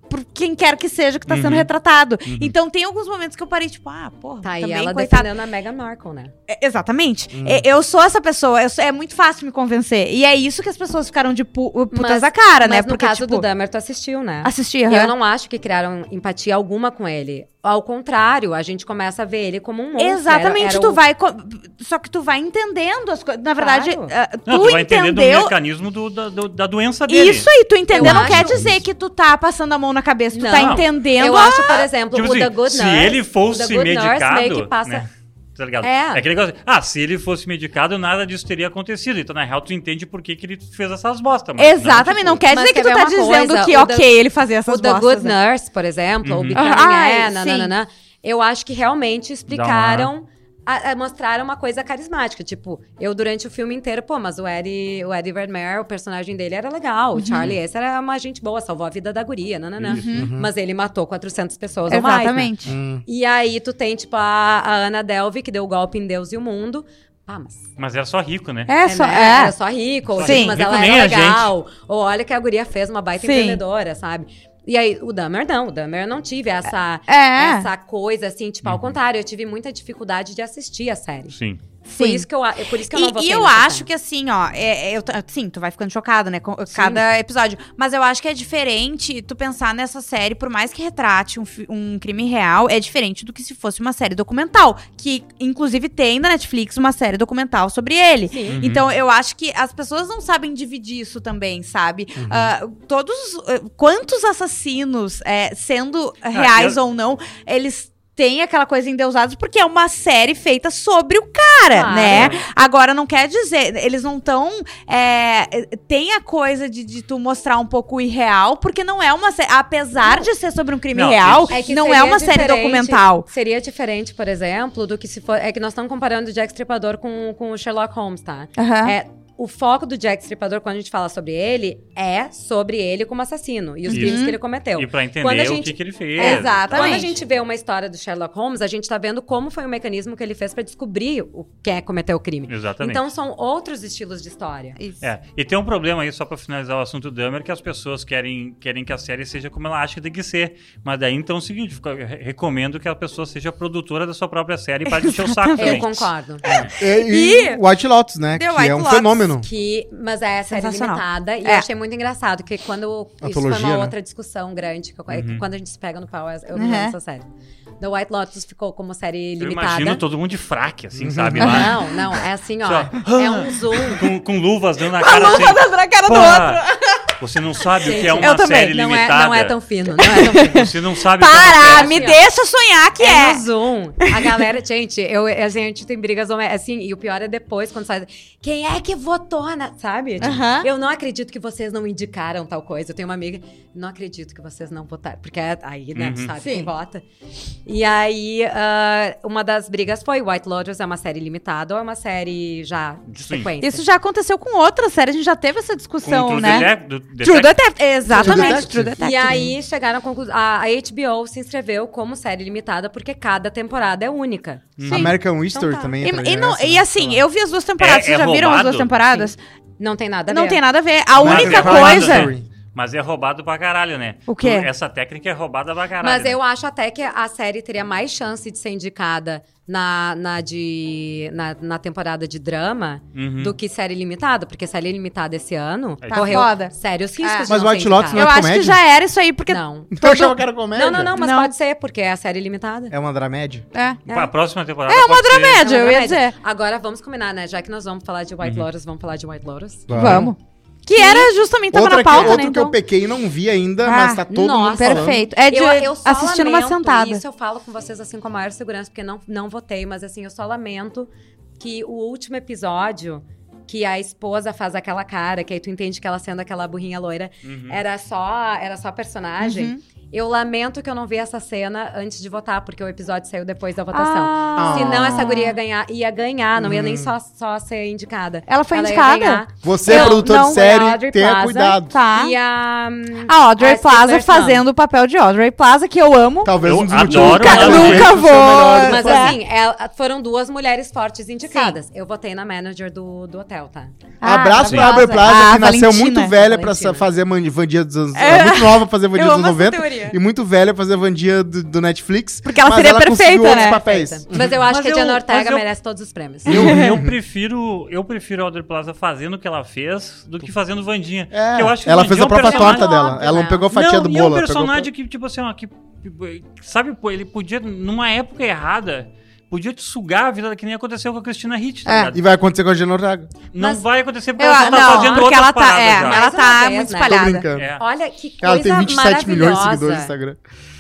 Speaker 2: por quem quer que seja que tá sendo
Speaker 1: Uhum.
Speaker 2: retratado.
Speaker 1: Uhum.
Speaker 2: Então tem alguns momentos que eu parei, tipo, ah, porra,
Speaker 4: Tá, e
Speaker 2: também,
Speaker 4: ela
Speaker 2: coitada.
Speaker 4: defendendo a Meghan Markle, né?
Speaker 2: É, Exatamente.
Speaker 3: Uhum.
Speaker 2: É, Eu sou essa pessoa, eu sou- é muito fácil me convencer. E é isso que as pessoas ficaram de pu- putas
Speaker 4: Mas-
Speaker 2: da cara, né?
Speaker 4: Mas no caso
Speaker 2: tipo,
Speaker 4: do Dahmer, tu assistiu, né?
Speaker 2: assistir,
Speaker 4: E
Speaker 2: aham.
Speaker 4: eu não acho que criaram empatia alguma com ele. Ao contrário, a gente começa a ver ele como um monstro. Era-
Speaker 2: Exatamente,
Speaker 4: era
Speaker 2: tu
Speaker 4: o-
Speaker 2: vai. co- Só que tu vai entendendo as coisas. Na
Speaker 4: Claro.
Speaker 2: verdade, ah, tu,
Speaker 1: Não, tu vai entender do
Speaker 2: entendeu.
Speaker 1: mecanismo do- da, do- da doença dele.
Speaker 2: Isso aí, tu entendeu.
Speaker 4: Eu
Speaker 2: Não quer
Speaker 4: acho-
Speaker 2: dizer que tu tá passando a mão na cabeça, tu
Speaker 4: Não.
Speaker 2: tá entendendo.
Speaker 4: Eu
Speaker 2: a-
Speaker 4: acho, por exemplo,
Speaker 1: Tipo
Speaker 4: o The
Speaker 1: assim,
Speaker 4: Good
Speaker 1: se
Speaker 4: Nurse-
Speaker 1: ele
Speaker 4: o
Speaker 1: fosse
Speaker 4: The Good Nurse meio
Speaker 1: medicado.
Speaker 4: que passa...
Speaker 1: né? Tá ligado?
Speaker 4: É.
Speaker 1: É. aquele negócio. Ah, se ele fosse medicado, nada disso teria acontecido. Então, na real, tu entende por que, que ele fez essas bostas. mas
Speaker 2: Exatamente, não,
Speaker 1: tipo,
Speaker 2: quer
Speaker 4: Mas
Speaker 2: dizer que
Speaker 4: quer
Speaker 2: tu
Speaker 4: ver
Speaker 2: tá
Speaker 4: uma
Speaker 2: dizendo
Speaker 4: coisa?
Speaker 2: que
Speaker 4: O The-
Speaker 2: ok ele fazer essas
Speaker 4: o The
Speaker 2: bostas,
Speaker 4: Good
Speaker 2: né?
Speaker 4: Nurse, por exemplo, o
Speaker 1: Uhum.
Speaker 4: Becoming
Speaker 2: Ah,
Speaker 4: é,
Speaker 2: sim.
Speaker 4: nananana, eu acho que realmente explicaram, a- a- mostraram uma coisa carismática. Tipo, eu durante o filme inteiro, pô, mas o Eddie, o Eddie Redmayne, o personagem dele era legal.
Speaker 2: Uhum.
Speaker 4: O Charlie, esse era uma gente boa, salvou a vida da guria, nananã.
Speaker 1: Isso. Uhum.
Speaker 4: Mas ele matou 400 pessoas ou mais, né?
Speaker 2: Exatamente.
Speaker 4: E aí tu tem, tipo, a, a Ana Delvey, que deu o golpe em Deus e o Mundo. Pá, mas
Speaker 1: Mas era só rico, né?
Speaker 2: É, só.
Speaker 4: né?
Speaker 2: É.
Speaker 4: Era só rico, ou
Speaker 1: Sim.
Speaker 4: tipo, mas
Speaker 1: Rico
Speaker 4: ela
Speaker 1: nem
Speaker 4: era
Speaker 1: a gente.
Speaker 4: legal. Ou olha que a guria fez uma baita
Speaker 2: Sim.
Speaker 4: empreendedora, sabe? E aí, o Dahmer não, o Dahmer eu não tive essa,
Speaker 2: É.
Speaker 4: essa coisa, assim, tipo,
Speaker 1: Uhum.
Speaker 4: ao contrário, eu tive muita dificuldade de assistir a série.
Speaker 1: Sim.
Speaker 4: Por
Speaker 2: Sim.
Speaker 4: isso que eu, a- por isso que eu não
Speaker 2: E,
Speaker 4: votei
Speaker 2: e eu
Speaker 4: nessa
Speaker 2: acho
Speaker 4: série.
Speaker 2: que assim, ó, é, é, eu, t- sim, tu vai ficando chocado, né, com cada episódio. Mas eu acho que é diferente tu pensar nessa série, por mais que retrate um, fi- um crime real, é diferente do que se fosse uma série documental. Que, inclusive, tem na Netflix uma série documental sobre ele.
Speaker 4: Sim.
Speaker 1: Uhum.
Speaker 2: Então, eu acho que as pessoas não sabem dividir isso também, sabe? Ah, todos. ah, quantos assassinos, eh, sendo reais ou não, eles têm aquela coisa endeusados, porque é uma série feita sobre o cara,
Speaker 4: Claro.
Speaker 2: né? Agora, não quer dizer. Eles não estão. tem a coisa de, de tu mostrar um pouco o irreal, porque não é uma série. Apesar de ser sobre um crime
Speaker 1: Não,
Speaker 2: real,
Speaker 4: É que
Speaker 2: não é
Speaker 4: seria
Speaker 2: uma série
Speaker 4: diferente-
Speaker 2: documental.
Speaker 4: Seria diferente, por exemplo, do que se for. É que nós estamos comparando o Jack Stripador com, com o Sherlock Holmes, tá?
Speaker 2: Aham.
Speaker 4: É, o foco do Jack Stripador, quando a gente fala sobre ele, é sobre ele como assassino e os
Speaker 1: Isso.
Speaker 4: crimes que ele cometeu.
Speaker 1: E pra
Speaker 4: Quando a
Speaker 1: entender o
Speaker 4: gente-
Speaker 1: que, que ele fez.
Speaker 2: É, exatamente.
Speaker 4: Quando a gente vê uma história do Sherlock Holmes, a gente tá vendo como foi o mecanismo que ele fez pra descobrir o quem é que cometeu o crime.
Speaker 1: Exatamente.
Speaker 4: Então são outros estilos de história.
Speaker 2: Isso.
Speaker 1: É, e tem um problema aí, só pra finalizar o assunto do Dahmer, que as pessoas querem, querem que a série seja como ela acha que tem que ser. Mas daí então é o seguinte, fica- re- recomendo que a pessoa seja produtora da sua própria série para encher o saco
Speaker 4: Eu
Speaker 1: também.
Speaker 4: concordo.
Speaker 1: É.
Speaker 3: É, E, e White Lotus, né?
Speaker 2: The
Speaker 3: que
Speaker 2: White
Speaker 3: é um
Speaker 2: Lotus,
Speaker 3: fenômeno.
Speaker 4: Que, mas é a série
Speaker 2: Sensacional.
Speaker 4: limitada. E
Speaker 2: É.
Speaker 4: eu achei muito engraçado, que quando. isso foi
Speaker 3: Antologia,
Speaker 4: uma
Speaker 3: né?
Speaker 4: outra discussão grande. Que eu-
Speaker 1: Uhum.
Speaker 4: é que Quando a gente se pega no pau, eu
Speaker 2: Uhum.
Speaker 4: não essa série. The White Lotus ficou como série
Speaker 1: Eu
Speaker 4: limitada.
Speaker 1: imagino todo mundo de fraque, assim, sabe? Lá,
Speaker 4: Não, não, é assim, ó.
Speaker 1: Só-
Speaker 4: É um zoom.
Speaker 1: com, com luvas dando na cara assim.
Speaker 2: Na cara do
Speaker 1: "Pô,
Speaker 2: outro.
Speaker 1: Você não sabe o que é
Speaker 4: Gente,
Speaker 1: uma
Speaker 2: eu também.
Speaker 1: série
Speaker 4: Não é,
Speaker 1: limitada.
Speaker 4: não é tão fino, não é tão fino.
Speaker 1: Você não sabe o que é
Speaker 2: Para,
Speaker 1: acontece.
Speaker 2: me
Speaker 4: assim, ó.
Speaker 2: deixa sonhar que
Speaker 4: É,
Speaker 2: é.
Speaker 4: no Zoom. A galera, gente, eu, a gente tem brigas homé- assim, e o pior é depois, quando sai. Quem é que votou na. Sabe? Tipo,
Speaker 2: Aham.
Speaker 4: Eu não acredito que vocês não indicaram tal coisa. Eu tenho uma amiga, não acredito que vocês não votaram. Porque é- aí, né, tu
Speaker 1: Uhum.
Speaker 4: sabe
Speaker 2: Sim.
Speaker 4: quem vota. E aí, ah, uma das brigas foi: White Lotus é uma série limitada ou é uma série já de
Speaker 1: Sim.
Speaker 4: sequência?
Speaker 2: Isso já aconteceu com outra série, a gente já teve essa
Speaker 1: Com o
Speaker 2: discussão,
Speaker 1: True
Speaker 2: né?
Speaker 1: Detec- do- Detective.
Speaker 2: True Detective. Exatamente, True
Speaker 3: True Detective.
Speaker 2: Detective.
Speaker 4: E aí chegaram à conclusão. A, a HBO se inscreveu como série limitada porque cada temporada é única.
Speaker 1: Sim.
Speaker 3: American History
Speaker 4: tá.
Speaker 3: também.
Speaker 2: Então E,
Speaker 3: entra
Speaker 2: e não-
Speaker 3: nessa,
Speaker 2: e
Speaker 3: né?
Speaker 2: assim, eu vi as duas temporadas.
Speaker 1: É-
Speaker 2: Vocês
Speaker 1: é
Speaker 2: já viram as
Speaker 1: roubado?
Speaker 2: duas temporadas?
Speaker 4: Não tem nada a
Speaker 2: Não
Speaker 4: ver.
Speaker 2: tem nada a ver.
Speaker 1: Mas
Speaker 2: A única
Speaker 1: é
Speaker 3: American
Speaker 1: roubado,
Speaker 2: coisa.
Speaker 3: History.
Speaker 1: Mas é roubado pra caralho, né?
Speaker 2: O quê?
Speaker 1: Essa técnica é roubada pra caralho.
Speaker 4: Mas
Speaker 1: né?
Speaker 4: eu acho até que a série teria mais chance de ser indicada na, na, de, na, na temporada de drama
Speaker 1: Uhum.
Speaker 4: do que série limitada, porque série limitada esse ano
Speaker 1: Tá
Speaker 4: correu
Speaker 2: foda.
Speaker 4: sérios
Speaker 2: É.
Speaker 4: riscos. de
Speaker 3: Mas
Speaker 4: não
Speaker 3: White
Speaker 4: ser
Speaker 3: Lotus
Speaker 2: Eu
Speaker 4: indicada.
Speaker 3: é
Speaker 2: acho que
Speaker 3: comédia?
Speaker 2: já era isso aí, porque.
Speaker 4: Não.
Speaker 3: Então Eu achava que era comédia.
Speaker 4: Não, não, não, mas
Speaker 2: Não.
Speaker 4: pode ser, porque é a série limitada.
Speaker 3: É uma dramédia.
Speaker 2: É.
Speaker 1: Pra próxima temporada. É uma
Speaker 2: dramédia.
Speaker 1: dramédia.
Speaker 2: eu ia
Speaker 4: Não, não é
Speaker 2: dizer.
Speaker 4: Agora vamos combinar, né? Já que nós vamos falar de White
Speaker 1: Uhum.
Speaker 4: Lotus, vamos falar de White Lotus.
Speaker 2: Vamos. Que era justamente, tava
Speaker 3: Outra
Speaker 2: na
Speaker 3: que,
Speaker 2: pauta,
Speaker 3: outro
Speaker 2: né?
Speaker 3: que
Speaker 2: Então.
Speaker 3: eu pequei e não vi ainda,
Speaker 2: Ah,
Speaker 3: mas tá todo mundo
Speaker 4: nossa.
Speaker 3: falando.
Speaker 2: Perfeito. É de
Speaker 4: eu, eu só
Speaker 2: assistir numa
Speaker 4: lamento,
Speaker 2: sentada.
Speaker 4: Isso eu falo com vocês assim com a maior segurança, porque não, não votei, mas assim, eu só lamento que o último episódio que a esposa faz aquela cara, que aí tu entende que ela sendo aquela burrinha loira, era só era só personagem.
Speaker 2: Uhum.
Speaker 4: Eu lamento que eu não vi essa cena antes de votar, porque o episódio saiu depois da votação.
Speaker 2: Ah.
Speaker 4: Senão essa guria ia ganhar, ia ganhar não ia nem só, só ser indicada.
Speaker 2: Ela foi
Speaker 4: Ia
Speaker 2: indicada?
Speaker 4: ganhar.
Speaker 3: Você é
Speaker 4: Não,
Speaker 3: produtor
Speaker 4: não,
Speaker 3: de
Speaker 4: é a
Speaker 3: série,
Speaker 4: Audrey
Speaker 3: tenha
Speaker 4: Plaza.
Speaker 3: cuidado.
Speaker 2: Tá.
Speaker 4: E a.
Speaker 2: A Audrey
Speaker 4: Ah,
Speaker 2: Plaza
Speaker 4: Sister
Speaker 2: fazendo o papel de Audrey Plaza, que eu amo.
Speaker 3: Talvez
Speaker 1: Eu
Speaker 3: um dos
Speaker 1: adoro
Speaker 3: motivos
Speaker 1: ela.
Speaker 3: pelo
Speaker 1: Nunca
Speaker 3: jeito,
Speaker 2: vou.
Speaker 3: sou melhor do
Speaker 4: Mas
Speaker 3: que-
Speaker 4: assim, ela- foram duas mulheres fortes indicadas. Eu votei na manager do, do hotel, tá?
Speaker 2: Ah,
Speaker 3: Abraço pra
Speaker 2: maravilhosa.
Speaker 3: Abra Plaza,
Speaker 2: Ah,
Speaker 3: que nasceu
Speaker 2: Valentina.
Speaker 3: muito velha pra
Speaker 4: Valentina.
Speaker 3: sa- fazer man- Vandia dos anos...
Speaker 2: É.
Speaker 3: É. Muito nova pra fazer Vandia
Speaker 2: Eu
Speaker 3: dos
Speaker 2: amo
Speaker 3: anos
Speaker 2: essa
Speaker 3: 90.
Speaker 2: teoria.
Speaker 3: E muito velha pra fazer Vandia do, do Netflix.
Speaker 2: Porque ela
Speaker 3: mas
Speaker 2: seria
Speaker 3: conseguiu
Speaker 2: perfeita,
Speaker 3: outros
Speaker 2: né?
Speaker 3: papéis.
Speaker 4: Mas eu acho
Speaker 1: Mas
Speaker 4: que a Diana
Speaker 1: eu-
Speaker 4: Ortega
Speaker 1: mas eu-
Speaker 4: merece todos os prêmios.
Speaker 1: Eu, eu prefiro eu prefiro a Audrey Plaza fazendo o que ela fez do que fazendo Vandinha.
Speaker 3: É,
Speaker 1: Porque eu acho que
Speaker 3: ela
Speaker 1: Vandinha
Speaker 3: fez
Speaker 1: é
Speaker 3: a
Speaker 1: um
Speaker 3: própria
Speaker 1: personagem-
Speaker 3: torta dela.
Speaker 4: óbvio,
Speaker 3: Ela não
Speaker 4: né?
Speaker 3: pegou a fatia
Speaker 1: não,
Speaker 3: do
Speaker 1: e
Speaker 3: bolo.
Speaker 1: é um
Speaker 3: ela pegou-
Speaker 1: personagem que, tipo assim, ó, que, que- sabe, pô, ele podia, numa época errada, podia te sugar a vida, que nem aconteceu com a Cristina Hitch, tá
Speaker 3: É,
Speaker 1: ligado?
Speaker 3: e vai acontecer com a Gina Ortega.
Speaker 1: Não
Speaker 4: Mas-
Speaker 1: vai acontecer porque
Speaker 2: Eu,
Speaker 1: ela já tá
Speaker 2: não,
Speaker 1: fazendo
Speaker 2: porque
Speaker 1: outras
Speaker 2: ela tá,
Speaker 1: paradas
Speaker 2: é,
Speaker 1: já.
Speaker 2: ela
Speaker 4: Mais uma
Speaker 2: tá
Speaker 4: vez,
Speaker 2: muito
Speaker 4: né?
Speaker 3: Tô
Speaker 2: espalhada.
Speaker 3: brincando.
Speaker 1: É.
Speaker 4: Olha que coisa
Speaker 3: Ela tem 27 milhões de
Speaker 4: maravilhosa.
Speaker 3: seguidores no Instagram.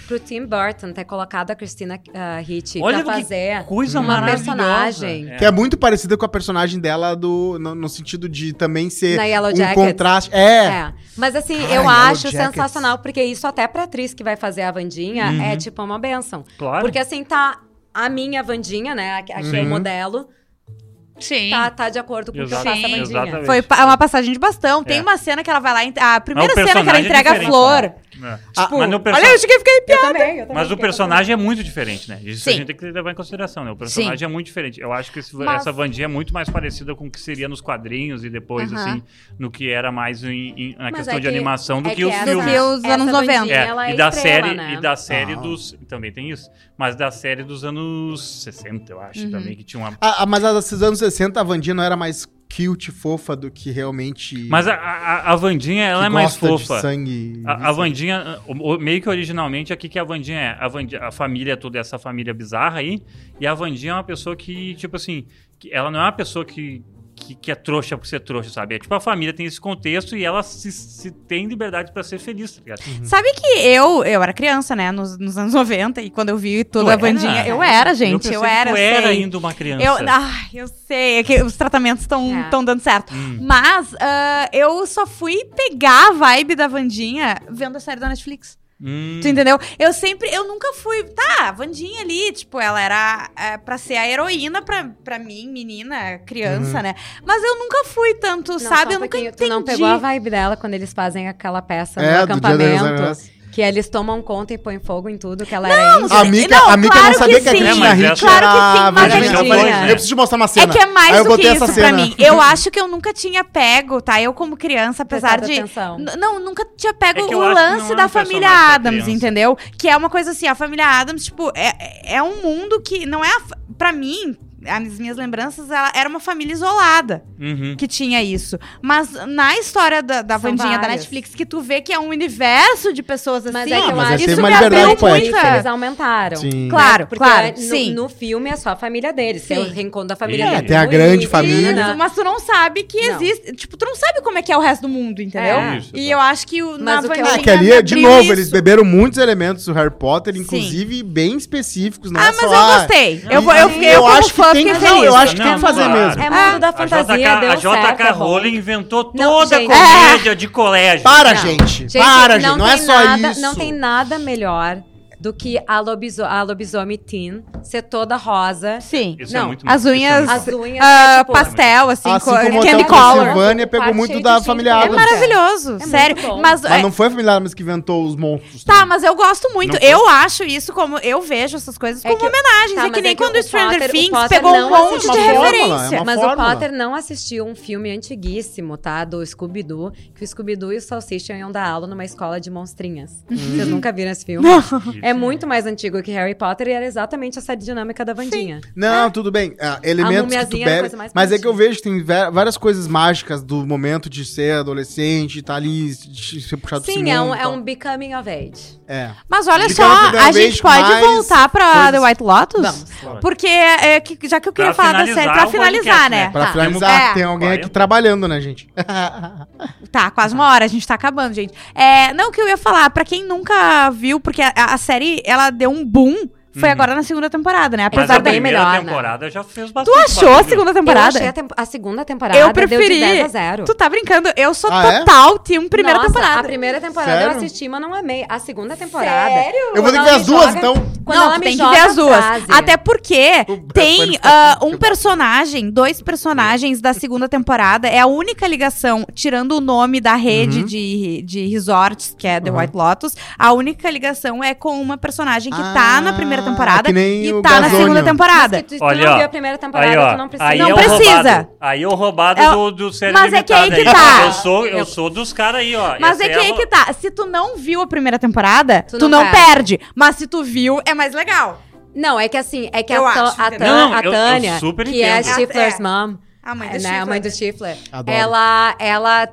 Speaker 4: pro Tim Burton ter colocado a Christina uh, Hitch
Speaker 1: Olha
Speaker 4: pra
Speaker 1: que
Speaker 4: fazer
Speaker 1: coisa
Speaker 4: uma
Speaker 1: maravilhosa.
Speaker 4: personagem.
Speaker 1: É.
Speaker 3: Que é muito parecida com a personagem dela do, no, no sentido de também ser
Speaker 4: Na Yellow
Speaker 3: um
Speaker 4: Jackets.
Speaker 3: contraste. É,
Speaker 4: É. Mas assim,
Speaker 3: Cara,
Speaker 4: eu
Speaker 3: Yellow
Speaker 4: acho
Speaker 3: Jackets. Uhum.
Speaker 4: sensacional, porque isso até pra atriz que vai fazer a Vandinha é tipo uma benção.
Speaker 1: Claro.
Speaker 4: Porque assim, tá a minha Vandinha, né? Aqui aqui é o
Speaker 3: Sim.
Speaker 4: modelo,
Speaker 2: Sim.
Speaker 4: tá, tá de acordo com o que eu faço a
Speaker 2: Sim.
Speaker 4: Vandinha.
Speaker 1: Exatamente.
Speaker 2: Foi pa- é uma passagem de bastão. Tem
Speaker 1: É.
Speaker 2: uma cena que ela vai lá. en- A
Speaker 1: Mas o
Speaker 2: primeira cena que ela
Speaker 1: personagem é
Speaker 2: entrega a
Speaker 1: diferente,
Speaker 2: flor.
Speaker 1: né? É.
Speaker 2: Tipo,
Speaker 1: mas, no perso-
Speaker 2: olha, eu cheguei e fiquei
Speaker 4: Eu
Speaker 2: piada.
Speaker 4: também, eu também
Speaker 1: mas o
Speaker 4: fiquei
Speaker 1: personagem é muito diferente, né? Isso a
Speaker 2: Sim.
Speaker 1: gente tem que levar em consideração, né? O personagem é muito diferente. Eu acho que esse-
Speaker 4: Mas-
Speaker 1: essa Vandinha é muito mais parecida com o que seria nos quadrinhos e depois,
Speaker 2: Aham.
Speaker 1: assim, no que era mais em- em- na
Speaker 4: Mas
Speaker 1: questão
Speaker 4: é
Speaker 1: de
Speaker 4: que-
Speaker 1: animação do
Speaker 4: é
Speaker 1: que os
Speaker 4: essa-
Speaker 1: filmes.
Speaker 2: Do que os
Speaker 4: essa
Speaker 2: anos
Speaker 4: Vandinha,
Speaker 2: 90.
Speaker 1: É,
Speaker 4: ela é
Speaker 1: e da
Speaker 4: estrela,
Speaker 1: série,
Speaker 4: né?
Speaker 1: e da série
Speaker 3: Ah.
Speaker 1: dos. Também tem isso. Mas da série dos anos 60, eu acho,
Speaker 4: Uhum.
Speaker 1: também, que tinha uma.
Speaker 3: Ah, ah, mas a dos anos 60, a Vandinha não era mais cute, fofa do que realmente.
Speaker 1: Mas a, a, a Vandinha, ela
Speaker 3: que
Speaker 1: é mais
Speaker 3: gosta de
Speaker 1: fofa.
Speaker 3: sangue.
Speaker 1: A, a Vandinha, o- o- meio que originalmente aqui que a Vandinha é. A, Vandinha, a família toda, essa família bizarra aí. E a Vandinha é uma pessoa que, tipo assim, que ela não é uma pessoa que, que, que é trouxa por ser trouxa, sabe? É tipo, a família tem esse contexto e ela se, se tem liberdade pra ser feliz, tá ligado?
Speaker 2: Sabe que eu, eu era criança, né? Nos, nos anos 90, e quando eu vi toda a
Speaker 1: Tu era?
Speaker 2: bandinha. Eu era, gente.
Speaker 1: pensei
Speaker 2: Eu,
Speaker 1: que
Speaker 2: era,
Speaker 1: Tu
Speaker 2: eu
Speaker 1: era
Speaker 2: sei.
Speaker 1: ainda uma criança.
Speaker 2: Eu, ai, eu sei, é que os tratamentos estão
Speaker 4: É.
Speaker 2: dando certo.
Speaker 1: Hum.
Speaker 2: Mas ah, eu só fui pegar a vibe da Vandinha vendo a série da Netflix.
Speaker 1: Hum.
Speaker 2: Tu entendeu? Eu sempre, eu nunca fui. Tá, a Vandinha ali, tipo, ela era é, pra ser a heroína pra, pra mim, menina, criança,
Speaker 1: Uhum.
Speaker 2: né? Mas eu nunca fui tanto,
Speaker 4: Não,
Speaker 2: sabe?
Speaker 4: só
Speaker 2: eu
Speaker 4: um
Speaker 2: nunca
Speaker 4: pouquinho,
Speaker 2: entendi.
Speaker 4: Tu não pegou a vibe dela quando eles fazem aquela peça
Speaker 3: É,
Speaker 4: no
Speaker 3: do Dia das
Speaker 4: acampamento.
Speaker 3: Namoradas.
Speaker 4: Que eles tomam conta e põem fogo em tudo, que ela era índia.
Speaker 3: A Mica
Speaker 2: Não,
Speaker 3: não, a Mica
Speaker 2: claro
Speaker 3: não sabia
Speaker 2: que
Speaker 3: que, a
Speaker 2: sim.
Speaker 3: Cristina
Speaker 1: Mas
Speaker 3: Hitch
Speaker 1: essa-
Speaker 2: Claro que sim,
Speaker 3: era a
Speaker 2: mas então
Speaker 1: a
Speaker 3: Vandinha. Eu falei,
Speaker 1: Vandinha.
Speaker 3: Eu preciso te mostrar uma
Speaker 2: É
Speaker 3: cena.
Speaker 2: que é
Speaker 1: Ah,
Speaker 3: Aí
Speaker 2: mais
Speaker 3: eu
Speaker 2: do que
Speaker 3: botei
Speaker 2: isso
Speaker 3: essa
Speaker 2: pra
Speaker 3: cena.
Speaker 2: mim. Eu acho que eu nunca tinha pego, tá? Eu, como criança, apesar
Speaker 4: Prestado
Speaker 2: de.
Speaker 4: atenção.
Speaker 2: N- Não, nunca tinha pego
Speaker 1: É que eu
Speaker 2: o
Speaker 1: acho que não
Speaker 2: lance
Speaker 1: é um
Speaker 2: da
Speaker 1: personagem
Speaker 2: família
Speaker 1: pra
Speaker 2: Adams,
Speaker 1: criança.
Speaker 2: entendeu? Que é uma coisa assim, a família Adams, tipo, é, é um mundo que não é. A, fa- pra mim, as minhas lembranças, ela era uma família isolada
Speaker 1: Uhum.
Speaker 2: que tinha isso. Mas na história da, da
Speaker 4: São
Speaker 2: Vandinha da
Speaker 4: várias.
Speaker 2: Netflix, que tu vê que é um universo de pessoas assim.
Speaker 4: Mas é que eu
Speaker 3: mas
Speaker 4: acho
Speaker 3: aí teve
Speaker 4: que
Speaker 3: uma
Speaker 4: me abriu
Speaker 3: liberdade
Speaker 4: muito,
Speaker 2: poética.
Speaker 4: Eles aumentaram.
Speaker 3: Sim.
Speaker 4: né?
Speaker 2: Claro,
Speaker 4: Porque
Speaker 2: claro,
Speaker 4: no,
Speaker 2: sim.
Speaker 4: no filme é só a família deles. Tem
Speaker 2: Sim.
Speaker 4: o Rincon da família
Speaker 1: É,
Speaker 4: deles.
Speaker 3: tem a
Speaker 4: Ui,
Speaker 3: grande
Speaker 4: ui,
Speaker 3: família.
Speaker 4: né?
Speaker 2: Isso, mas tu não sabe que
Speaker 4: Não.
Speaker 2: existe. Tipo, tu não sabe como é que é o resto do mundo, entendeu?
Speaker 4: É.
Speaker 1: Isso,
Speaker 2: e
Speaker 1: tá.
Speaker 2: eu acho que o, na
Speaker 4: Mas o que eu-
Speaker 2: Vandinha
Speaker 3: É que ali,
Speaker 2: me
Speaker 3: de
Speaker 2: abriu
Speaker 3: novo,
Speaker 2: isso.
Speaker 3: eles beberam muitos elementos do Harry Potter,
Speaker 2: Sim.
Speaker 3: inclusive bem é específico.
Speaker 2: Ah, mas eu gostei. Eu, vou- eu,
Speaker 3: Sim,
Speaker 2: fiquei- eu,
Speaker 3: eu
Speaker 2: como
Speaker 3: acho que
Speaker 2: fã,
Speaker 3: tem
Speaker 2: fiquei
Speaker 3: que- não,
Speaker 2: feliz.
Speaker 3: eu acho que tem que fazer
Speaker 1: claro.
Speaker 3: mesmo.
Speaker 4: É mundo da
Speaker 1: A
Speaker 4: fantasia,
Speaker 1: JK
Speaker 4: deu
Speaker 1: a
Speaker 4: certo.
Speaker 1: JK
Speaker 4: é bom.
Speaker 1: Rowling inventou toda
Speaker 4: Não,
Speaker 1: a
Speaker 4: gente.
Speaker 1: comédia de
Speaker 2: É
Speaker 1: colégio.
Speaker 3: Para,
Speaker 4: Não.
Speaker 3: gente.
Speaker 4: Gente,
Speaker 3: Para, gente. Não é
Speaker 4: tem
Speaker 3: só
Speaker 4: nada,
Speaker 3: isso.
Speaker 4: Não tem nada melhor do que a, lobiso, a lobisomem teen ser toda rosa.
Speaker 2: Sim.
Speaker 1: Isso é
Speaker 4: Não,
Speaker 1: muito
Speaker 2: as
Speaker 1: isso é muito
Speaker 2: unhas-
Speaker 1: bom. né?
Speaker 4: As unhas
Speaker 2: Ah,
Speaker 4: é, tipo,
Speaker 2: pastel, assim,
Speaker 3: Assim
Speaker 2: cor-
Speaker 3: como o
Speaker 2: candy
Speaker 3: Hotel
Speaker 2: color.
Speaker 3: Transilvânia pegou
Speaker 4: Parte
Speaker 3: muito
Speaker 4: cheia
Speaker 3: da
Speaker 4: de
Speaker 3: família
Speaker 4: gente
Speaker 2: É
Speaker 4: Adams.
Speaker 2: maravilhoso,
Speaker 4: muito
Speaker 2: sério.
Speaker 4: bom.
Speaker 2: mas, é,
Speaker 3: Mas não foi a família Adams que inventou os monstros.
Speaker 2: tá, mas eu gosto muito.
Speaker 1: Não foi.
Speaker 2: Eu acho isso como. Eu vejo essas coisas
Speaker 4: É
Speaker 2: como
Speaker 4: que-
Speaker 2: homenagens.
Speaker 4: tá,
Speaker 2: é
Speaker 4: mas
Speaker 2: que nem
Speaker 4: é que
Speaker 2: quando
Speaker 4: o
Speaker 2: o Stranger
Speaker 4: Potter- o
Speaker 2: Things
Speaker 4: Potter
Speaker 2: pegou um
Speaker 4: não
Speaker 2: monte
Speaker 4: assiste
Speaker 2: de
Speaker 4: uma fórmula, é uma
Speaker 2: referência.
Speaker 3: uma
Speaker 4: Mas
Speaker 3: fórmula.
Speaker 4: o Potter não assistiu um filme antiguíssimo, tá? Do Scooby-Doo, que o Scooby-Doo e o Salsicha iam dar aula numa escola de monstrinhas.
Speaker 2: Hum.
Speaker 4: Vocês nunca viram esse filme? É muito mais antigo que Harry Potter e era exatamente essa dinâmica da Vandinha.
Speaker 3: Não, tudo bem. Ah, elementos que tu
Speaker 4: mumiazinha era a
Speaker 3: bebe.
Speaker 4: coisa mais
Speaker 3: Mas é que eu
Speaker 4: bonitinha.
Speaker 3: vejo que tem va- várias coisas mágicas do momento de ser adolescente, estar tá ali, de ser puxado pra
Speaker 4: Sim, é um, é um becoming of age.
Speaker 3: É.
Speaker 2: Mas olha
Speaker 3: Então,
Speaker 2: só,
Speaker 3: eu
Speaker 2: a gente
Speaker 3: vejo
Speaker 2: pode
Speaker 3: mais
Speaker 2: voltar pra
Speaker 3: coisas-
Speaker 2: The White Lotus?
Speaker 4: Vamos.
Speaker 2: Porque é, que- já que eu queria
Speaker 1: Pra
Speaker 2: falar da série,
Speaker 1: finalizar
Speaker 2: pra
Speaker 1: o
Speaker 2: finalizar,
Speaker 1: podcast,
Speaker 2: né?
Speaker 1: né?
Speaker 3: Pra
Speaker 4: Tá.
Speaker 3: finalizar,
Speaker 2: É.
Speaker 3: tem alguém aqui
Speaker 1: 40.
Speaker 3: trabalhando, né, gente?
Speaker 2: Tá, quase uma hora, a gente tá acabando, gente. É, não, o que eu ia falar, pra quem nunca viu, porque a, a série, ela deu um boom foi
Speaker 1: Uhum.
Speaker 2: agora na segunda temporada, né?
Speaker 1: Mas
Speaker 2: Apesar
Speaker 1: a
Speaker 2: da.
Speaker 4: bem
Speaker 1: primeira
Speaker 4: melhor, né?
Speaker 1: temporada já fez
Speaker 2: Tu
Speaker 1: bastante
Speaker 2: achou a
Speaker 1: barulho.
Speaker 2: segunda
Speaker 4: Eu
Speaker 2: temporada?
Speaker 4: achei a, tem- a segunda temporada
Speaker 2: Eu preferi.
Speaker 4: deu de 10 a 0.
Speaker 2: Tu tá brincando? Eu sou
Speaker 3: Ah, é?
Speaker 2: total time primeira
Speaker 4: Nossa, A
Speaker 2: temporada.
Speaker 4: primeira temporada eu
Speaker 3: Sério?
Speaker 4: assisti, mas não amei. A segunda temporada.
Speaker 2: Sério?
Speaker 3: Eu vou ter
Speaker 4: quando
Speaker 3: que ver
Speaker 4: ela
Speaker 3: as
Speaker 4: me
Speaker 3: duas,
Speaker 4: joga-
Speaker 3: então.
Speaker 4: Quando
Speaker 2: não,
Speaker 4: ela
Speaker 2: tu
Speaker 4: me
Speaker 2: tem que
Speaker 4: joga
Speaker 2: ver as duas.
Speaker 4: frase-
Speaker 2: Até porque
Speaker 3: O Beto
Speaker 2: tem
Speaker 3: ele tá
Speaker 2: ah,
Speaker 3: aqui,
Speaker 2: um personagem, dois personagens da segunda temporada. É a única ligação, tirando o nome da rede de, de resorts, que é The
Speaker 3: Uhum.
Speaker 2: White Lotus, a única ligação é com uma personagem que tá na primeira
Speaker 3: Ah,
Speaker 2: temporada
Speaker 3: que nem
Speaker 2: e
Speaker 3: o
Speaker 2: tá na
Speaker 3: Gasônio.
Speaker 2: segunda temporada.
Speaker 4: Mas que tu, tu
Speaker 1: Olha,
Speaker 4: não
Speaker 1: ó.
Speaker 4: viu a primeira temporada,
Speaker 1: Aí, ó,
Speaker 4: tu não precisa.
Speaker 1: aí
Speaker 2: Não
Speaker 1: é o
Speaker 2: precisa.
Speaker 1: roubado. Aí é o roubado
Speaker 2: É,
Speaker 1: do, do Série
Speaker 2: mas é que aí
Speaker 1: Limitada
Speaker 2: que tá.
Speaker 1: Eu sou, eu sou dos caras aí, ó.
Speaker 2: Mas
Speaker 1: Essa
Speaker 2: é que aí
Speaker 1: a-
Speaker 2: que tá. Se tu não viu a primeira temporada, tu,
Speaker 4: Tu não
Speaker 2: não, perde. Mas se tu viu, é mais legal.
Speaker 4: Não, é que assim, é que a,
Speaker 2: Eu
Speaker 4: Ta-
Speaker 2: acho,
Speaker 4: a
Speaker 2: entendeu?
Speaker 4: Tan-
Speaker 1: Não,
Speaker 4: a
Speaker 1: eu- eu
Speaker 4: Tânia,
Speaker 1: super
Speaker 4: que é a
Speaker 1: entendo.
Speaker 4: Stifler's
Speaker 2: É.
Speaker 4: mom,
Speaker 2: A mãe do
Speaker 4: né,
Speaker 2: Stifler.
Speaker 4: a mãe do Stifler,
Speaker 3: Adoro.
Speaker 4: ela, ela,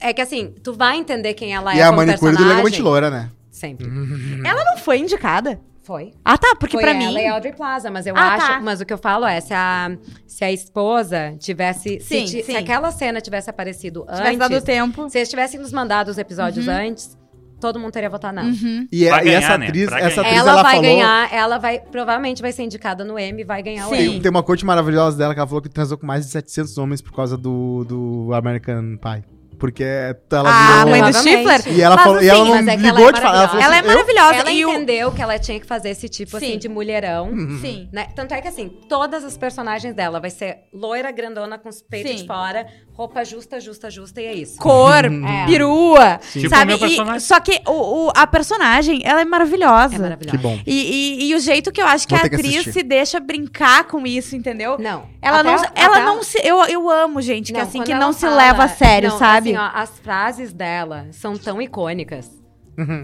Speaker 4: é que assim, tu vai entender quem ela
Speaker 3: E
Speaker 4: é
Speaker 3: a
Speaker 4: como
Speaker 3: manicure do Lego
Speaker 4: personagem.
Speaker 3: Mantiloura, né?
Speaker 4: Sempre.
Speaker 2: Ela não foi indicada?
Speaker 4: Foi.
Speaker 2: Ah, tá. Porque
Speaker 4: Foi
Speaker 2: pra
Speaker 4: ela é
Speaker 2: mim.
Speaker 4: e a Audrey Plaza, mas eu
Speaker 2: Ah,
Speaker 4: acho,
Speaker 2: tá.
Speaker 4: mas o que eu falo é, se a, se a esposa tivesse,
Speaker 2: Sim,
Speaker 4: se, ti- se
Speaker 2: sim.
Speaker 4: aquela cena tivesse aparecido
Speaker 2: Se tivesse dado
Speaker 4: antes,
Speaker 2: tempo. Uhum.
Speaker 4: se eles tivessem nos mandado os episódios antes, todo mundo teria votado nela.
Speaker 3: E, é-
Speaker 1: Pra
Speaker 3: e
Speaker 1: ganhar,
Speaker 3: essa
Speaker 1: né?
Speaker 3: atriz,
Speaker 1: Pra
Speaker 3: essa
Speaker 1: ganhar.
Speaker 3: atriz,
Speaker 4: Ela,
Speaker 3: ela,
Speaker 4: vai
Speaker 3: falou.
Speaker 4: ganhar, ela vai, provavelmente vai ser indicada no M e vai ganhar o
Speaker 2: Sim.
Speaker 4: Emmy.
Speaker 3: Tem, tem uma coach maravilhosa dela que ela falou que transou com mais de 700 homens por causa do, do American Pie. Porque ela
Speaker 2: Ah, a
Speaker 3: virou-
Speaker 2: mãe do
Speaker 4: Provavelmente.
Speaker 2: Stifler.
Speaker 3: E ela,
Speaker 2: Mas,
Speaker 3: falou, e ela
Speaker 2: assim,
Speaker 3: não
Speaker 4: mas é que ela
Speaker 3: ligou
Speaker 4: é
Speaker 3: de falar. Ela, falou
Speaker 2: Ela é
Speaker 3: assim, eu-
Speaker 2: maravilhosa.
Speaker 4: Ela
Speaker 2: e o... Uhum.
Speaker 4: entendeu que ela tinha que fazer esse tipo
Speaker 2: Sim.
Speaker 4: assim de mulherão.
Speaker 3: Uhum.
Speaker 2: Sim.
Speaker 4: né? Tanto é que assim, todas as personagens dela vai ser loira, grandona, com os peitos
Speaker 2: Sim.
Speaker 4: de fora, roupa justa, justa, justa, e é isso.
Speaker 2: Cor,
Speaker 3: Uhum.
Speaker 2: perua,
Speaker 1: Tipo
Speaker 2: sabe?
Speaker 1: o meu
Speaker 2: E-
Speaker 1: personagem.
Speaker 2: só que o, o- a personagem, ela é maravilhosa.
Speaker 4: É
Speaker 3: Que
Speaker 4: maravilhosa.
Speaker 3: bom.
Speaker 2: E, e- e o jeito que eu acho que
Speaker 3: Vou
Speaker 2: a
Speaker 3: ter que
Speaker 2: atriz
Speaker 3: assistir.
Speaker 2: se deixa brincar com isso, entendeu?
Speaker 4: Não.
Speaker 2: Ela
Speaker 4: até
Speaker 2: não,
Speaker 4: a-
Speaker 2: ela
Speaker 4: até
Speaker 2: não
Speaker 4: a-
Speaker 2: se. Eu, eu amo, gente, que assim,
Speaker 4: quando
Speaker 2: que
Speaker 4: ela
Speaker 2: não se
Speaker 4: fala-
Speaker 2: leva a sério,
Speaker 4: não,
Speaker 2: sabe?
Speaker 4: assim, ó, as frases dela são tão icônicas.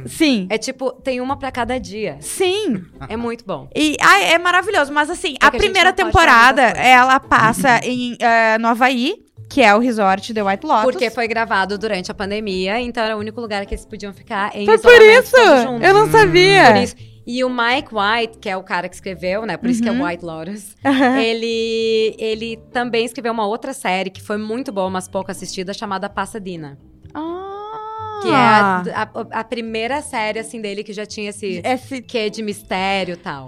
Speaker 2: Sim.
Speaker 4: É tipo, tem uma pra cada dia.
Speaker 2: Sim.
Speaker 4: É muito bom.
Speaker 2: E ai, é maravilhoso. Mas assim,
Speaker 4: É
Speaker 2: a
Speaker 4: que a gente
Speaker 2: primeira
Speaker 4: não pode falar
Speaker 2: temporada,
Speaker 4: muitas coisas.
Speaker 2: ela passa em eh, no Havaí, que é o resort The White Lotus.
Speaker 4: Porque foi gravado durante a pandemia, então era o único lugar que eles podiam ficar em
Speaker 2: Foi por
Speaker 4: isolamento
Speaker 2: isso!
Speaker 4: todos juntos.
Speaker 2: Eu não sabia.
Speaker 4: Por isso. E o Mike White, que é o cara que escreveu, né? Por isso
Speaker 2: Uhum.
Speaker 4: que é White Lotus. ele, ele também escreveu uma outra série que foi muito boa, mas pouco assistida, chamada Pasadena.
Speaker 2: Ah.
Speaker 4: Que é a, a- a primeira série, assim, dele que já tinha esse
Speaker 2: Esse-
Speaker 4: quê de mistério e tal.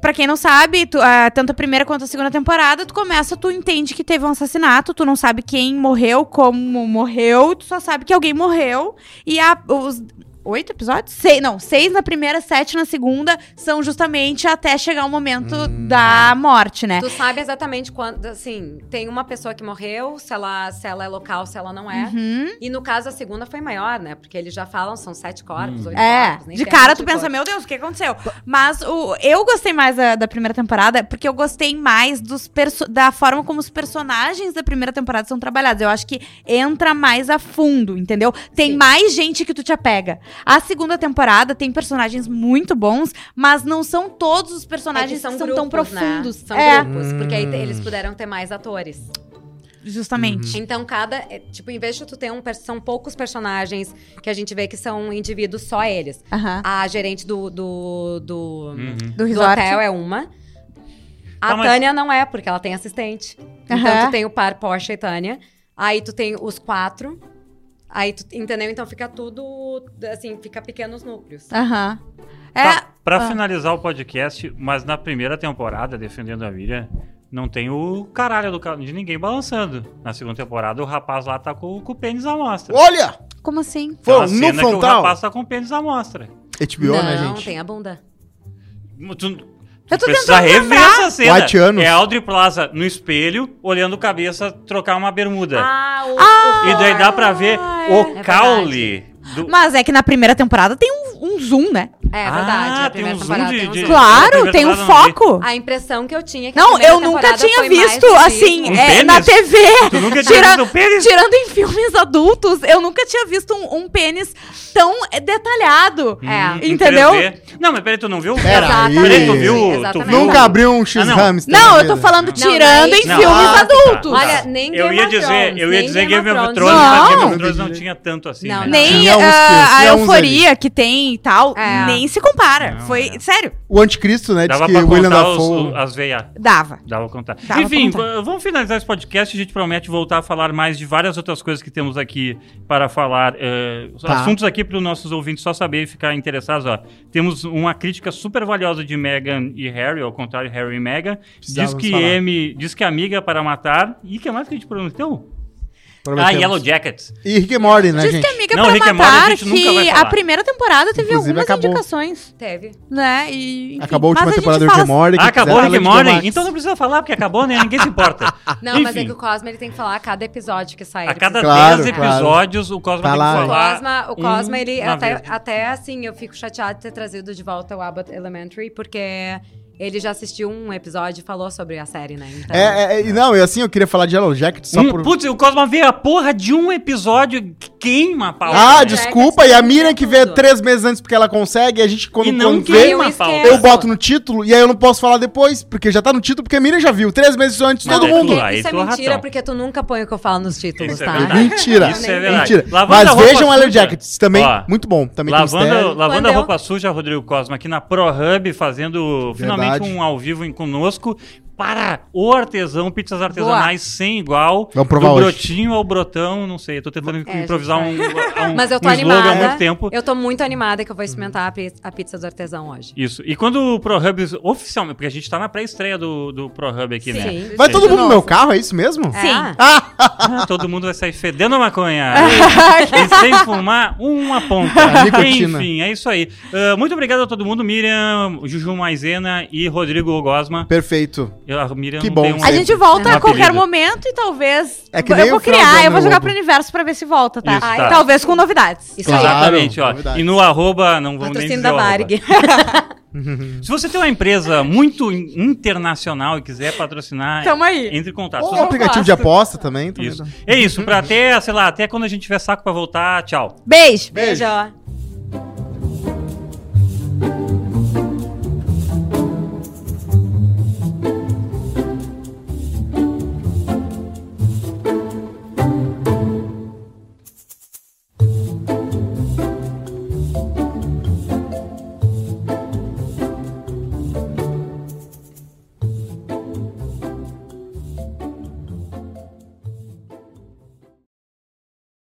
Speaker 2: Pra quem não sabe, tu, ah, tanto a primeira quanto a segunda temporada, tu começa, tu entende que teve um assassinato, tu não sabe quem morreu, como morreu, tu só sabe que alguém morreu. E a, os oito episódios? Sei, não, seis na primeira, sete na segunda, são justamente até chegar o momento da morte, né?
Speaker 4: Tu sabe exatamente quando, assim, tem uma pessoa que morreu, se ela, se ela é local, se ela não é.
Speaker 2: Uhum.
Speaker 4: E no caso, a segunda foi maior, né? Porque eles já falam, são sete corpos, oito
Speaker 2: É,
Speaker 4: corpos. nem tipo
Speaker 2: de
Speaker 4: sei
Speaker 2: cara
Speaker 4: quanto
Speaker 2: tu
Speaker 4: de
Speaker 2: pensa,
Speaker 4: corpo.
Speaker 2: meu Deus, o que aconteceu? Mas o, eu gostei mais da, da primeira temporada, porque eu gostei mais dos perso- da forma como os personagens da primeira temporada são trabalhados. Eu acho que entra mais a fundo, entendeu? Tem
Speaker 4: Sim.
Speaker 2: mais gente que tu te apega. A segunda temporada tem personagens muito bons, mas não são todos os
Speaker 4: É
Speaker 2: personagens
Speaker 4: que
Speaker 2: que são, tão
Speaker 4: grupos, né?
Speaker 2: profundos.
Speaker 4: São
Speaker 2: é,
Speaker 4: grupos, porque aí te-
Speaker 3: Hum.
Speaker 4: eles puderam ter mais atores.
Speaker 2: justamente.
Speaker 4: Então, cada. é, Tipo, em vez de tu ter um. per- São poucos personagens que a gente vê que são indivíduos só eles.
Speaker 2: Aham.
Speaker 4: A gerente do. do, do,
Speaker 1: Uhum.
Speaker 2: Do
Speaker 4: Uhum. do
Speaker 2: resort.
Speaker 4: hotel é uma. A
Speaker 1: Tá, mas-
Speaker 4: Tânia não é, porque ela tem assistente.
Speaker 2: Aham.
Speaker 4: Então, tu tem o par Porsche e Tânia. Aí tu tem os quatro. Aí tu. Entendeu? Então fica tudo. Assim, fica pequenos
Speaker 2: Tá.
Speaker 4: núcleos.
Speaker 2: Aham. É,
Speaker 1: Tá, pra finalizar o podcast, mas na primeira temporada, defendendo a Miriam, não tem o caralho do, ca- de ninguém balançando. Na segunda temporada, o rapaz lá tá com, com o pênis à mostra.
Speaker 3: Olha!
Speaker 2: como assim?
Speaker 1: Tem uma
Speaker 3: Pô,
Speaker 1: cena
Speaker 3: no
Speaker 1: que o
Speaker 3: frontal.
Speaker 1: rapaz tá com o pênis à mostra.
Speaker 3: HBO,
Speaker 4: não,
Speaker 3: né, gente?
Speaker 4: tem a bunda.
Speaker 1: Tu, tu
Speaker 2: Eu tô
Speaker 1: precisa
Speaker 2: tentando
Speaker 1: rever
Speaker 2: lembrar.
Speaker 1: essa cena.
Speaker 3: White anos.
Speaker 1: É a Audrey Plaza no espelho, olhando cabeça, trocar uma bermuda.
Speaker 4: Ah, o.
Speaker 1: E daí dá pra ver o
Speaker 4: É
Speaker 1: caule do.
Speaker 2: Mas é que na primeira temporada tem um, um zoom, né?
Speaker 4: É
Speaker 1: Ah,
Speaker 4: verdade. a
Speaker 1: tem
Speaker 4: primeira
Speaker 1: um zoom
Speaker 4: temporada
Speaker 1: de-
Speaker 4: tem um
Speaker 1: de-
Speaker 4: zoom.
Speaker 2: Claro,
Speaker 1: primeira
Speaker 2: tem um
Speaker 1: temporada eu não vi.
Speaker 2: foco.
Speaker 4: A impressão que eu tinha é que a
Speaker 2: Não,
Speaker 4: primeira
Speaker 2: eu nunca
Speaker 4: temporada
Speaker 2: tinha
Speaker 4: foi mais
Speaker 2: visto,
Speaker 4: do que
Speaker 2: assim,
Speaker 4: isso.
Speaker 1: Um
Speaker 2: é,
Speaker 1: pênis?
Speaker 2: na TV.
Speaker 1: Tu nunca tinha
Speaker 2: Tira-
Speaker 1: visto o pênis?
Speaker 2: Tirando em filmes adultos, eu nunca tinha visto um, um pênis tão eh, detalhado.
Speaker 4: É.
Speaker 1: Hum, Em
Speaker 2: entendeu?
Speaker 1: 3D. Não, mas peraí, tu não viu?
Speaker 3: Pera
Speaker 1: Pera,
Speaker 3: aí.
Speaker 1: Peraí, tu viu? Tu
Speaker 4: Exatamente.
Speaker 1: viu?
Speaker 3: Nunca abriu um
Speaker 1: Ah, não.
Speaker 3: X-Hamster.
Speaker 2: Não, eu tô falando
Speaker 4: Não,
Speaker 2: tirando
Speaker 4: daí-
Speaker 2: em
Speaker 1: Não,
Speaker 2: filmes
Speaker 1: ah, tá,
Speaker 2: adultos.
Speaker 1: tá.
Speaker 4: Olha, nem
Speaker 1: eu
Speaker 4: Game
Speaker 1: ia
Speaker 4: of
Speaker 1: dizer,
Speaker 4: Thrones,
Speaker 1: eu ia
Speaker 4: nem
Speaker 1: dizer
Speaker 4: Game
Speaker 1: Game of
Speaker 4: of
Speaker 1: Thrones,
Speaker 2: Thrones.
Speaker 1: mas
Speaker 2: Não.
Speaker 1: Game of Thrones não tinha tanto assim.
Speaker 4: Não,
Speaker 1: né?
Speaker 4: não.
Speaker 2: Nem
Speaker 3: Tinha uns
Speaker 2: ah,
Speaker 3: que-
Speaker 2: a
Speaker 3: tinha uns
Speaker 2: euforia que tem e tal,
Speaker 4: É.
Speaker 2: nem se compara.
Speaker 1: Não,
Speaker 2: Foi,
Speaker 1: é.
Speaker 2: sério,
Speaker 3: O anticristo, né? Diz
Speaker 1: Dava
Speaker 3: que
Speaker 1: pra
Speaker 3: o William
Speaker 1: contar os, Ah,
Speaker 3: Dafoe...
Speaker 1: o- as veias.
Speaker 2: dava.
Speaker 1: Dava pra contar.
Speaker 2: Dava pra
Speaker 1: Enfim,
Speaker 2: contar.
Speaker 1: v- vamos finalizar esse podcast. A gente promete voltar a falar mais de várias outras coisas que temos aqui para falar. eh, os
Speaker 3: Tá.
Speaker 1: Assuntos aqui para os nossos ouvintes só saber e ficar interessados. Ó. Temos uma crítica super valiosa de Meghan e Harry, ao contrário, Harry e Meghan. Diz
Speaker 3: Precisávamos
Speaker 1: que,
Speaker 3: falar.
Speaker 1: M, diz que é Amiga para Matar. E o que mais que a gente prometeu? Ah,
Speaker 3: prometemos.
Speaker 1: Yellow Jackets.
Speaker 3: E Rick and Morty, né,
Speaker 2: Diz
Speaker 3: gente?
Speaker 2: que Amiga
Speaker 1: Não,
Speaker 2: pra
Speaker 1: Rick and Morty a
Speaker 2: Matar,
Speaker 1: gente nunca vai
Speaker 2: que
Speaker 1: falar.
Speaker 2: a primeira temporada teve
Speaker 3: Inclusive,
Speaker 2: algumas
Speaker 3: acabou.
Speaker 2: indicações,
Speaker 4: Teve.
Speaker 2: né? E, enfim,
Speaker 3: Acabou a
Speaker 2: mas
Speaker 3: última
Speaker 2: gente
Speaker 3: temporada do Rick
Speaker 2: fala-
Speaker 3: and Morty. quem
Speaker 1: Ah, acabou
Speaker 3: quiser,
Speaker 1: Rick and
Speaker 3: tá no HBO
Speaker 1: Morty?
Speaker 3: Max.
Speaker 1: Então não precisa falar, porque acabou, né? Ninguém se importa.
Speaker 4: Não, mas é
Speaker 1: Enfim.
Speaker 4: que o Cosma ele tem que falar a cada episódio que sai.
Speaker 1: A
Speaker 4: ele
Speaker 1: cada
Speaker 4: precisa-
Speaker 3: Claro,
Speaker 1: 10
Speaker 3: claro.
Speaker 1: episódios, o Cosma
Speaker 3: Tá
Speaker 1: tem
Speaker 3: lá,
Speaker 1: que
Speaker 3: né?
Speaker 4: O
Speaker 1: falar.
Speaker 4: Cosma, o Cosma
Speaker 1: um
Speaker 4: ele
Speaker 1: uma
Speaker 4: até,
Speaker 1: vez.
Speaker 4: até assim, eu fico chateada de ter trazido de volta o Abbott Elementary, porque ele já assistiu um episódio e falou sobre a série, né? Então,
Speaker 3: É, é, e não, e assim, eu queria falar de Yellow Jacket só
Speaker 1: Um-
Speaker 3: por...
Speaker 1: Putz, o Cosma vê a porra de um episódio que queima a pauta.
Speaker 3: Ah,
Speaker 1: né?
Speaker 4: de-
Speaker 3: desculpa, e a Miriam que vê
Speaker 4: Tudo.
Speaker 3: três meses antes porque ela consegue, e a gente quando,
Speaker 1: E não
Speaker 3: quando vê,
Speaker 1: queima a pauta.
Speaker 4: esquece.
Speaker 3: eu boto no título e aí eu não posso falar depois, porque já tá no título, porque a Miriam já viu três meses antes
Speaker 1: Não,
Speaker 3: todo
Speaker 1: é
Speaker 3: mundo.
Speaker 1: tudo. aí
Speaker 4: Isso é
Speaker 1: tu é
Speaker 4: mentira,
Speaker 1: ratão.
Speaker 4: porque tu nunca põe o que eu falo nos títulos,
Speaker 1: Isso é
Speaker 4: tá?
Speaker 1: verdade.
Speaker 3: Mentira.
Speaker 1: Isso é verdade.
Speaker 3: Mentira.
Speaker 1: Lavando a
Speaker 3: Mas
Speaker 1: roupa
Speaker 3: vejam Yellow
Speaker 1: suja.
Speaker 3: Jackets, também
Speaker 1: Ó,
Speaker 3: muito bom. Também tem
Speaker 1: Lavando,
Speaker 3: mistério.
Speaker 1: lavando a
Speaker 4: Quando eu-
Speaker 1: roupa suja, Rodrigo Cosma, aqui na ProHub, fazendo finalmente um ao vivo em- conosco para o artesão, pizzas artesanais sem igual.
Speaker 3: Vamos provar
Speaker 1: do
Speaker 3: hoje.
Speaker 1: brotinho ao brotão, não sei, eu tô tentando
Speaker 4: É, gente,
Speaker 1: improvisar um, um,
Speaker 4: Mas eu tô
Speaker 1: um slogan há
Speaker 4: animada.
Speaker 1: muito tempo.
Speaker 4: Eu tô muito animada que eu vou experimentar a pi- a pizza do artesão hoje.
Speaker 1: Isso. E quando o ProHub oficialmente, porque a gente tá na pré-estreia do, do ProHub aqui, né?
Speaker 4: Sim.
Speaker 3: Vai todo
Speaker 2: Gente,
Speaker 3: mundo no
Speaker 2: nossa.
Speaker 3: meu carro, é isso mesmo?
Speaker 2: Sim.
Speaker 4: Ah,
Speaker 1: Ah, todo mundo vai sair fedendo a maconha. e sem fumar uma ponta.
Speaker 3: A nicotina.
Speaker 1: Enfim, é isso aí. Ah, muito obrigado a todo mundo, Miriam, Juju Maisena e Rodrigo Gosma.
Speaker 3: Perfeito.
Speaker 1: Eu- A Miriam
Speaker 3: Que
Speaker 1: não
Speaker 3: bom.
Speaker 1: tem um-
Speaker 2: A gente volta
Speaker 1: Um
Speaker 2: a qualquer
Speaker 1: apelido.
Speaker 2: momento e talvez.
Speaker 3: É que nem
Speaker 2: eu vou
Speaker 3: o final do
Speaker 2: criar, eu
Speaker 3: ano
Speaker 2: vou jogar
Speaker 3: novo.
Speaker 2: pro universo pra ver se volta, tá?
Speaker 1: Isso, tá.
Speaker 2: Talvez com novidades.
Speaker 4: isso aí.
Speaker 3: Claro. é
Speaker 1: Exatamente, ó.
Speaker 3: novidade.
Speaker 1: E no arroba, não vamos nem
Speaker 4: Patrocínio
Speaker 1: dizer
Speaker 4: da
Speaker 1: o arroba.
Speaker 4: Varg.
Speaker 1: Se você tem uma empresa muito in- internacional e quiser patrocinar,
Speaker 2: Tamo aí.
Speaker 1: entre em contato.
Speaker 3: Ou
Speaker 1: Se
Speaker 3: um
Speaker 1: não-
Speaker 3: aplicativo de aposta também. tá também
Speaker 1: Isso.
Speaker 3: dá.
Speaker 1: É isso, pra até, sei lá, até quando a gente tiver saco pra voltar, tchau.
Speaker 2: Beijo.
Speaker 3: Beijo.
Speaker 4: Beijo.